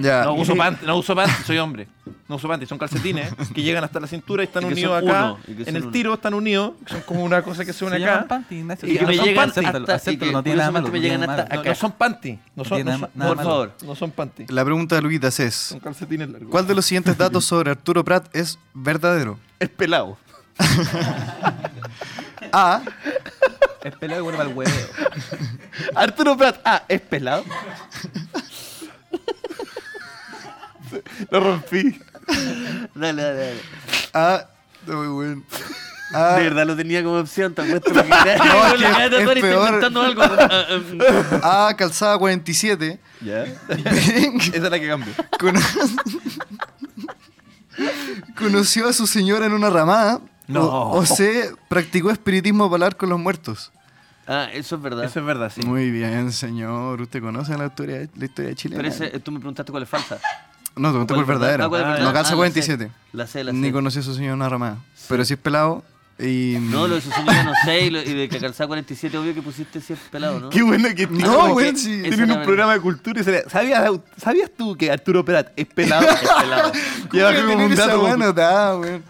Speaker 3: Ya.
Speaker 2: No uso panty, no uso panty, soy hombre. No uso panty, son calcetines que llegan hasta la cintura y están
Speaker 5: Y que
Speaker 2: unidos
Speaker 5: son
Speaker 2: acá.
Speaker 5: uno, y que
Speaker 2: en
Speaker 5: son
Speaker 2: el
Speaker 5: uno.
Speaker 2: tiro están unidos, que son como una cosa que se une
Speaker 4: Se
Speaker 2: acá.
Speaker 4: llaman panty, Ignacio,
Speaker 2: Y
Speaker 4: se
Speaker 2: que me
Speaker 4: llaman
Speaker 2: llegan
Speaker 4: panty.
Speaker 2: hasta-
Speaker 4: Acéptalo,
Speaker 5: hasta- y que
Speaker 4: acéptalo, no tiene
Speaker 5: por
Speaker 4: nada
Speaker 5: eso es
Speaker 4: malo.
Speaker 5: que me
Speaker 4: no tiene
Speaker 5: llegan
Speaker 4: nada
Speaker 5: hasta
Speaker 4: malo.
Speaker 2: No, no son panty, no son,
Speaker 4: Tiene
Speaker 2: no son-
Speaker 4: nada
Speaker 2: por
Speaker 4: malo.
Speaker 2: favor, no son panty.
Speaker 3: La pregunta de Luquitas es:
Speaker 2: Son calcetines largos.
Speaker 3: ¿Cuál de los
Speaker 2: (laughs)
Speaker 3: siguientes datos sobre Arturo Prat es verdadero?
Speaker 2: Es pelado.
Speaker 3: A.
Speaker 4: Es pelado y vuelve al hueveo. (laughs)
Speaker 2: Arturo Prat, ah, es pelado. Lo rompí.
Speaker 5: Dale, dale, dale.
Speaker 3: A. Está muy bueno. A.
Speaker 5: De verdad lo tenía como opción, te apuesto porque te
Speaker 3: (laughs) No, es
Speaker 5: en la
Speaker 3: que
Speaker 5: cara de
Speaker 3: es
Speaker 5: Tony está
Speaker 3: peor.
Speaker 2: (laughs)
Speaker 5: inventando algo. Ah, ah,
Speaker 3: A. Calzada 47.
Speaker 2: (laughs) Ya. Esa
Speaker 3: B,
Speaker 2: es la que cambio.
Speaker 3: cono- (laughs) Conoció a su señora en una ramada.
Speaker 2: No.
Speaker 3: O, o C. Practicó espiritismo para hablar con los muertos.
Speaker 5: ah, eso es verdad.
Speaker 2: Eso es verdad, sí.
Speaker 3: Muy bien, señor. ¿Usted conoce la historia, la historia chilena?
Speaker 5: (laughs) Pero ese, tú me preguntaste cuál es falsa.
Speaker 3: No, te pregunto por verdadera.
Speaker 5: Ah, ¿cuál es verdadera?
Speaker 3: No, calza
Speaker 5: Ah, la
Speaker 3: 47.
Speaker 5: sé. La sé, la sé.
Speaker 3: Ni conoció a su señora en una ramada. Pero si es pelado y...
Speaker 5: No, lo de su señora no sé y, lo- y de que calzaba 47, obvio que pusiste si es pelado, ¿no?
Speaker 2: Qué bueno que
Speaker 3: No,
Speaker 2: como
Speaker 3: güey,
Speaker 2: que
Speaker 3: sí.
Speaker 5: Esa
Speaker 2: Tienen
Speaker 5: era
Speaker 2: un
Speaker 5: la-
Speaker 2: programa de cultura y se le- ¿Sabías, ¿Sabías tú que Arturo Prat es (laughs) pelado?
Speaker 5: Es pelado.
Speaker 2: Lleva
Speaker 3: ¿Cómo voy a
Speaker 2: como
Speaker 3: tener
Speaker 2: un
Speaker 3: esa
Speaker 2: dato,
Speaker 3: weá anotada, weón?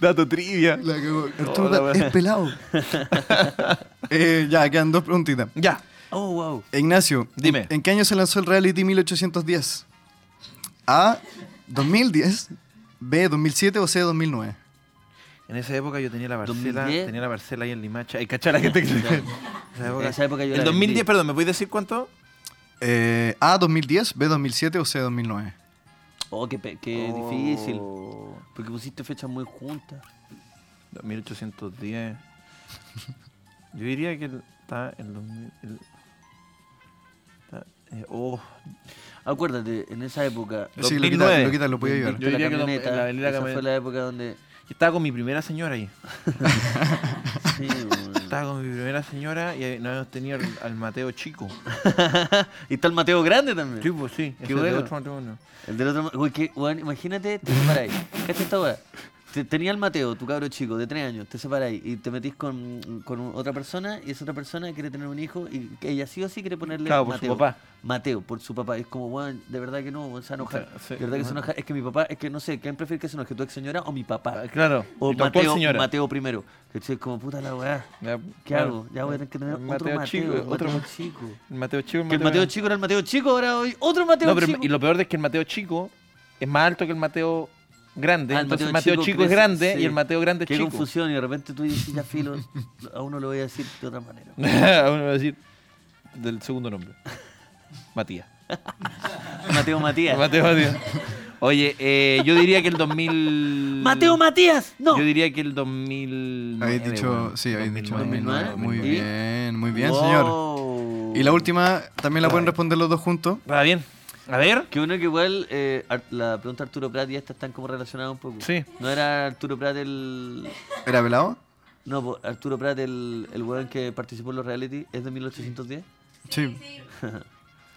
Speaker 2: dato trivia.
Speaker 3: ah, La cagó.
Speaker 2: No, la
Speaker 3: Arturo
Speaker 2: weá.
Speaker 3: es
Speaker 5: (laughs)
Speaker 3: pelado. (laughs) Eh, ya, quedan dos preguntitas.
Speaker 2: Ya.
Speaker 5: Oh, wow.
Speaker 3: Ignacio,
Speaker 2: Dime.
Speaker 3: ¿en qué año se lanzó el reality 1810? A, 2010, B, 2007 o C, 2009.
Speaker 2: En esa época yo tenía la parcela,
Speaker 5: 2010.
Speaker 2: tenía la parcela ahí en Limacha. Y cachar la gente (laughs) que En esa
Speaker 5: En esa época yo
Speaker 2: El
Speaker 5: la
Speaker 2: 2010,
Speaker 5: vendí.
Speaker 2: perdón, ¿me voy a decir cuánto?
Speaker 3: Eh, A, 2010, B, 2007 o C, 2009.
Speaker 5: Oh, qué, pe- qué
Speaker 2: Oh,
Speaker 5: difícil. Porque pusiste fechas muy juntas.
Speaker 2: 2810. Yo diría que el- está en 2000. el- está- eh, oh,
Speaker 5: Acuérdate, en esa época.
Speaker 3: Sí, lo
Speaker 2: 2009.
Speaker 3: quitas, lo, quita, lo puede ayudar.
Speaker 2: Yo
Speaker 5: la
Speaker 2: diría que lo-
Speaker 5: camioneta,
Speaker 2: en la avenida
Speaker 5: esa
Speaker 2: Camioneta.
Speaker 5: fue la época donde.
Speaker 2: yo estaba con mi primera señora ahí.
Speaker 5: Mm. Sí, bueno.
Speaker 2: Estaba con mi primera señora y ahí no habíamos tenido al, al Mateo chico.
Speaker 5: y está el Mateo Grande también.
Speaker 2: Sí, pues sí.
Speaker 5: Qué
Speaker 2: ese es de
Speaker 5: bueno.
Speaker 2: otro matrimonio.
Speaker 5: El del otro. Uy, qué, weón, imagínate, te separáis. Cacha esta weá. Te- Tenía el Mateo, tu cabro chico, de tres años, te separáis y te metís con, con otra persona y esa otra persona quiere tener un hijo y ella sí o sí quiere ponerle
Speaker 2: Claro, por su
Speaker 5: Mateo.
Speaker 2: papá.
Speaker 5: Mateo, por su papá. Es como, weón, de verdad que no, weón, se va a enojar.
Speaker 2: Claro, sí,
Speaker 5: de verdad que se
Speaker 2: bueno.
Speaker 5: enoja. Es que mi papá, es que no sé, ¿quién prefiere que se enoje, tu ex señora o mi papá?
Speaker 2: Ah, Claro.
Speaker 5: O
Speaker 2: y tu actual
Speaker 5: Mateo,
Speaker 2: señora.
Speaker 5: Mateo primero. ¿Cachai? Como puta la weá.
Speaker 2: Ya,
Speaker 5: ¿Qué
Speaker 2: claro.
Speaker 5: hago? Ya voy a tener que tener
Speaker 2: El
Speaker 5: otro Mateo,
Speaker 2: chico,
Speaker 5: otro
Speaker 2: otro
Speaker 5: Mateo chico.
Speaker 2: El Mateo chico. el
Speaker 5: Que el Mateo chico era el Mateo chico, ahora hoy otro Mateo
Speaker 2: No, pero
Speaker 5: chico.
Speaker 2: y lo peor es que el Mateo chico es más alto que el Mateo grande.
Speaker 5: Ah, el
Speaker 2: entonces el Mateo chico, es
Speaker 5: crece,
Speaker 2: grande
Speaker 5: sí.
Speaker 2: y el Mateo grande es
Speaker 5: Qué
Speaker 2: chico.
Speaker 5: confusión, y de repente tú dices, ya filo, a uno lo voy a decir de otra manera.
Speaker 2: (laughs) Uno va a decir del segundo nombre. Matías.
Speaker 5: Mateo Matías.
Speaker 2: Mateo Matías. Oye, eh, yo diría que el 2000.
Speaker 5: (laughs) Mateo Matías, no.
Speaker 2: Yo diría que el 2000.
Speaker 3: Habéis dicho, sí, habéis dicho
Speaker 5: 2009.
Speaker 3: 2009. Muy
Speaker 5: ¿Y?
Speaker 3: bien, muy bien, señor.
Speaker 5: Wow.
Speaker 3: Y la última, también la pueden responder los dos juntos.
Speaker 2: Va bien. A ver.
Speaker 5: Que uno que igual, eh, Ar- la pregunta de Arturo Prat y esta están como relacionadas un poco.
Speaker 2: Sí.
Speaker 5: ¿No era Arturo Prat el...
Speaker 3: ¿Era pelado?
Speaker 5: No, po, Arturo Prat el, el weón que participó en los reality, ¿es de 1810?
Speaker 3: Sí.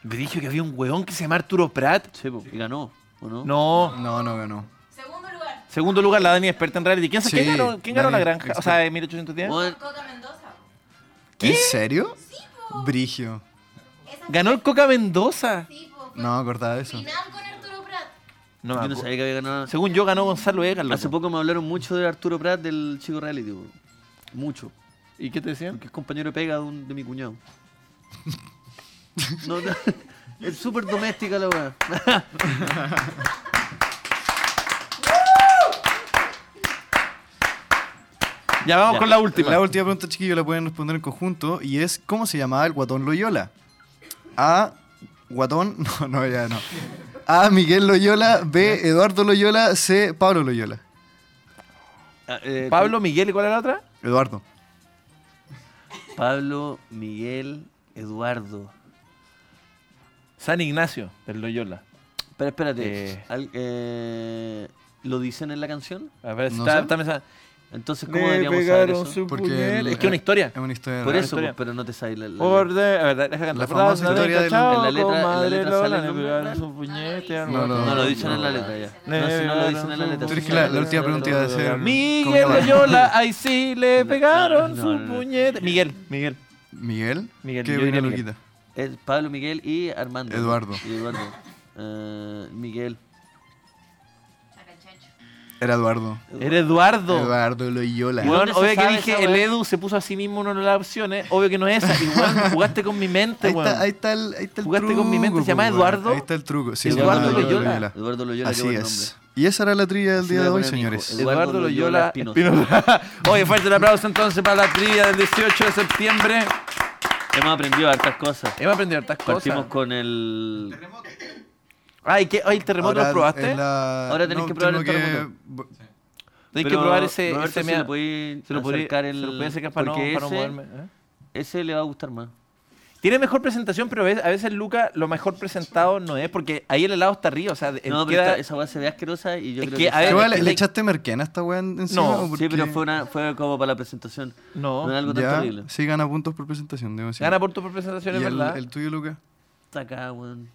Speaker 2: Me dije que había un weón que se llama Arturo Prat.
Speaker 5: Sí, po, y ganó, ¿o no?
Speaker 2: No.
Speaker 3: No, no ganó.
Speaker 8: Segundo lugar,
Speaker 2: Segundo lugar, la Dani experta en reality. ¿Quién,
Speaker 3: Sí,
Speaker 2: ¿quién ganó, quién ganó la
Speaker 3: Dani
Speaker 2: granja? O sea, en 1810.
Speaker 5: Weón,
Speaker 8: Coca Mendoza.
Speaker 3: ¿En serio? Brigio.
Speaker 8: Esa
Speaker 2: Ganó el Coca Mendoza.
Speaker 8: sí, po, fue
Speaker 3: No, acordaba de eso.
Speaker 8: final con Arturo Prat.
Speaker 2: No,
Speaker 5: yo
Speaker 2: me
Speaker 5: no
Speaker 2: acu-
Speaker 5: sabía que había ganado.
Speaker 2: Según yo ganó Gonzalo Egan.
Speaker 5: Hace poco me hablaron mucho de Arturo Prat del chico reality, po. mucho.
Speaker 2: ¿Y qué te decían?
Speaker 5: Porque es compañero de pega de, un- de mi
Speaker 2: (laughs)
Speaker 5: cuñado. No, no, es súper doméstica la weá.
Speaker 2: Ya vamos
Speaker 5: Ya.
Speaker 2: con la última.
Speaker 3: La última pregunta, chiquillo, la pueden responder en conjunto y es ¿cómo se llamaba el guatón Loyola? A. Guatón. (laughs) No, no, ya no. A. Miguel Loyola. B. Eduardo Loyola. C. Pablo Loyola.
Speaker 5: Ah, eh,
Speaker 2: Pablo, Miguel, ¿y cuál era la otra?
Speaker 3: Eduardo.
Speaker 5: con- Pablo, Miguel, Eduardo.
Speaker 2: San Ignacio del Loyola.
Speaker 5: Pero espérate,
Speaker 2: Eh.
Speaker 5: al- eh, ¿lo dicen en la canción?
Speaker 2: A ver,
Speaker 3: No
Speaker 2: está,
Speaker 3: sé.
Speaker 2: está pensando.
Speaker 1: Entonces, ¿cómo deberíamos saber eso?
Speaker 3: Porque el-
Speaker 1: Es que una historia.
Speaker 3: Es una historia.
Speaker 1: Por
Speaker 3: real.
Speaker 1: eso,
Speaker 2: historia.
Speaker 1: pero no te sale la, la-
Speaker 2: Orden, a ver, deja cantar.
Speaker 3: La famosa
Speaker 2: Orden,
Speaker 3: historia del-
Speaker 2: cachao,
Speaker 1: en la letra- en la
Speaker 2: comadre,
Speaker 1: letra
Speaker 2: lo
Speaker 1: sale el
Speaker 2: van a
Speaker 1: nombre.
Speaker 2: pegar en su puñete,
Speaker 8: No,
Speaker 3: no,
Speaker 1: No,
Speaker 3: no,
Speaker 1: lo dicen
Speaker 3: no,
Speaker 1: en la
Speaker 3: no,
Speaker 1: letra ya.
Speaker 2: no,
Speaker 1: No, si no lo
Speaker 2: no,
Speaker 1: dicen en la
Speaker 2: no,
Speaker 1: letra.
Speaker 2: no,
Speaker 3: Tú crees
Speaker 1: sí.
Speaker 3: que la, la última pregunta iba a ser.
Speaker 2: Miguel
Speaker 3: ¿cómo era?
Speaker 2: Loyola, ahí sí le pegaron
Speaker 1: no,
Speaker 2: su
Speaker 1: no, no.
Speaker 2: puñete. Miguel, Miguel.
Speaker 3: Miguel.
Speaker 2: Miguel,
Speaker 3: ¿Qué
Speaker 2: yo
Speaker 3: viene
Speaker 2: diría Miguel.
Speaker 3: Luquita?
Speaker 1: Es Pablo Miguel y Armando.
Speaker 3: Eduardo.
Speaker 1: Y Eduardo. Eh, Miguel.
Speaker 8: Chacachacho.
Speaker 3: Era Eduardo.
Speaker 2: Era Eduardo.
Speaker 3: Eduardo Loyola.
Speaker 1: Igual-
Speaker 2: Weón,
Speaker 1: ¿Dónde se
Speaker 2: obvio que
Speaker 1: sabe
Speaker 2: dije,
Speaker 1: esa
Speaker 2: el
Speaker 1: weá?
Speaker 2: Edu se puso a sí mismo una de las opciones. Obvio que no es esa.
Speaker 3: (laughs)
Speaker 2: Igual jugaste con mi mente,
Speaker 3: Ahí
Speaker 2: weón.
Speaker 3: está, ahí está el, ahí está el
Speaker 2: Jugaste
Speaker 3: truco.
Speaker 2: con mi mente, ¿se llama
Speaker 3: pues, weón.
Speaker 2: Eduardo?
Speaker 3: Ahí está el truco. Sí, se llama
Speaker 1: Eduardo
Speaker 2: Eduardo
Speaker 1: Loyola.
Speaker 2: Loyola.
Speaker 1: Eduardo Loyola, qué
Speaker 3: Así
Speaker 1: buen
Speaker 3: es. Y esa era la trivia del
Speaker 1: Así le
Speaker 3: día de
Speaker 1: voy
Speaker 3: hoy,
Speaker 1: a poner a mi hijo.
Speaker 3: señores.
Speaker 1: Eduardo
Speaker 2: Eduardo Loyola
Speaker 1: Loyola
Speaker 2: Espinosa. (laughs) Oye, fuerte el aplauso entonces para la trivia del 18 de septiembre.
Speaker 1: nombre. Hemos aprendido hartas cosas.
Speaker 2: Hemos aprendido hartas
Speaker 1: Partimos
Speaker 2: cosas.
Speaker 1: con el.
Speaker 2: Ay, ¿qué? Ay, el terremoto
Speaker 3: Ahora,
Speaker 2: lo probaste.
Speaker 3: en la-
Speaker 1: Ahora tenés que probar el
Speaker 3: tengo
Speaker 2: Tenés que
Speaker 1: Pero,
Speaker 2: probar ese.
Speaker 1: Roberto,
Speaker 2: ese
Speaker 1: se
Speaker 2: mea-
Speaker 1: lo podí
Speaker 2: se lo podí-
Speaker 1: acercar el-
Speaker 2: se lo podí acercar para, no,
Speaker 1: porque
Speaker 2: para no
Speaker 1: ese-
Speaker 2: moverme. ¿eh?
Speaker 1: Ese le va a gustar más.
Speaker 2: Tiene mejor presentación, pero a veces, a veces Luca lo mejor presentado no es, porque ahí el helado está arriba. O sea,
Speaker 1: No, pero
Speaker 2: queda-
Speaker 1: esta- esa weá se ve asquerosa y yo
Speaker 2: Es
Speaker 1: creo
Speaker 2: que,
Speaker 1: que.
Speaker 2: a ver,
Speaker 1: sí.
Speaker 3: Pero
Speaker 2: es
Speaker 3: vale,
Speaker 2: que te-
Speaker 3: ¿Le encima, encima, o por qué? ¿Le echaste merquena a esta weá en- encima?
Speaker 2: No,
Speaker 3: ¿O por
Speaker 1: Sí, pero
Speaker 3: qué?
Speaker 1: fue, una, fue como para la presentación.
Speaker 2: No.
Speaker 1: No era algo tan
Speaker 3: Ya,
Speaker 1: terrible.
Speaker 3: sí gana puntos por presentación, debo decir.
Speaker 2: Gana por tus
Speaker 3: ¿Y
Speaker 2: presentaciones,
Speaker 3: el,
Speaker 2: ¿verdad?
Speaker 3: el tuyo, Luca?
Speaker 1: Está acá, weón.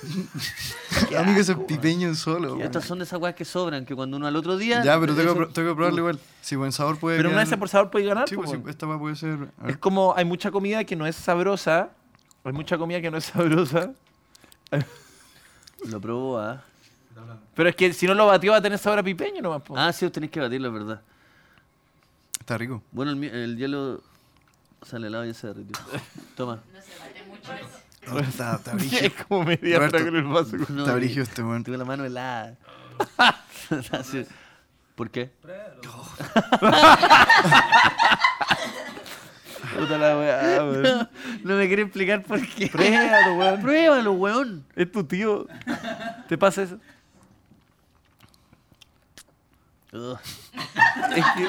Speaker 3: (laughs) Amigo, ese pipeño solo. weón.
Speaker 1: Estas son de esas weas que sobran, que cuando uno al otro día.
Speaker 3: Ya, pero tengo,
Speaker 1: eso-
Speaker 3: que pro- tengo que
Speaker 1: uh.
Speaker 3: probarlo igual. Si buen sabor puede
Speaker 2: Pero una
Speaker 3: quedar-
Speaker 2: vez por sabor puedes ganar.
Speaker 3: Sí,
Speaker 2: po,
Speaker 3: pues, sí,
Speaker 2: weón.
Speaker 3: esta weá puede ser... a
Speaker 2: Es
Speaker 3: ver,
Speaker 2: como hay mucha comida que no es sabrosa. Hay mucha comida que no es sabrosa.
Speaker 1: Lo probó, ah.
Speaker 2: Pero es que si no lo batió va a tener sabor a pipeño nomás. po.
Speaker 1: Ah, sí, os tenéis que batirlo, es verdad.
Speaker 3: Está
Speaker 1: (laughs)
Speaker 3: rico.
Speaker 1: Bueno, el, mi- el hielo. O sea, el helado ya se derritió. Toma.
Speaker 8: No se bate mucho eso.
Speaker 3: Oh, está, está brigio.
Speaker 2: es como media hora
Speaker 3: Roberto.
Speaker 2: con el vaso.
Speaker 1: No,
Speaker 3: Está brigio este
Speaker 1: (laughs)
Speaker 3: weón.
Speaker 1: Tuve la mano helada. Así- ¿Por qué?
Speaker 2: Puta la weá, weón.
Speaker 1: No me quiere explicar por qué.
Speaker 2: Pruébalo, weón.
Speaker 1: Pruébalo, weón.
Speaker 2: Es tu (laughs) tío. ¿Te pasa eso?
Speaker 1: Ugh.
Speaker 2: Es que-
Speaker 1: Que no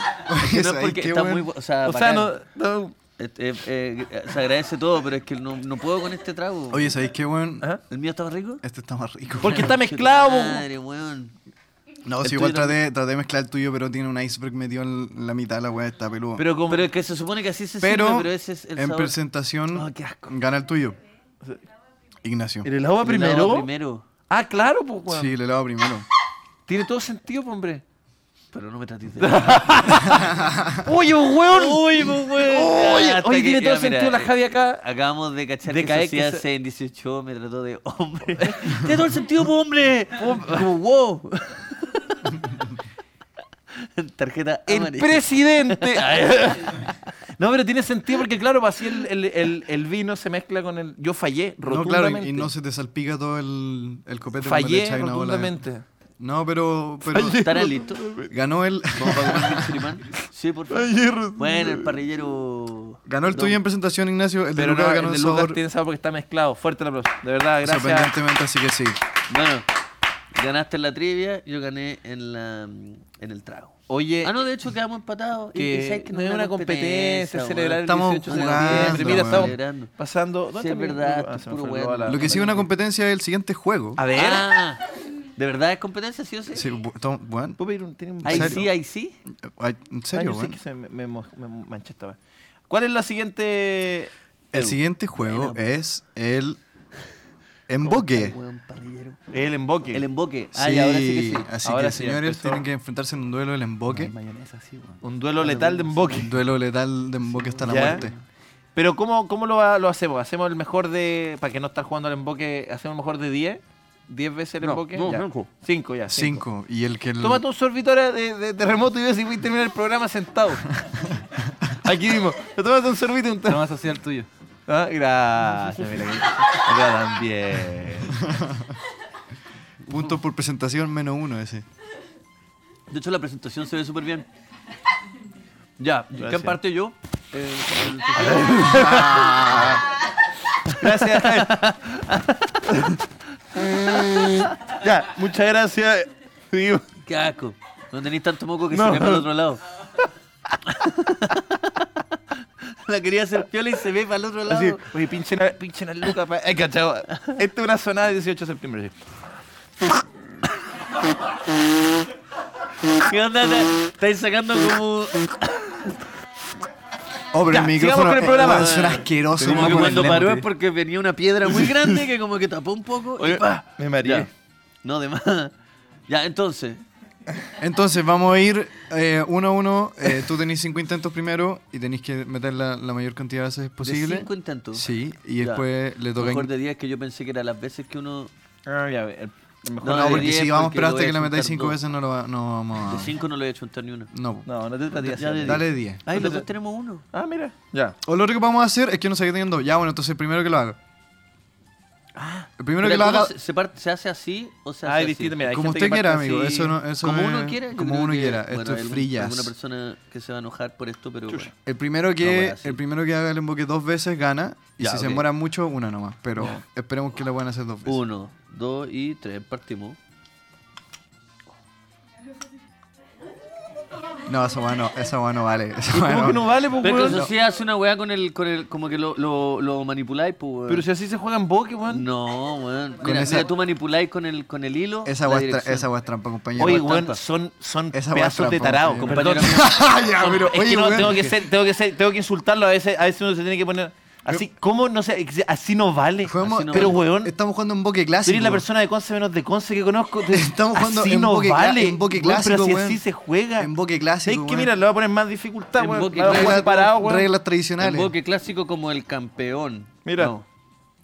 Speaker 1: es
Speaker 3: ¿Sabes
Speaker 1: porque
Speaker 3: qué,
Speaker 1: está
Speaker 3: weón?
Speaker 1: muy bu- o sea,
Speaker 2: o sea,
Speaker 1: bacán.
Speaker 2: no, no-
Speaker 1: Este, eh, eh, se agradece todo, pero es que no, no puedo con este trago.
Speaker 3: Oye, ¿sabéis qué, weón?
Speaker 2: ¿Ah?
Speaker 1: ¿El mío estaba rico?
Speaker 3: Este está más rico.
Speaker 2: Porque
Speaker 1: (laughs)
Speaker 2: está mezclado. po.
Speaker 1: Madre, weón.
Speaker 3: No,
Speaker 1: el
Speaker 3: si igual
Speaker 1: tuyo
Speaker 3: traté, traté de mezclar el tuyo, pero tiene un iceberg metido en la mitad de la weá, está peludo. Pero,
Speaker 2: Pero como...
Speaker 1: Pero es que se supone que así se sirve, pero ese es el
Speaker 3: en
Speaker 1: sabor.
Speaker 3: presentación,
Speaker 1: Ah, qué asco.
Speaker 3: gana el tuyo. Ignacio.
Speaker 2: ¿El helado va
Speaker 1: El helado
Speaker 2: primero?
Speaker 1: primero.
Speaker 2: Ah, claro, pues, weón.
Speaker 3: Sí, el helado primero.
Speaker 2: Tiene todo sentido, po, hombre.
Speaker 1: Pero no me trates de...
Speaker 2: (laughs) ¡Oye, weón!
Speaker 1: Uy, pues, weón.
Speaker 2: Oye,
Speaker 1: Hasta
Speaker 2: oye,
Speaker 1: que-
Speaker 2: tiene todo
Speaker 1: ya, mira,
Speaker 2: sentido la
Speaker 1: eh,
Speaker 2: Javi acá.
Speaker 1: Acabamos de cachar
Speaker 2: De
Speaker 1: que
Speaker 2: caer
Speaker 1: Sofía
Speaker 2: que se-
Speaker 1: hace en 18 me trató de hombre. Tiene todo el sentido, pues, hombre. Como, wow. Tarjeta
Speaker 2: El
Speaker 1: amarilla. (laughs)
Speaker 2: presidente. no, pero tiene sentido porque, claro, pues, así el, el, el, el vino se mezcla con el. Yo fallé
Speaker 3: No, claro,
Speaker 2: rotundamente.
Speaker 3: y- y no se te salpica todo el, el copete cuando le
Speaker 2: Fallé
Speaker 3: echáis una bola de-
Speaker 2: rotundamente.
Speaker 3: No, pero, pero
Speaker 1: ¿Estarán listos?
Speaker 3: ganó el,
Speaker 1: ¿Vamos a comer choripán? Sí, por favor. Bueno, el parrillero...
Speaker 3: ganó el tuyo en presentación, Ignacio. El de
Speaker 2: Pero
Speaker 3: Lucas
Speaker 2: no,
Speaker 3: ganó
Speaker 2: el de
Speaker 3: el
Speaker 2: Lucas
Speaker 3: sabor
Speaker 2: tiene sabor porque está mezclado. Fuerte el aplauso. De verdad, gracias.
Speaker 3: sorprendentemente, así que sí.
Speaker 1: Bueno, ganaste en la trivia, yo gané en la mm, en el trago.
Speaker 2: Oye,
Speaker 1: Ah, no, de hecho quedamos empatados. Y- y sabes
Speaker 2: Eh, que
Speaker 1: que
Speaker 2: no es una competencia
Speaker 1: weón.
Speaker 2: celebrar el
Speaker 3: Estamos
Speaker 2: 18 de
Speaker 3: jugando,
Speaker 2: septiembre. Mira,
Speaker 3: weón.
Speaker 2: estamos
Speaker 1: Celebrando.
Speaker 2: pasando.
Speaker 1: Sí,
Speaker 2: está
Speaker 1: es
Speaker 2: mi-
Speaker 1: verdad,
Speaker 2: Ah,
Speaker 1: esto es
Speaker 2: se me
Speaker 1: puro
Speaker 2: fue
Speaker 1: weón.
Speaker 2: la-
Speaker 1: Ah,
Speaker 3: Lo que sí es una competencia es el siguiente juego.
Speaker 2: A ver.
Speaker 1: Ah, ¿De verdad es competencia, sí o sí?
Speaker 3: Sí, bu- to- bueno,
Speaker 2: ¿Puedo pedir un- tiene un-
Speaker 1: Ahí
Speaker 3: ¿En
Speaker 1: sí,
Speaker 3: serio?
Speaker 1: ahí sí.
Speaker 3: ay, en
Speaker 2: Ay,
Speaker 3: serio,
Speaker 2: yo sé
Speaker 3: bueno.
Speaker 2: que se me, me mo- me manché esta vez. ¿Cuál es la siguiente?
Speaker 3: El
Speaker 2: Edu?
Speaker 3: siguiente juego es el emboque.
Speaker 1: Weón, parrillero.
Speaker 2: El emboque.
Speaker 1: El emboque. Ah,
Speaker 3: Sí,
Speaker 1: ya, ahora sí que sí.
Speaker 3: así
Speaker 2: Ahora
Speaker 3: que
Speaker 2: sí,
Speaker 3: señores
Speaker 2: empezó.
Speaker 3: tienen que enfrentarse en un duelo del emboque.
Speaker 4: Mayonesa, sí, weón.
Speaker 2: un duelo letal de emboque.
Speaker 3: Un duelo letal de emboque hasta la
Speaker 2: ¿Ya?
Speaker 3: muerte.
Speaker 2: Pero ¿cómo, cómo lo, va- lo hacemos? ¿Hacemos el mejor de... Para que no estar jugando al emboque, ¿hacemos el mejor de 10? ¿10 veces el
Speaker 1: No,
Speaker 2: emboque?
Speaker 1: no,
Speaker 2: ya.
Speaker 1: cinco.
Speaker 2: Cinco ya. Cinco.
Speaker 3: Cinco. Y el que el-
Speaker 2: Tómate un sorbito ahora de, de terremoto y ves si voy a terminar el programa
Speaker 5: (laughs)
Speaker 2: sentado. Aquí mismo. Tómate un sorbito y un
Speaker 4: Lo
Speaker 2: terremoto.
Speaker 4: más social tuyo.
Speaker 2: Ah, gracias, mira que- Yo también.
Speaker 3: puntos por presentación menos uno ese.
Speaker 1: De hecho, la presentación se ve súper bien. Ya, ¿qué
Speaker 2: Gracias.
Speaker 1: parte yo?
Speaker 2: Gracias. ya, muchas gracias. Digo,
Speaker 1: Qué asco. No tenéis tanto moco que
Speaker 2: No.
Speaker 1: se ve para el otro lado. (laughs) la quería hacer piola y se ve para el otro lado.
Speaker 2: así, oye, pinchen a, pinchen a Luca. pa-
Speaker 5: eh,
Speaker 2: Ay, cachao. Esta es una zona de 18 de septiembre. sí.
Speaker 1: ¿Qué onda? Te- Estáis sacando
Speaker 2: (laughs)
Speaker 1: como.
Speaker 3: Oh, pero
Speaker 2: Ya,
Speaker 3: el
Speaker 2: sigamos
Speaker 3: micrófono
Speaker 2: con el programa.
Speaker 3: eh, suena asqueroso.
Speaker 1: Como
Speaker 3: ¿no?
Speaker 1: que
Speaker 3: Como
Speaker 1: cuando
Speaker 3: el
Speaker 1: paró
Speaker 3: lente.
Speaker 1: es porque venía una piedra
Speaker 2: (laughs)
Speaker 1: muy grande que como que tapó un poco y
Speaker 5: Oye,
Speaker 1: ¡pa!
Speaker 5: me mareé.
Speaker 1: Ya. No, de más. Ya, entonces.
Speaker 3: Entonces, vamos a ir eh, uno a uno. Eh, tú tenés cinco intentos primero y tenés que meter la, la mayor cantidad de veces posible.
Speaker 1: De cinco intentos.
Speaker 3: Sí, y
Speaker 1: Ya.
Speaker 3: después le toca.
Speaker 1: Mejor
Speaker 3: in-
Speaker 1: de 10 que yo pensé que era las veces que uno.
Speaker 5: Ah, ya, el mejor
Speaker 1: No,
Speaker 3: No,
Speaker 1: de
Speaker 3: porque
Speaker 1: 10
Speaker 3: si vamos a
Speaker 1: porque
Speaker 3: esperar
Speaker 1: lo
Speaker 3: hasta
Speaker 1: voy a
Speaker 3: que la metáis
Speaker 1: juntar
Speaker 3: cinco
Speaker 1: dos.
Speaker 3: veces, no, lo va- no
Speaker 1: De
Speaker 3: vamos a.
Speaker 1: 5 no lo he hecho untar ni una.
Speaker 3: No.
Speaker 5: No, no te tratías.
Speaker 1: Ya de
Speaker 3: Dale 10.
Speaker 1: Ay, los dos tenemos uno.
Speaker 5: Ah, mira. Ya.
Speaker 3: O lo otro que podemos hacer es que no seguir teniendo. Ya, bueno, entonces el primero que lo haga. El primero
Speaker 1: Pero
Speaker 3: que lo
Speaker 1: ¿cómo
Speaker 3: haga.
Speaker 1: se, se parte- se hace así o se hace
Speaker 5: Ah, es
Speaker 1: así?
Speaker 5: distinto. Mira, hay
Speaker 3: Como
Speaker 5: gente
Speaker 3: usted
Speaker 5: que
Speaker 3: quiera,
Speaker 5: parte
Speaker 3: amigo.
Speaker 5: así.
Speaker 3: Eso no, eso
Speaker 1: como
Speaker 3: es-
Speaker 1: uno quiere. yo
Speaker 3: Como
Speaker 1: creo
Speaker 3: uno
Speaker 1: que-
Speaker 3: quiera.
Speaker 1: bueno,
Speaker 3: Esto es
Speaker 1: algún-
Speaker 3: free jazz.
Speaker 1: Alguna persona que se va a enojar por esto, pero bueno.
Speaker 3: El primero
Speaker 1: No,
Speaker 3: que,
Speaker 1: bueno, sí.
Speaker 3: el primero que haga el emboque dos veces gana. Y
Speaker 1: Ya,
Speaker 3: si se
Speaker 1: ok.
Speaker 3: demora mucho, una nomás. Pero esperemos que lo puedan hacer dos veces.
Speaker 1: Uno, dos y tres, partimos.
Speaker 3: No, esa weá no, esa weá no vale. Esa weá
Speaker 5: ¿Cómo que no vale, pues,
Speaker 1: Pero
Speaker 5: weón?
Speaker 1: eso sí hace una weá con el, con el, como que lo, lo, lo manipuláis, pues weón.
Speaker 5: Pero si así se juegan boque, weón.
Speaker 1: No, weón.
Speaker 3: Con
Speaker 1: Mira,
Speaker 3: esa-
Speaker 1: mira, tú manipuláis con el, con el hilo.
Speaker 3: Esa
Speaker 1: la
Speaker 3: weá es tra-
Speaker 1: dirección.
Speaker 3: esa weá es trampa, compañero.
Speaker 2: Oye,
Speaker 1: Esa
Speaker 2: weón,
Speaker 1: trampa.
Speaker 2: son, son
Speaker 3: Esa
Speaker 2: pedazos
Speaker 3: weá
Speaker 2: de
Speaker 3: trampa,
Speaker 2: tarado,
Speaker 3: compañero.
Speaker 2: compañero. (laughs)
Speaker 1: Compañero mío.
Speaker 3: (laughs) ya, pero,
Speaker 2: es
Speaker 3: oye,
Speaker 2: que no,
Speaker 3: weón.
Speaker 2: tengo que ser, tengo que ser, tengo que insultarlo a veces, a veces uno se tiene que poner así, ¿cómo no sé? Así no vale.
Speaker 3: Juguemos-
Speaker 1: Así no
Speaker 2: Pero
Speaker 1: vale.
Speaker 2: weón,
Speaker 3: Estamos jugando en boque clásico.
Speaker 2: tú eres la persona de Conce menos de Conce que conozco. te-
Speaker 3: Estamos jugando
Speaker 2: así
Speaker 3: en
Speaker 2: no
Speaker 3: boque cla-
Speaker 2: vale.
Speaker 3: en boque
Speaker 2: weón,
Speaker 3: clásico,
Speaker 2: pero si
Speaker 3: weón.
Speaker 2: así se juega.
Speaker 3: En boque clásico,
Speaker 2: Es que
Speaker 3: weón.
Speaker 2: mira, le va a poner más dificultad,
Speaker 1: En
Speaker 2: weón.
Speaker 1: boque
Speaker 2: Va a jugar
Speaker 1: clásico.
Speaker 2: parado, weón.
Speaker 3: reglas
Speaker 1: El
Speaker 3: tradicionales.
Speaker 1: boque clásico como el campeón.
Speaker 5: Mira.
Speaker 1: No.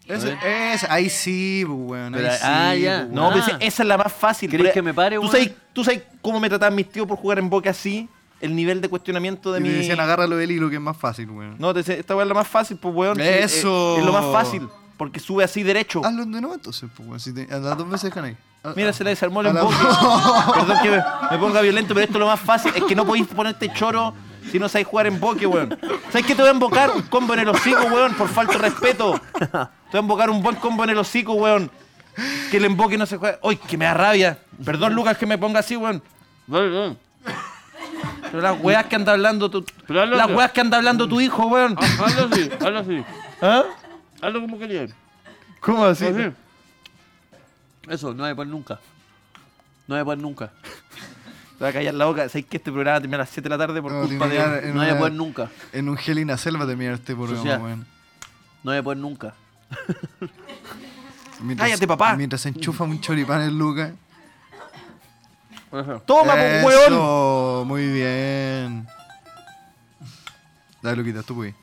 Speaker 3: Ese- ese- ahí sí, pues, weón. Ahí
Speaker 1: Pero,
Speaker 3: sí,
Speaker 1: ah, ya.
Speaker 3: pues, weón.
Speaker 2: No, pero
Speaker 1: Ah.
Speaker 2: si esa es la más fácil.
Speaker 1: ¿Crees
Speaker 2: pero-
Speaker 1: que me pare,
Speaker 2: ¿Tú
Speaker 1: weón?
Speaker 2: sabes, ¿Tú sabes cómo me trataban mis tíos por jugar en boca así? El nivel de cuestionamiento de
Speaker 3: Y
Speaker 2: mi...
Speaker 3: me decían, agárralo del hilo, que es más fácil, weón.
Speaker 2: No, te decía, esta weá es la más fácil, pues weón. sí,
Speaker 3: Eso.
Speaker 2: Es, es lo más fácil, porque sube así derecho.
Speaker 3: Hazlo de nuevo entonces, pues, weón. Si te- a las dos veces ganáis. A-
Speaker 2: Mira,
Speaker 3: a-
Speaker 2: se la desarmó
Speaker 3: a
Speaker 2: el
Speaker 3: la- (laughs)
Speaker 2: boque. Perdón que me, me ponga violento, pero esto es lo más fácil. Es que no podéis ponerte choro si no sabéis jugar en boque, weón. ¿Sabes qué? Te voy a embocar un combo en el hocico, weón, por falta de respeto. Te voy a embocar un buen combo en el hocico, weón. Que el emboque no se juega. ¡Ay, que me da rabia! Perdón, Lucas, que me ponga así, weón.
Speaker 1: Vale, vale.
Speaker 2: Pero las weas que anda hablando tu.
Speaker 1: Pero hazlo
Speaker 2: las
Speaker 1: así.
Speaker 2: weas que anda hablando tu hijo, weón.
Speaker 1: Ah, Hazlo así, hazlo así.
Speaker 2: ¿Ah?
Speaker 1: Hazlo como querías.
Speaker 5: ¿Cómo así?
Speaker 1: Así. Eso, no hay por nunca. No hay por nunca.
Speaker 2: Te voy a callar la boca. ¿Sabes que este programa termina a las 7 de la tarde por
Speaker 3: No,
Speaker 2: culpa de.
Speaker 3: tiene que dar- En
Speaker 1: No hay
Speaker 3: una-
Speaker 1: por nunca.
Speaker 3: En un gel y una selva terminar este programa,
Speaker 1: Social.
Speaker 3: weón.
Speaker 1: No hay por nunca.
Speaker 3: Mientras-
Speaker 2: Cállate, papá.
Speaker 3: Mientras se enchufa un choripán en Lucas.
Speaker 2: ¡Toma, pues, weón!
Speaker 3: Eso, Muy bien. Dale, Luquita, tú puedes.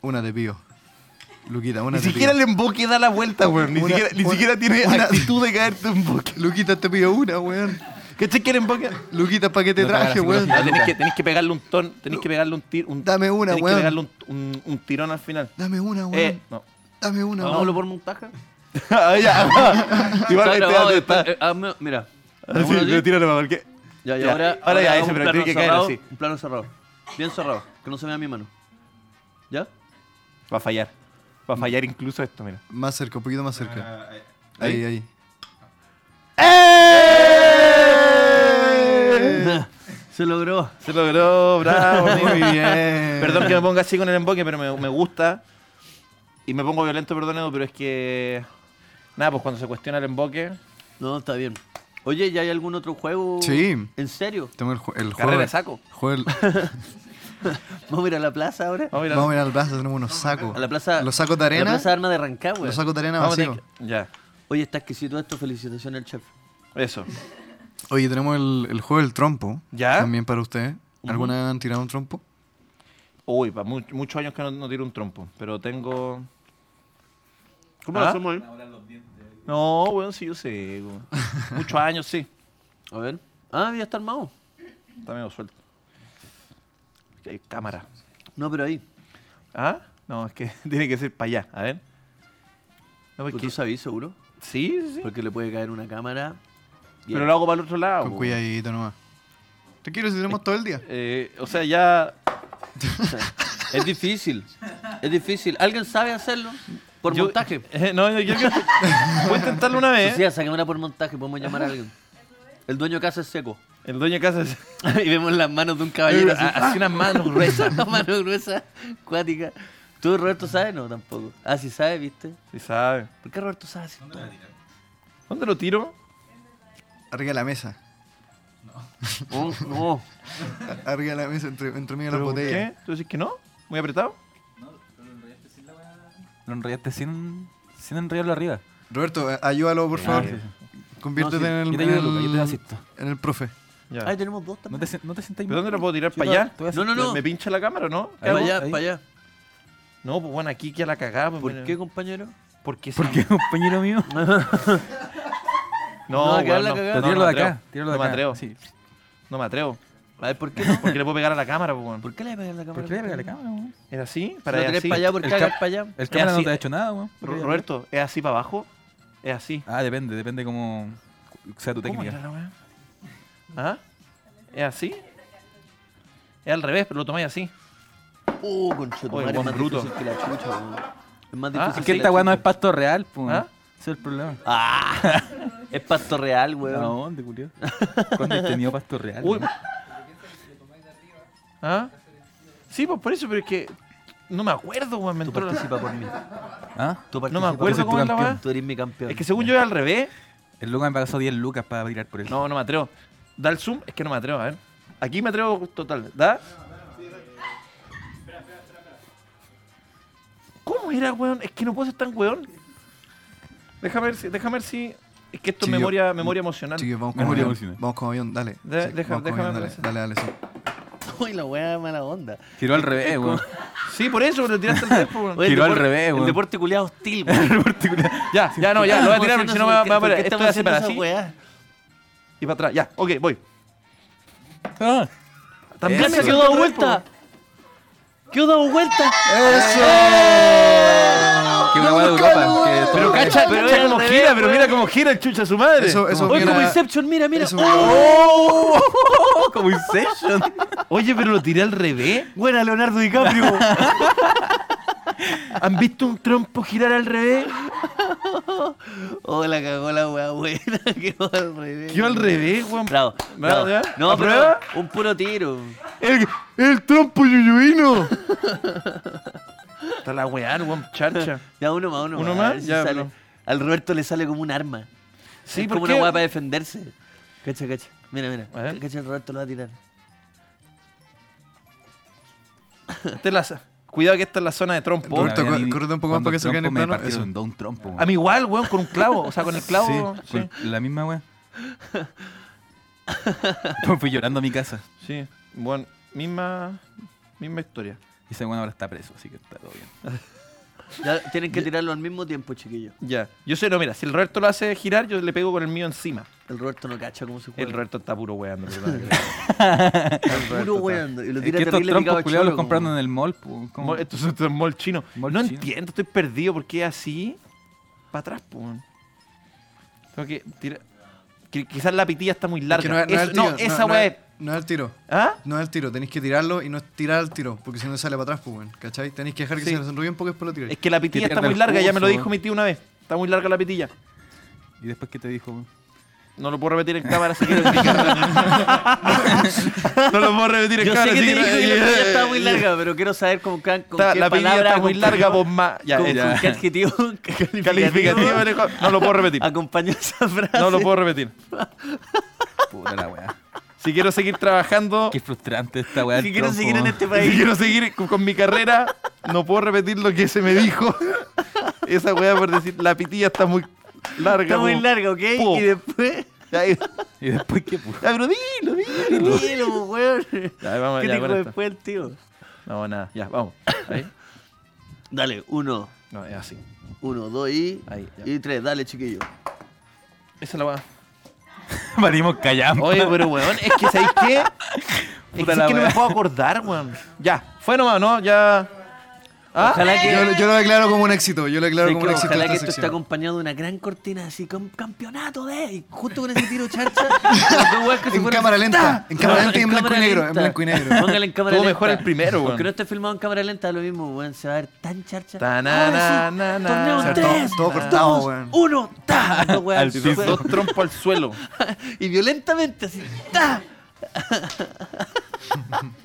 Speaker 3: Una te pido. Luquita, una
Speaker 2: Ni
Speaker 3: te
Speaker 2: siquiera el
Speaker 3: pido.
Speaker 2: emboque da la vuelta, weón. Ni
Speaker 3: Una-
Speaker 2: siquiera, ni
Speaker 3: una-
Speaker 2: siquiera tiene
Speaker 3: una-
Speaker 2: actitud de caerte en boque.
Speaker 3: Luquita, te pido una, weón.
Speaker 2: (laughs) ¿Cachai que el emboque?
Speaker 3: Luquita, ¿para qué te
Speaker 5: No,
Speaker 3: traje,
Speaker 5: cagaste,
Speaker 3: weón?
Speaker 5: Lucas.
Speaker 2: Tenés que, tenés que pegarle un ton, tenés que pegarle un tiro. Un,
Speaker 3: Dame una,
Speaker 2: tenés
Speaker 3: weón.
Speaker 2: que pegarle un, un- un tirón al final.
Speaker 3: Dame una, weón.
Speaker 2: Eh, no.
Speaker 3: Dame una,
Speaker 1: Hagámoslo
Speaker 3: weón.
Speaker 1: por montaje.
Speaker 2: (laughs) Ah, (laughs) ya. Igual
Speaker 1: Está
Speaker 2: este
Speaker 1: grabado,
Speaker 2: dato
Speaker 1: después,
Speaker 2: está. Ah,
Speaker 1: eh, hazme- Mira.
Speaker 2: Sí,
Speaker 1: Hagámoslo así.
Speaker 2: pero tíralo para cualquier.
Speaker 1: Ya, ya,
Speaker 2: Ya,
Speaker 1: ahora,
Speaker 2: ahora ya, ese,
Speaker 1: hagamos un
Speaker 2: pero tiene
Speaker 1: plano
Speaker 2: que caer
Speaker 1: cerrado,
Speaker 2: así.
Speaker 1: Un plano cerrado. Bien cerrado. Que no se vea mi mano.
Speaker 2: (laughs)
Speaker 1: ¿Ya?
Speaker 2: Va a fallar. Va a fallar incluso esto, mira.
Speaker 3: Más cerca, un poquito más cerca. Ahí, ahí. ¡Eh!
Speaker 1: se logró.
Speaker 2: Se logró, bravo. amigo.
Speaker 3: Muy bien.
Speaker 2: Perdón que me ponga así con el emboque, pero me, me gusta. Y me pongo violento, perdón, Edu, pero es que. Nada, pues cuando se cuestiona el emboque.
Speaker 1: No, está bien. Oye, ¿ya hay algún otro juego?
Speaker 3: Sí.
Speaker 1: ¿En serio?
Speaker 3: Tengo el, ju- el juego.
Speaker 2: Carrera de saco.
Speaker 3: Juego del-
Speaker 1: ¿Vamos a ir a la plaza ahora?
Speaker 2: Vamos a ir a-
Speaker 3: Vamos a ir al plaza, tenemos unos sacos.
Speaker 1: A la plaza.
Speaker 3: Los sacos de
Speaker 1: a La
Speaker 3: arena.
Speaker 1: plaza Arma de Rancagua.
Speaker 3: ¿Ah? Los sacos de arena
Speaker 2: vamos a tener
Speaker 3: vacíos.
Speaker 2: que- Ya,
Speaker 1: Oye, está exquisito esto. Felicitaciones al chef.
Speaker 2: eso.
Speaker 3: Oye, tenemos el, el juego del trompo.
Speaker 2: ¿Ya?
Speaker 3: También para ustedes. ¿Alguna vez han tirado un trompo?
Speaker 2: Uy, pa, mu- muchos años que no, no tiro un trompo, pero tengo.
Speaker 5: ¿Cómo
Speaker 2: ¿Ah?
Speaker 5: lo hacemos, eh?
Speaker 2: No, weón, sí, yo sé.
Speaker 3: (laughs)
Speaker 2: weón. Muchos años, sí.
Speaker 1: A ver. Ah, ya está armado.
Speaker 2: Está medio suelto. Aquí hay cámara.
Speaker 1: No, pero ahí.
Speaker 2: ¿Ah? No, es que (laughs) tiene que ser para allá, a ver. No,
Speaker 1: Pues
Speaker 2: porque-
Speaker 1: ¿Tú
Speaker 2: Sí,
Speaker 1: sabes, seguro?
Speaker 2: sí,
Speaker 3: Pues,
Speaker 2: sí.
Speaker 1: Porque le puede caer una cámara. y
Speaker 2: Pero
Speaker 1: ahí.
Speaker 2: lo hago para el otro lado.
Speaker 3: Con
Speaker 2: weón.
Speaker 3: cuidadito nomás. Te quiero si tenemos todo el día.
Speaker 2: Eh, o sea, ya.
Speaker 1: Es difícil. Es difícil. ¿Alguien sabe hacerlo? Por
Speaker 2: yo-
Speaker 1: montaje.
Speaker 2: Eh, no, yo, yo- (laughs) voy a intentarlo una vez.
Speaker 1: Lucía, saquémosla por montaje, podemos llamar a alguien. El dueño de casa es seco.
Speaker 2: El dueño de casa es-
Speaker 5: (laughs)
Speaker 1: y vemos las manos de un caballero.
Speaker 2: Ah,
Speaker 1: Así,
Speaker 2: así unas manos gruesas.
Speaker 1: una
Speaker 5: (laughs)
Speaker 1: mano gruesa, cuática. ¿Tú, Roberto, sabes? No, tampoco. Ah, sí sabes, viste.
Speaker 2: Sí, sabe.
Speaker 1: ¿Por qué Roberto sabe así todo?
Speaker 2: ¿Dónde lo tiro?
Speaker 3: Arriba de la mesa.
Speaker 9: Oh, no.
Speaker 3: (laughs) Arriba de la mesa, entre, entre medio de la
Speaker 2: ¿Pero por
Speaker 3: botella.
Speaker 2: qué? ¿Tú decís que no? ¿Muy apretado?
Speaker 4: Lo enrollaste sin, sin enrollarlo arriba.
Speaker 3: Roberto, eh, ayúdalo, por
Speaker 2: Ah,
Speaker 3: favor.
Speaker 4: sí,
Speaker 3: Conviértete
Speaker 5: No, sí.
Speaker 3: en, el,
Speaker 4: Yo te ayudo,
Speaker 3: en el-
Speaker 4: Luca, yo te asisto.
Speaker 3: en el profe.
Speaker 2: Ya.
Speaker 5: Ahí Ah, tenemos dos
Speaker 4: No
Speaker 5: también.
Speaker 4: te, sien- no te sientas
Speaker 2: ¿Pero dónde lo puedo tirar?
Speaker 4: Yo te-
Speaker 2: ¿Para allá?
Speaker 4: te voy a
Speaker 5: No, no,
Speaker 4: asistir.
Speaker 5: no.
Speaker 2: ¿Me pincha la cámara o no? ¿Qué
Speaker 5: Para
Speaker 2: hago?
Speaker 5: allá,
Speaker 4: ahí.
Speaker 5: para allá.
Speaker 2: No, pues bueno, aquí queda la cagada. pues,
Speaker 5: ¿Por
Speaker 2: mira.
Speaker 5: qué, compañero?
Speaker 2: Porque
Speaker 4: (laughs) ¿Por qué, compañero
Speaker 2: (laughs)
Speaker 4: mío?
Speaker 5: No,
Speaker 2: No,
Speaker 5: va a
Speaker 2: no,
Speaker 5: quedar la
Speaker 2: no, no,
Speaker 4: Pero
Speaker 5: cagada.
Speaker 4: tíralo
Speaker 2: no
Speaker 4: de
Speaker 2: me
Speaker 4: acá.
Speaker 2: atrevo.
Speaker 4: Tíralo
Speaker 2: no
Speaker 4: de acá.
Speaker 2: me atrevo.
Speaker 4: Sí.
Speaker 2: No me atrevo.
Speaker 5: A ver, ¿por qué
Speaker 2: (laughs)
Speaker 5: no?
Speaker 2: Porque le puedo pegar a la cámara, pues bueno.
Speaker 5: ¿Por qué le voy a pegar la cámara?
Speaker 4: ¿Por qué le pegas la cámara, weón?
Speaker 2: ¿Es así?
Speaker 5: Para
Speaker 2: Para es así.
Speaker 5: para allá, ¿por qué
Speaker 4: El
Speaker 5: hagas
Speaker 4: cap-
Speaker 5: para allá?
Speaker 4: El cámara no
Speaker 2: así.
Speaker 4: te ha hecho nada, weón. ¿Por
Speaker 2: Ro-
Speaker 4: qué?
Speaker 2: Roberto, ¿es así para abajo? ¿Es así?
Speaker 4: Ah, depende, depende cómo sea tu
Speaker 2: ¿Cómo
Speaker 4: técnica.
Speaker 2: era la weá? ¿Ah? ¿Es así? Es al revés, pero lo tomáis así.
Speaker 5: Oh, conchetumare,
Speaker 2: Oye,
Speaker 5: es
Speaker 2: buen
Speaker 5: más
Speaker 2: bruto.
Speaker 5: difícil que la chucha, weón. Es más
Speaker 2: Ah,
Speaker 5: difícil
Speaker 4: Es
Speaker 5: que
Speaker 4: que esta
Speaker 5: la
Speaker 4: weá no es
Speaker 5: chucha.
Speaker 4: pasto real, pues.
Speaker 2: ¿Ah?
Speaker 4: Ese es el problema.
Speaker 5: Ah, es pasto real,
Speaker 4: ¿A
Speaker 5: weón.
Speaker 4: dónde, (laughs) culiao? ¿Cuándo has tenido pasto real?
Speaker 2: Uy.
Speaker 4: weón?
Speaker 2: ¿Ah? Sí, pues por eso, pero es que no me acuerdo, weón. me
Speaker 5: Tú
Speaker 2: entró la-
Speaker 5: participas por mí.
Speaker 4: ¿Ah?
Speaker 5: Tú
Speaker 2: No me
Speaker 5: participas
Speaker 2: acuerdo
Speaker 5: por
Speaker 2: cómo
Speaker 5: mí.
Speaker 2: es la weá.
Speaker 5: Tú eres mi campeón.
Speaker 2: Es que según yo es al revés.
Speaker 4: El Lucas me pasó 10 lucas para tirar por él.
Speaker 2: No, no me atrevo. Da el zoom, es que no me atrevo, a ver. Aquí me atrevo total. ¿Da? ¿Cómo era, weón? Es que no puedo ser tan weón. Déjame ver si. Déjame ver si. Es que esto es
Speaker 3: Chiquillo,
Speaker 2: memoria, memoria emocional.
Speaker 3: Chiquillos, vamos
Speaker 4: Me
Speaker 3: con
Speaker 4: morí
Speaker 3: avión.
Speaker 4: emocionado.
Speaker 3: Vamos con avión, dale.
Speaker 2: De- deja-
Speaker 3: vamos con
Speaker 2: déjame
Speaker 3: avión, dale,
Speaker 2: pensar.
Speaker 3: dale, dale, sí.
Speaker 5: (laughs) Uy, la weá es mala onda.
Speaker 4: Tiró al revés, weón.
Speaker 2: Sí, por eso, lo
Speaker 5: (laughs)
Speaker 2: tiraste al tiempo, weón.
Speaker 5: Oye, el
Speaker 4: Tiró al
Speaker 5: depor-
Speaker 4: revés, weón.
Speaker 5: El deporte culiado hostil,
Speaker 2: (laughs)
Speaker 5: weón.
Speaker 2: Ya, ya no, ya, lo voy a tirar,
Speaker 5: Estamos
Speaker 2: porque si no me va me va a poner.
Speaker 5: haciendo- ¿por
Speaker 2: Esto
Speaker 5: qué
Speaker 2: es
Speaker 5: estamos
Speaker 2: así para
Speaker 5: haciendo
Speaker 2: así
Speaker 5: esa weá?
Speaker 2: y para atrás. Ya, ok, voy.
Speaker 4: (laughs) Ah,
Speaker 5: ¡Ya
Speaker 2: También
Speaker 5: me quedó dado vuelta! ¡Quedó dado vuelta!
Speaker 4: que una weá de Europa. que
Speaker 2: Pero
Speaker 4: todo-
Speaker 2: cacha,
Speaker 5: pero
Speaker 2: cacha
Speaker 5: era al
Speaker 2: cómo
Speaker 5: revés,
Speaker 2: gira, pero mira cómo gira el chucha a su madre.
Speaker 3: Eso, eso.
Speaker 5: Oye,
Speaker 3: mira,
Speaker 5: como Inception, mira, mira.
Speaker 3: eso-
Speaker 5: ¡Oh!
Speaker 4: ¡Oh! Como Inception.
Speaker 2: Oye, pero lo tiré al revés.
Speaker 5: Buena, Leonardo DiCaprio.
Speaker 2: ¿Han visto un trompo girar al revés?
Speaker 5: Oh, la cagó la weá buena. (laughs) Quedó al revés.
Speaker 2: Yo al revés, weón.
Speaker 5: Bravo.
Speaker 2: Bravo,
Speaker 5: bravo.
Speaker 2: ¿ya?
Speaker 5: No, pero
Speaker 2: ¿Aprueba?
Speaker 5: un puro tiro.
Speaker 2: El, el trompo yuyuino. Está la weá, el weón, charcha.
Speaker 5: Ya uno más, uno,
Speaker 2: ¿Uno
Speaker 5: a
Speaker 2: más?
Speaker 5: ver si
Speaker 2: Ya,
Speaker 5: sale.
Speaker 2: uno.
Speaker 5: Al Roberto le sale como un arma.
Speaker 2: Sí,
Speaker 5: es
Speaker 2: ¿por
Speaker 5: como una
Speaker 2: qué?
Speaker 5: weá para defenderse. Cacha, cacha. Mira, mira.
Speaker 2: A ver.
Speaker 5: Cacha, el Roberto lo va a tirar.
Speaker 2: Esta es este la z- cuidado que esta es la zona de trompo.
Speaker 3: Roberto,
Speaker 4: Una vez
Speaker 3: co-
Speaker 4: a mí,
Speaker 3: correte un poco más
Speaker 4: cuando
Speaker 3: para que se
Speaker 4: trompo
Speaker 3: quede en
Speaker 4: me
Speaker 3: plano,
Speaker 4: partió
Speaker 3: eso.
Speaker 4: en dos un trompo, weón.
Speaker 2: A mí igual, weón, con un clavo. O sea, con el clavo.
Speaker 4: Sí,
Speaker 2: Sí.
Speaker 4: con La misma (laughs) weá. Entonces fui llorando a mi casa.
Speaker 2: sí. Bueno, misma, misma historia.
Speaker 4: Y ese weón ahora está preso, así que está todo bien.
Speaker 5: Ya
Speaker 2: (laughs)
Speaker 5: tienen que tirarlo al mismo tiempo, chiquillos.
Speaker 2: Ya. Yo sé, no, mira, si el Roberto lo hace girar, yo le pego con el mío encima.
Speaker 5: El Roberto no cacha cómo se juega.
Speaker 2: El Roberto está puro
Speaker 4: (laughs)
Speaker 2: weando. perdón.
Speaker 5: (laughs) Puro weando. Y lo
Speaker 4: Es
Speaker 5: tira
Speaker 4: que estos
Speaker 5: terrible picado
Speaker 4: trompos
Speaker 5: a
Speaker 4: culiados los
Speaker 5: cholo,
Speaker 4: compraron
Speaker 5: como-
Speaker 4: en el mall. po, como-
Speaker 2: Mol- Esto es esto es mol chino.
Speaker 4: Mol
Speaker 2: no
Speaker 4: chino.
Speaker 2: entiendo, estoy perdido. ¿Por qué así? Para atrás, po, weón. Tengo que tirar. qui- Quizás la pitilla está muy larga.
Speaker 3: Que no, es- no es
Speaker 2: Eso-
Speaker 3: el tiro,
Speaker 2: no,
Speaker 3: no-
Speaker 2: esa
Speaker 3: no
Speaker 2: weá
Speaker 3: es-
Speaker 2: es.
Speaker 3: No es el tiro.
Speaker 2: ¿Ah?
Speaker 3: No es el tiro, tenéis que tirarlo y no es tirar el tiro, porque si no sale para atrás, pues, weón, ¿cachai? Tenéis que dejar que
Speaker 2: Sí.
Speaker 3: se desenrolle un poco y después lo tiráis.
Speaker 2: Es que la pitilla
Speaker 4: Que
Speaker 2: está
Speaker 4: pierda
Speaker 2: muy
Speaker 4: el
Speaker 2: larga, ya me lo
Speaker 4: pulso,
Speaker 2: dijo
Speaker 4: weón.
Speaker 2: mi tío una vez. Está muy larga la pitilla.
Speaker 4: ¿Y después qué te dijo? weón?
Speaker 2: No lo puedo repetir en cámara si quieres. no lo puedo repetir en
Speaker 5: Yo sé
Speaker 2: cámara
Speaker 5: que
Speaker 2: si
Speaker 5: te dijo
Speaker 2: quieres.
Speaker 5: que la pitilla estaba muy larga, pero quiero saber con, can- con
Speaker 2: Está-
Speaker 5: qué
Speaker 2: la pitilla
Speaker 5: palabra
Speaker 2: está muy larga,
Speaker 5: (laughs)
Speaker 2: vos más. Ya,
Speaker 5: con,
Speaker 2: ya.
Speaker 5: con qué adjetivo calificativo,
Speaker 2: (laughs)
Speaker 5: Ah,
Speaker 2: Calificativo, le dijo- no lo puedo repetir.
Speaker 5: acompañó esa frase.
Speaker 2: No lo puedo repetir.
Speaker 4: Puta la weá.
Speaker 2: Si quiero seguir trabajando,
Speaker 4: Qué frustrante esta weá.
Speaker 5: Si
Speaker 4: del
Speaker 5: quiero
Speaker 4: trompo,
Speaker 5: seguir en
Speaker 4: weón.
Speaker 5: este
Speaker 2: si
Speaker 5: país.
Speaker 2: quiero seguir con, con mi carrera, no puedo repetir lo que se me dijo. Esa weá por decir, la pitilla está muy larga.
Speaker 5: Está muy
Speaker 2: po.
Speaker 5: larga, ¿ok?
Speaker 2: Po.
Speaker 5: Y después.
Speaker 2: Ya, ya,
Speaker 4: ¿Y después qué? po? (laughs)
Speaker 2: pero dilo, dilo.
Speaker 5: (laughs) Dilo, po, weón. ¿Qué
Speaker 2: Ya, vamos,
Speaker 5: te
Speaker 2: ya,
Speaker 5: dijo
Speaker 2: con esto.
Speaker 5: después el tío?
Speaker 2: No, nada, ya, vamos. Ahí.
Speaker 5: Dale, uno,
Speaker 2: No, es así.
Speaker 5: uno, dos y.
Speaker 2: Ahí, ya.
Speaker 5: y tres, dale, chiquillo.
Speaker 2: Esa es la weá.
Speaker 4: Parimos callando.
Speaker 2: Oye, pero weón, es que ¿sabéis (laughs) qué? Es que,
Speaker 4: Puta
Speaker 2: es
Speaker 4: la
Speaker 2: que no
Speaker 4: weá.
Speaker 2: me puedo acordar, weón. Ya, fue nomás, ¿no? Ya. ¿Ah?
Speaker 5: Ojalá que.
Speaker 3: Yo, yo lo declaro como un éxito, yo lo declaro
Speaker 5: sé
Speaker 3: como
Speaker 5: que
Speaker 3: un éxito.
Speaker 5: ojalá
Speaker 3: esta
Speaker 5: que esto esté
Speaker 3: sección.
Speaker 5: acompañado de una gran cortina así, con campeonato de. Y justo con ese tiro charcha. (laughs) las dos weas que se
Speaker 3: En
Speaker 5: fueron-
Speaker 3: cámara lenta,
Speaker 5: ¡Ta!
Speaker 3: en cámara
Speaker 5: No,
Speaker 3: lenta y en blanco y
Speaker 5: cámara
Speaker 3: negro, en
Speaker 5: lenta.
Speaker 3: blanco y negro.
Speaker 5: Póngale en cámara
Speaker 2: Estuvo
Speaker 5: lenta.
Speaker 2: mejor el primero, weón.
Speaker 5: Aunque no esté filmado en cámara lenta, da lo mismo, weón. Se va a ver tan charcha.
Speaker 2: Ta, na, na,
Speaker 5: Ahora sí,
Speaker 2: na, na.
Speaker 5: torneo
Speaker 2: O sea,
Speaker 5: en
Speaker 3: todo-
Speaker 5: tres,
Speaker 3: todo cortado,
Speaker 5: dos,
Speaker 3: weón.
Speaker 5: uno, ta. Dos weas
Speaker 4: Al
Speaker 5: súper-
Speaker 4: piso.
Speaker 2: Dos trompos al (laughs) suelo.
Speaker 5: y violentamente así, ta.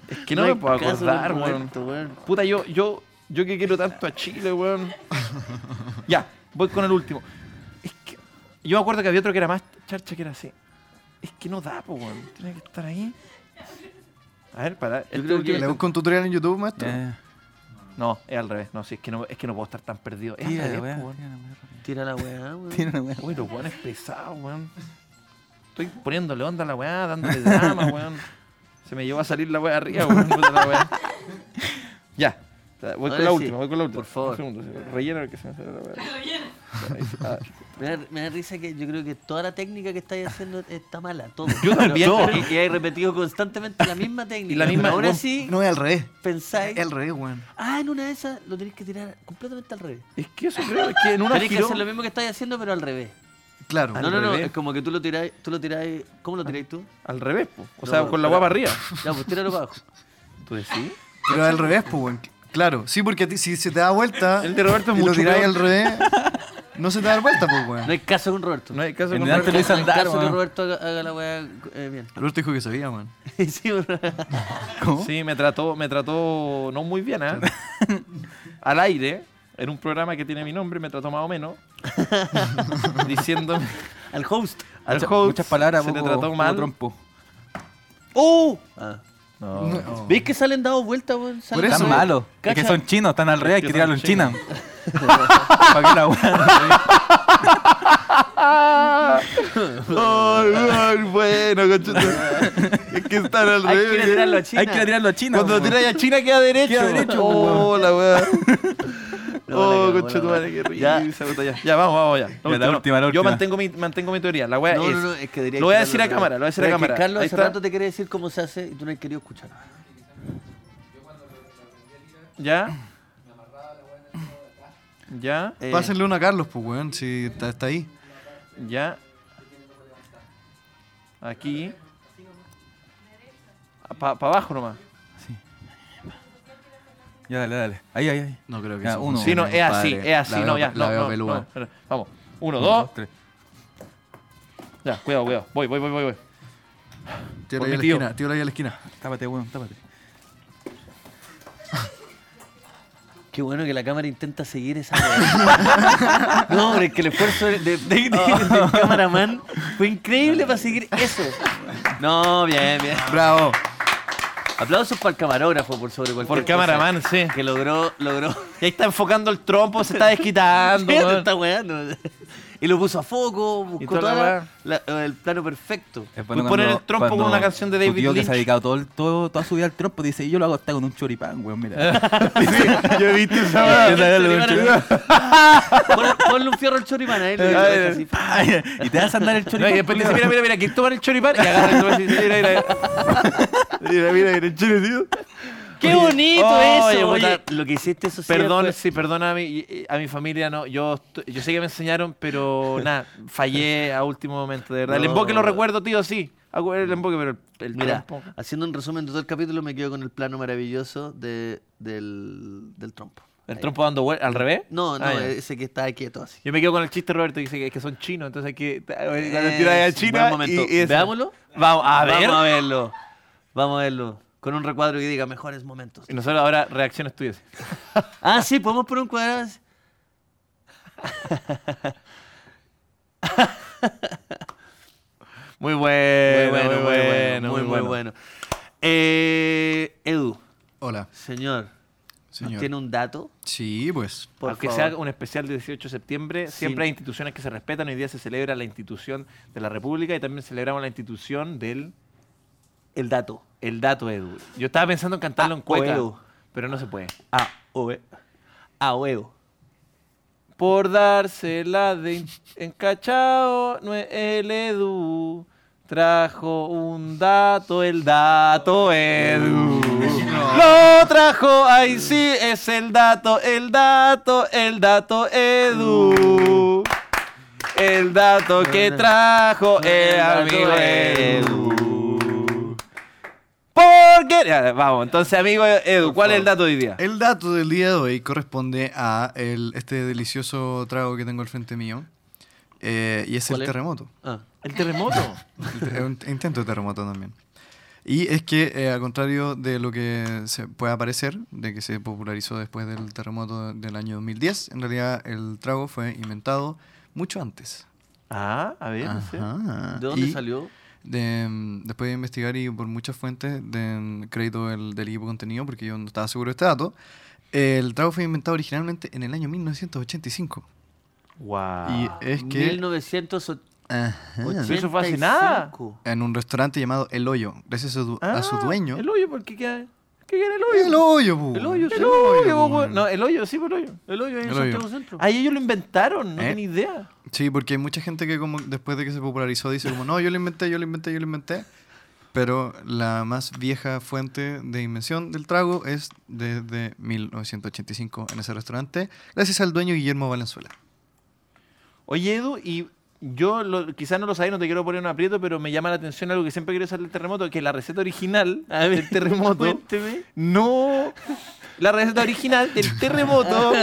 Speaker 2: Es que no, me puedo acordar, weón.
Speaker 5: weón.
Speaker 2: Puta, yo, yo, yo que quiero tanto a Chile, weón. ya, voy con el último. Es que yo me acuerdo que había otro que era más charcha que era así. Es que no da, po, weón. Tiene que estar ahí. A ver, para.
Speaker 5: Yo
Speaker 2: esto
Speaker 5: creo
Speaker 2: que-
Speaker 5: que-
Speaker 3: ¿Le busco un tutorial en YouTube, maestro?
Speaker 4: Ya,
Speaker 2: No, es al revés. No, sí, es que no, es que no puedo estar tan perdido.
Speaker 4: ya.
Speaker 2: Es
Speaker 4: Tira
Speaker 2: al
Speaker 4: la
Speaker 2: revés,
Speaker 4: weá,
Speaker 2: po, weón.
Speaker 4: tira la weá rápido.
Speaker 5: Tira la weá, weón.
Speaker 4: Tira la weá.
Speaker 2: Uy, los weones pesados, weón. Estoy poniéndole onda a la weá, dándole
Speaker 5: (laughs)
Speaker 2: drama, weón. Se me llevó a salir la weá arriba, weón. puta la weá. Ya. Voy con
Speaker 5: Ahora
Speaker 2: la
Speaker 5: sí,
Speaker 2: última, voy con la última.
Speaker 5: por favor.
Speaker 2: Un segundo, sí. Rellena el que se me sale la weá. Ah,
Speaker 5: Me da, me da risa que yo creo que toda la técnica que estáis haciendo está mala, (laughs) todo.
Speaker 2: Yo también,
Speaker 5: Pero-
Speaker 2: pero-
Speaker 5: Y, y hay repetido constantemente la misma técnica.
Speaker 2: Y la misma-
Speaker 5: pero ahora
Speaker 2: no,
Speaker 5: sí
Speaker 3: No, es al revés.
Speaker 5: pensáis.
Speaker 3: Es al revés, weón.
Speaker 5: Ah, en una de esas lo tenéis que tirar completamente al revés.
Speaker 2: Es que eso creo, es que en una
Speaker 5: Tenéis que
Speaker 2: giró...
Speaker 5: hacer lo mismo que estáis haciendo, pero al revés.
Speaker 3: Claro.
Speaker 5: no, no, no.
Speaker 2: revés.
Speaker 5: Es como que tú lo tiráis. Tú lo tiráis ¿Cómo lo tiráis tú?
Speaker 2: Al revés, po. O sea,
Speaker 5: No,
Speaker 2: con la
Speaker 5: pero-
Speaker 2: guapa arriba.
Speaker 5: Ya, pues tíralo para abajo.
Speaker 2: ¿Tú decís?
Speaker 3: Pero al revés, pues, weón. Claro, sí, porque a ti- si se te da
Speaker 2: (laughs)
Speaker 3: vuelta.
Speaker 2: El de Roberto es
Speaker 3: y
Speaker 2: mucho
Speaker 3: lo tiráis
Speaker 2: peor.
Speaker 3: al revés. No se te da vuelta, pues, weón.
Speaker 5: No hay caso con Roberto.
Speaker 2: No hay caso
Speaker 4: En
Speaker 2: con
Speaker 4: el
Speaker 2: Roberto.
Speaker 4: arte lo hizo
Speaker 5: No hay
Speaker 4: andar,
Speaker 5: caso que
Speaker 4: weón.
Speaker 5: Roberto haga, haga la weá eh, bien.
Speaker 3: Roberto dijo que sabía, weón.
Speaker 5: (laughs) Sí, weón.
Speaker 4: ¿Cómo?
Speaker 2: Sí, me trató, me trató no muy bien,
Speaker 5: (laughs)
Speaker 2: ¿eh? Al aire, en un programa que tiene mi nombre, me trató más o
Speaker 5: (laughs)
Speaker 2: menos. diciéndome
Speaker 5: al host.
Speaker 2: al
Speaker 4: Mucha-
Speaker 2: host,
Speaker 4: Muchas palabras,
Speaker 2: se le
Speaker 4: poco-
Speaker 2: trató
Speaker 4: poco
Speaker 2: mal.
Speaker 4: trompo.
Speaker 5: ¡Oh! Ah.
Speaker 2: No.
Speaker 3: No.
Speaker 5: ¿Veis que salen dados vueltas, weón? Salen
Speaker 3: Por eso.
Speaker 4: Están
Speaker 5: dados-
Speaker 4: malos. Es que
Speaker 5: Cacha.
Speaker 4: son chinos, están al revés, hay
Speaker 2: que
Speaker 4: que tirarlo en
Speaker 2: son
Speaker 4: China. (laughs) Para que la weá.
Speaker 2: Ay, ay, (laughs) bueno, conchito. Es que están al
Speaker 5: Hay que ir a tirarlo a
Speaker 2: revés. eh.
Speaker 5: China.
Speaker 4: Hay que tirarlo a China.
Speaker 2: Cuando
Speaker 4: weón.
Speaker 2: lo tiráis a China queda derecho.
Speaker 4: Queda derecho,
Speaker 2: Oh, la (laughs) weá.
Speaker 5: No, la
Speaker 2: oh,
Speaker 5: cagó, la
Speaker 2: conchito, madre, qué
Speaker 5: Ya.
Speaker 2: risa. puta, Ya. ya, vamos, vamos, ya.
Speaker 4: Ya, la última, la
Speaker 2: Yo
Speaker 4: última.
Speaker 2: mantengo mi, mantengo mi teoría. La weá
Speaker 5: No,
Speaker 2: es...
Speaker 5: no, no, es que diría
Speaker 2: Lo voy a decir a cámara, lo voy a decir a cámara.
Speaker 5: Carlos
Speaker 2: Ahí
Speaker 5: hace
Speaker 2: está. Ah.
Speaker 5: rato te quiere decir cómo se hace y tú no has querido escuchar.
Speaker 2: ¿Ya? ¿Ya?
Speaker 5: Eh,
Speaker 3: Pásenle una a Carlos, pues, weón, si está, está ahí.
Speaker 2: Ya. Aquí. Para abajo nomás.
Speaker 4: Ya, dale, dale. Ahí, ahí, ahí.
Speaker 3: No creo que
Speaker 4: Ya,
Speaker 3: eso
Speaker 4: uno.
Speaker 2: Sí, no, es
Speaker 3: funcione,
Speaker 2: así,
Speaker 3: compadre.
Speaker 2: es así,
Speaker 3: La veo-
Speaker 2: no, ya.
Speaker 3: la
Speaker 2: No,
Speaker 3: veo
Speaker 2: no,
Speaker 3: peluda.
Speaker 2: no, espera. Vamos. Uno,
Speaker 4: Uno,
Speaker 2: dos.
Speaker 4: dos, tres.
Speaker 2: Ya, cuidado, cuidado. Voy, voy, voy, voy. voy.
Speaker 3: Tírala
Speaker 2: Por
Speaker 3: ahí a
Speaker 2: mi
Speaker 3: la
Speaker 2: tío.
Speaker 3: esquina, tírala ahí a la esquina.
Speaker 4: Tápate, weón, tápate.
Speaker 5: Qué bueno que la cámara intenta seguir esa weá. (laughs) No, hombre, es que el esfuerzo de- de- de- de-
Speaker 2: (laughs)
Speaker 5: del cameraman fue increíble para seguir eso. No, bien, bien.
Speaker 3: Bravo.
Speaker 5: Aplausos para el camarógrafo por sobre cualquier
Speaker 2: Por cámara, (laughs)
Speaker 5: cosa,
Speaker 2: sí.
Speaker 5: Que logró, logró.
Speaker 2: Y ahí está enfocando el trompo, se está desquitando.
Speaker 5: (laughs) Sí, te
Speaker 2: weón.
Speaker 5: está weando. Y lo puso a foco,
Speaker 2: Y
Speaker 5: buscó
Speaker 2: toda
Speaker 5: todo
Speaker 2: la
Speaker 5: el plano perfecto.
Speaker 4: Es
Speaker 2: Voy a poner el trompo con una canción de
Speaker 4: tu
Speaker 2: David
Speaker 4: tío que
Speaker 2: Lynch.
Speaker 4: se ha dedicado todo, el- todo, toda su vida al trompo dice, yo lo hago hasta con un choripán,
Speaker 2: (laughs)
Speaker 4: weón, mira.
Speaker 2: Yo he visto (laughs) esa
Speaker 5: Ah,
Speaker 4: (laughs)
Speaker 2: weá.
Speaker 5: el choripán. Pon- Ponle un fierro al choripán
Speaker 2: (laughs)
Speaker 5: a él. y lo deja así.
Speaker 4: y te vas a andar el
Speaker 2: No, y
Speaker 4: choripán.
Speaker 2: después dice,
Speaker 4: culiao.
Speaker 2: mira, mira, mira, aquí tomar el choripán y agarra el choripán y dice, mira, mira. (laughs) Mira, mira, mira, el chile, tío.
Speaker 5: ¡Qué bonito
Speaker 2: oye,
Speaker 5: eso!
Speaker 2: puta,
Speaker 5: oye. lo que hiciste eso sí
Speaker 2: Perdón,
Speaker 5: fue-
Speaker 2: sí, perdona a mi, a mi familia, no. Yo, estu- yo sé que me enseñaron, (laughs) pero nada, fallé a último momento, de verdad. El
Speaker 5: No.
Speaker 2: emboque lo recuerdo, tío, sí. Hago El emboque, pero el, el
Speaker 5: Mira,
Speaker 2: trompo.
Speaker 5: haciendo un resumen de todo el capítulo, me quedo con el plano maravilloso de- del, del trompo.
Speaker 2: El
Speaker 5: Ahí.
Speaker 2: trompo dando vueltas, al revés.
Speaker 5: No, eh, no,
Speaker 2: Ah, ya.
Speaker 5: ese que está quieto así.
Speaker 2: Yo me quedo con el chiste, Roberto, que dice que, que son chinos, entonces hay que.
Speaker 5: Es
Speaker 2: Cuando tiras a China.
Speaker 5: buen momento.
Speaker 2: y- y eso.
Speaker 5: Veámoslo.
Speaker 2: Vamos a ver.
Speaker 5: Vamos a verlo. Vamos a verlo. Con un recuadro que diga mejores momentos.
Speaker 2: Y nosotros ahora reacciones tuyas.
Speaker 5: Ah, sí, podemos poner un cuadrado. así.
Speaker 2: Muy bueno,
Speaker 5: muy bueno, muy bueno, muy, muy bueno. Eh, Edu,
Speaker 3: Hola,
Speaker 5: señor,
Speaker 3: señor.
Speaker 5: ¿tiene un dato?
Speaker 3: Sí, pues.
Speaker 5: Por
Speaker 2: Aunque
Speaker 5: favor.
Speaker 2: sea un especial de 18 de septiembre, siempre hay instituciones que se respetan. Hoy día se celebra la institución de la República y también celebramos la institución del
Speaker 5: el dato.
Speaker 2: el dato, Edu. Yo estaba pensando en cantarlo
Speaker 5: Ah,
Speaker 2: en cueca,
Speaker 5: Edu.
Speaker 2: pero no se puede.
Speaker 5: A o e. A o Edu.
Speaker 2: Por dársela de in- encachao, no es el Edu. Trajo un dato, el dato Edu. Uh. Lo trajo, ahí sí, es el dato, el dato, el dato Edu. El dato que trajo el amigo Edu. Porque. ya, Vamos, entonces, amigo Edu, ¿cuál es el dato de hoy día?
Speaker 3: El dato del día de hoy corresponde a el, este delicioso trago que tengo al frente mío. eh, y es el
Speaker 5: ¿Cuál es?
Speaker 3: terremoto.
Speaker 5: Ah.
Speaker 2: El terremoto.
Speaker 3: El te- (laughs) Es un intento de terremoto también. Y es que, eh, al contrario de lo que se pueda parecer, de que se popularizó después del terremoto del año 2010, en realidad el trago fue inventado mucho antes.
Speaker 2: Ah, a ver, no sé.
Speaker 3: Ajá.
Speaker 5: ¿De dónde
Speaker 3: Y
Speaker 5: salió?
Speaker 3: de, mm, después de investigar y por muchas fuentes de mm, crédito del, del equipo de contenido, porque yo no estaba seguro de este dato, el trago fue inventado originalmente en el año 1985.
Speaker 10: Wow.
Speaker 2: Ah,
Speaker 3: Y es que...
Speaker 5: 1985.
Speaker 3: Ajá.
Speaker 2: Eso fue hace nada.
Speaker 3: en un restaurante llamado El Hoyo, gracias a su, a su
Speaker 2: Ah,
Speaker 3: dueño.
Speaker 2: El hoyo, ¿por qué queda? ¿Qué queda el hoyo?
Speaker 3: El Hoyo, pu.
Speaker 2: El hoyo, sí,
Speaker 3: El
Speaker 2: el hoyo,
Speaker 3: Hoyo,
Speaker 2: po,
Speaker 3: pu.
Speaker 2: No, el hoyo, sí, por el hoyo.
Speaker 5: El hoyo en
Speaker 3: El hoyo.
Speaker 5: Santiago Centro.
Speaker 2: Ahí ellos lo inventaron, no
Speaker 3: ¿Eh?
Speaker 2: tenía idea.
Speaker 3: Sí, porque hay mucha gente que como después de que se popularizó dice como, no, yo lo inventé, yo lo inventé, yo lo inventé. Pero la más vieja fuente de invención del trago es desde 1985 en ese restaurante, gracias al dueño Guillermo Valenzuela.
Speaker 2: Oye, Edu, y yo lo- quizás no lo sabía, no te quiero poner un aprieto, pero me llama la atención algo que siempre quiero saber del terremoto, que la receta original del terremoto...
Speaker 5: Cuénteme.
Speaker 2: no... La receta original
Speaker 5: (laughs)
Speaker 2: del terremoto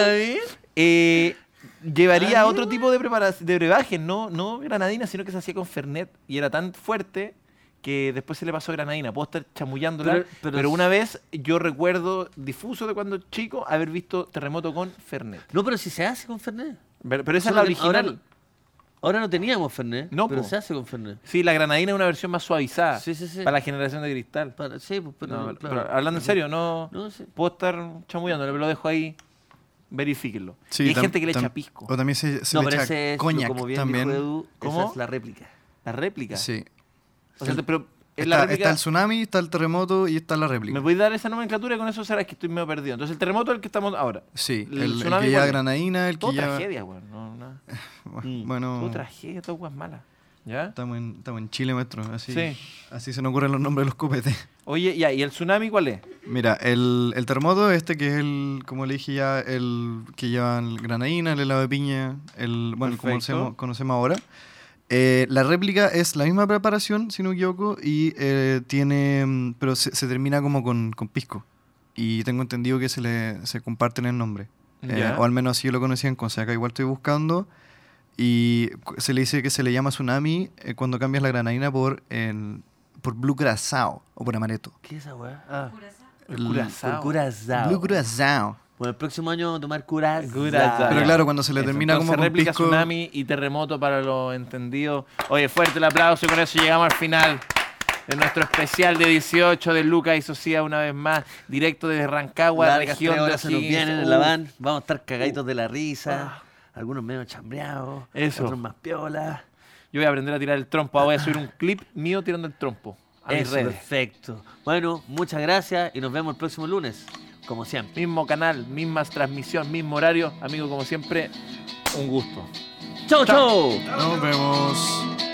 Speaker 2: eh, llevaría a otro tipo de, prepara- de brebajes, no, no granadina, sino que se hacía con Fernet y era tan fuerte que después se le pasó granadina. Puedo estar chamullándola,
Speaker 5: Pero-
Speaker 2: pero,
Speaker 5: pero-
Speaker 2: una vez yo recuerdo difuso de cuando chico haber visto terremoto con Fernet.
Speaker 5: No, pero si se hace con Fernet.
Speaker 2: Pero, pero esa es la
Speaker 5: Solo que
Speaker 2: original.
Speaker 5: Ahora, ahora no teníamos Fernet,
Speaker 2: No,
Speaker 5: pero
Speaker 2: po.
Speaker 5: se hace con Fernet.
Speaker 2: Sí, la granadina es una versión más suavizada
Speaker 5: Sí, sí, sí.
Speaker 2: para la generación de cristal.
Speaker 5: Para- sí, pues, pero,
Speaker 2: No, pero-
Speaker 5: claro.
Speaker 2: pero ah. hablando en serio, no,
Speaker 5: No, sí.
Speaker 2: puedo estar chamullándolo, pero lo dejo ahí. Verifíquenlo.
Speaker 3: Sí,
Speaker 2: y hay
Speaker 3: tam-
Speaker 2: gente que le
Speaker 3: tam-
Speaker 2: echa pisco.
Speaker 3: O también se, se
Speaker 5: No,
Speaker 3: le
Speaker 5: pero ese
Speaker 3: echa
Speaker 5: es,
Speaker 3: coñac
Speaker 5: como bien
Speaker 3: también.
Speaker 5: dijo Edu, esa
Speaker 2: ¿Cómo?
Speaker 5: es la réplica.
Speaker 2: La réplica.
Speaker 3: Sí.
Speaker 2: O sea,
Speaker 3: El-
Speaker 2: pero es
Speaker 3: Está,
Speaker 2: la
Speaker 3: está
Speaker 2: réplica.
Speaker 3: el tsunami, está el terremoto y está la
Speaker 2: Me
Speaker 3: réplica.
Speaker 2: voy a dar esa nomenclatura y con eso será que estoy medio perdido. Entonces el terremoto es el que estamos ahora.
Speaker 3: Sí,
Speaker 2: el
Speaker 3: el, el
Speaker 2: tsunami
Speaker 3: que lleva
Speaker 2: igual.
Speaker 3: granadina, el que
Speaker 2: Todo
Speaker 3: lleva...
Speaker 2: tragedia, weón. No, no. Todo
Speaker 3: Bueno,
Speaker 2: tragedia, todo weas malas. ¿Ya?
Speaker 3: estamos en, estamos en Chile, maestro. Así,
Speaker 2: Sí.
Speaker 3: así se nos ocurren los nombres de los copetes.
Speaker 2: Oye, ya, ¿y el tsunami cuál es?
Speaker 3: Mira, el, el terremoto este que es el, como le dije ya, el que llevan granadina, el helado de piña, el, bueno,
Speaker 2: Perfecto.
Speaker 3: como conocemos, conocemos ahora. Eh, la réplica es la misma preparación, si no me equivoco, y eh, tiene, mm, pero se, se termina como con, con pisco. Y tengo entendido que se le se comparten el nombre. Eh,
Speaker 2: Ya.
Speaker 3: o al menos así yo lo conocía en Conseca, igual estoy buscando. Y cu- se le dice que se le llama tsunami eh, cuando cambias la granadina por, el, por blue curazao o por amaretto.
Speaker 5: ¿Qué es esa weá? Ah,
Speaker 2: El curazao.
Speaker 5: curazao.
Speaker 3: Blue Curazao.
Speaker 5: Bueno, el próximo año vamos a tomar curazao.
Speaker 2: Curazao.
Speaker 3: Pero
Speaker 2: Ya.
Speaker 3: claro, cuando se le
Speaker 2: Eso,
Speaker 3: termina
Speaker 2: entonces,
Speaker 3: como con
Speaker 2: réplica
Speaker 3: pisco,
Speaker 2: tsunami y terremoto para los entendidos. Oye, fuerte el aplauso y con eso llegamos al final de nuestro especial de 18 de Lucas y Socia una vez más, directo desde Rancagua,
Speaker 5: Largas
Speaker 2: región
Speaker 5: tres
Speaker 2: de
Speaker 5: horas se nos
Speaker 2: O'Higgins.
Speaker 5: vienen en
Speaker 2: Uh,
Speaker 5: la van. Vamos a estar cagaditos de la risa. Algunos menos chambreados.
Speaker 2: Uh, Eso.
Speaker 5: Otros más piolas.
Speaker 2: Yo voy a aprender a tirar el trompo. Ahora voy a subir un clip mío tirando el trompo a mis
Speaker 5: Eso,
Speaker 2: redes.
Speaker 5: Ah, perfecto. Bueno, muchas gracias y nos vemos el próximo lunes, como siempre.
Speaker 2: Mismo canal, mismas transmisión, mismo horario. Amigo, como siempre, un gusto.
Speaker 5: ¡Chau, chau!
Speaker 3: nos vemos.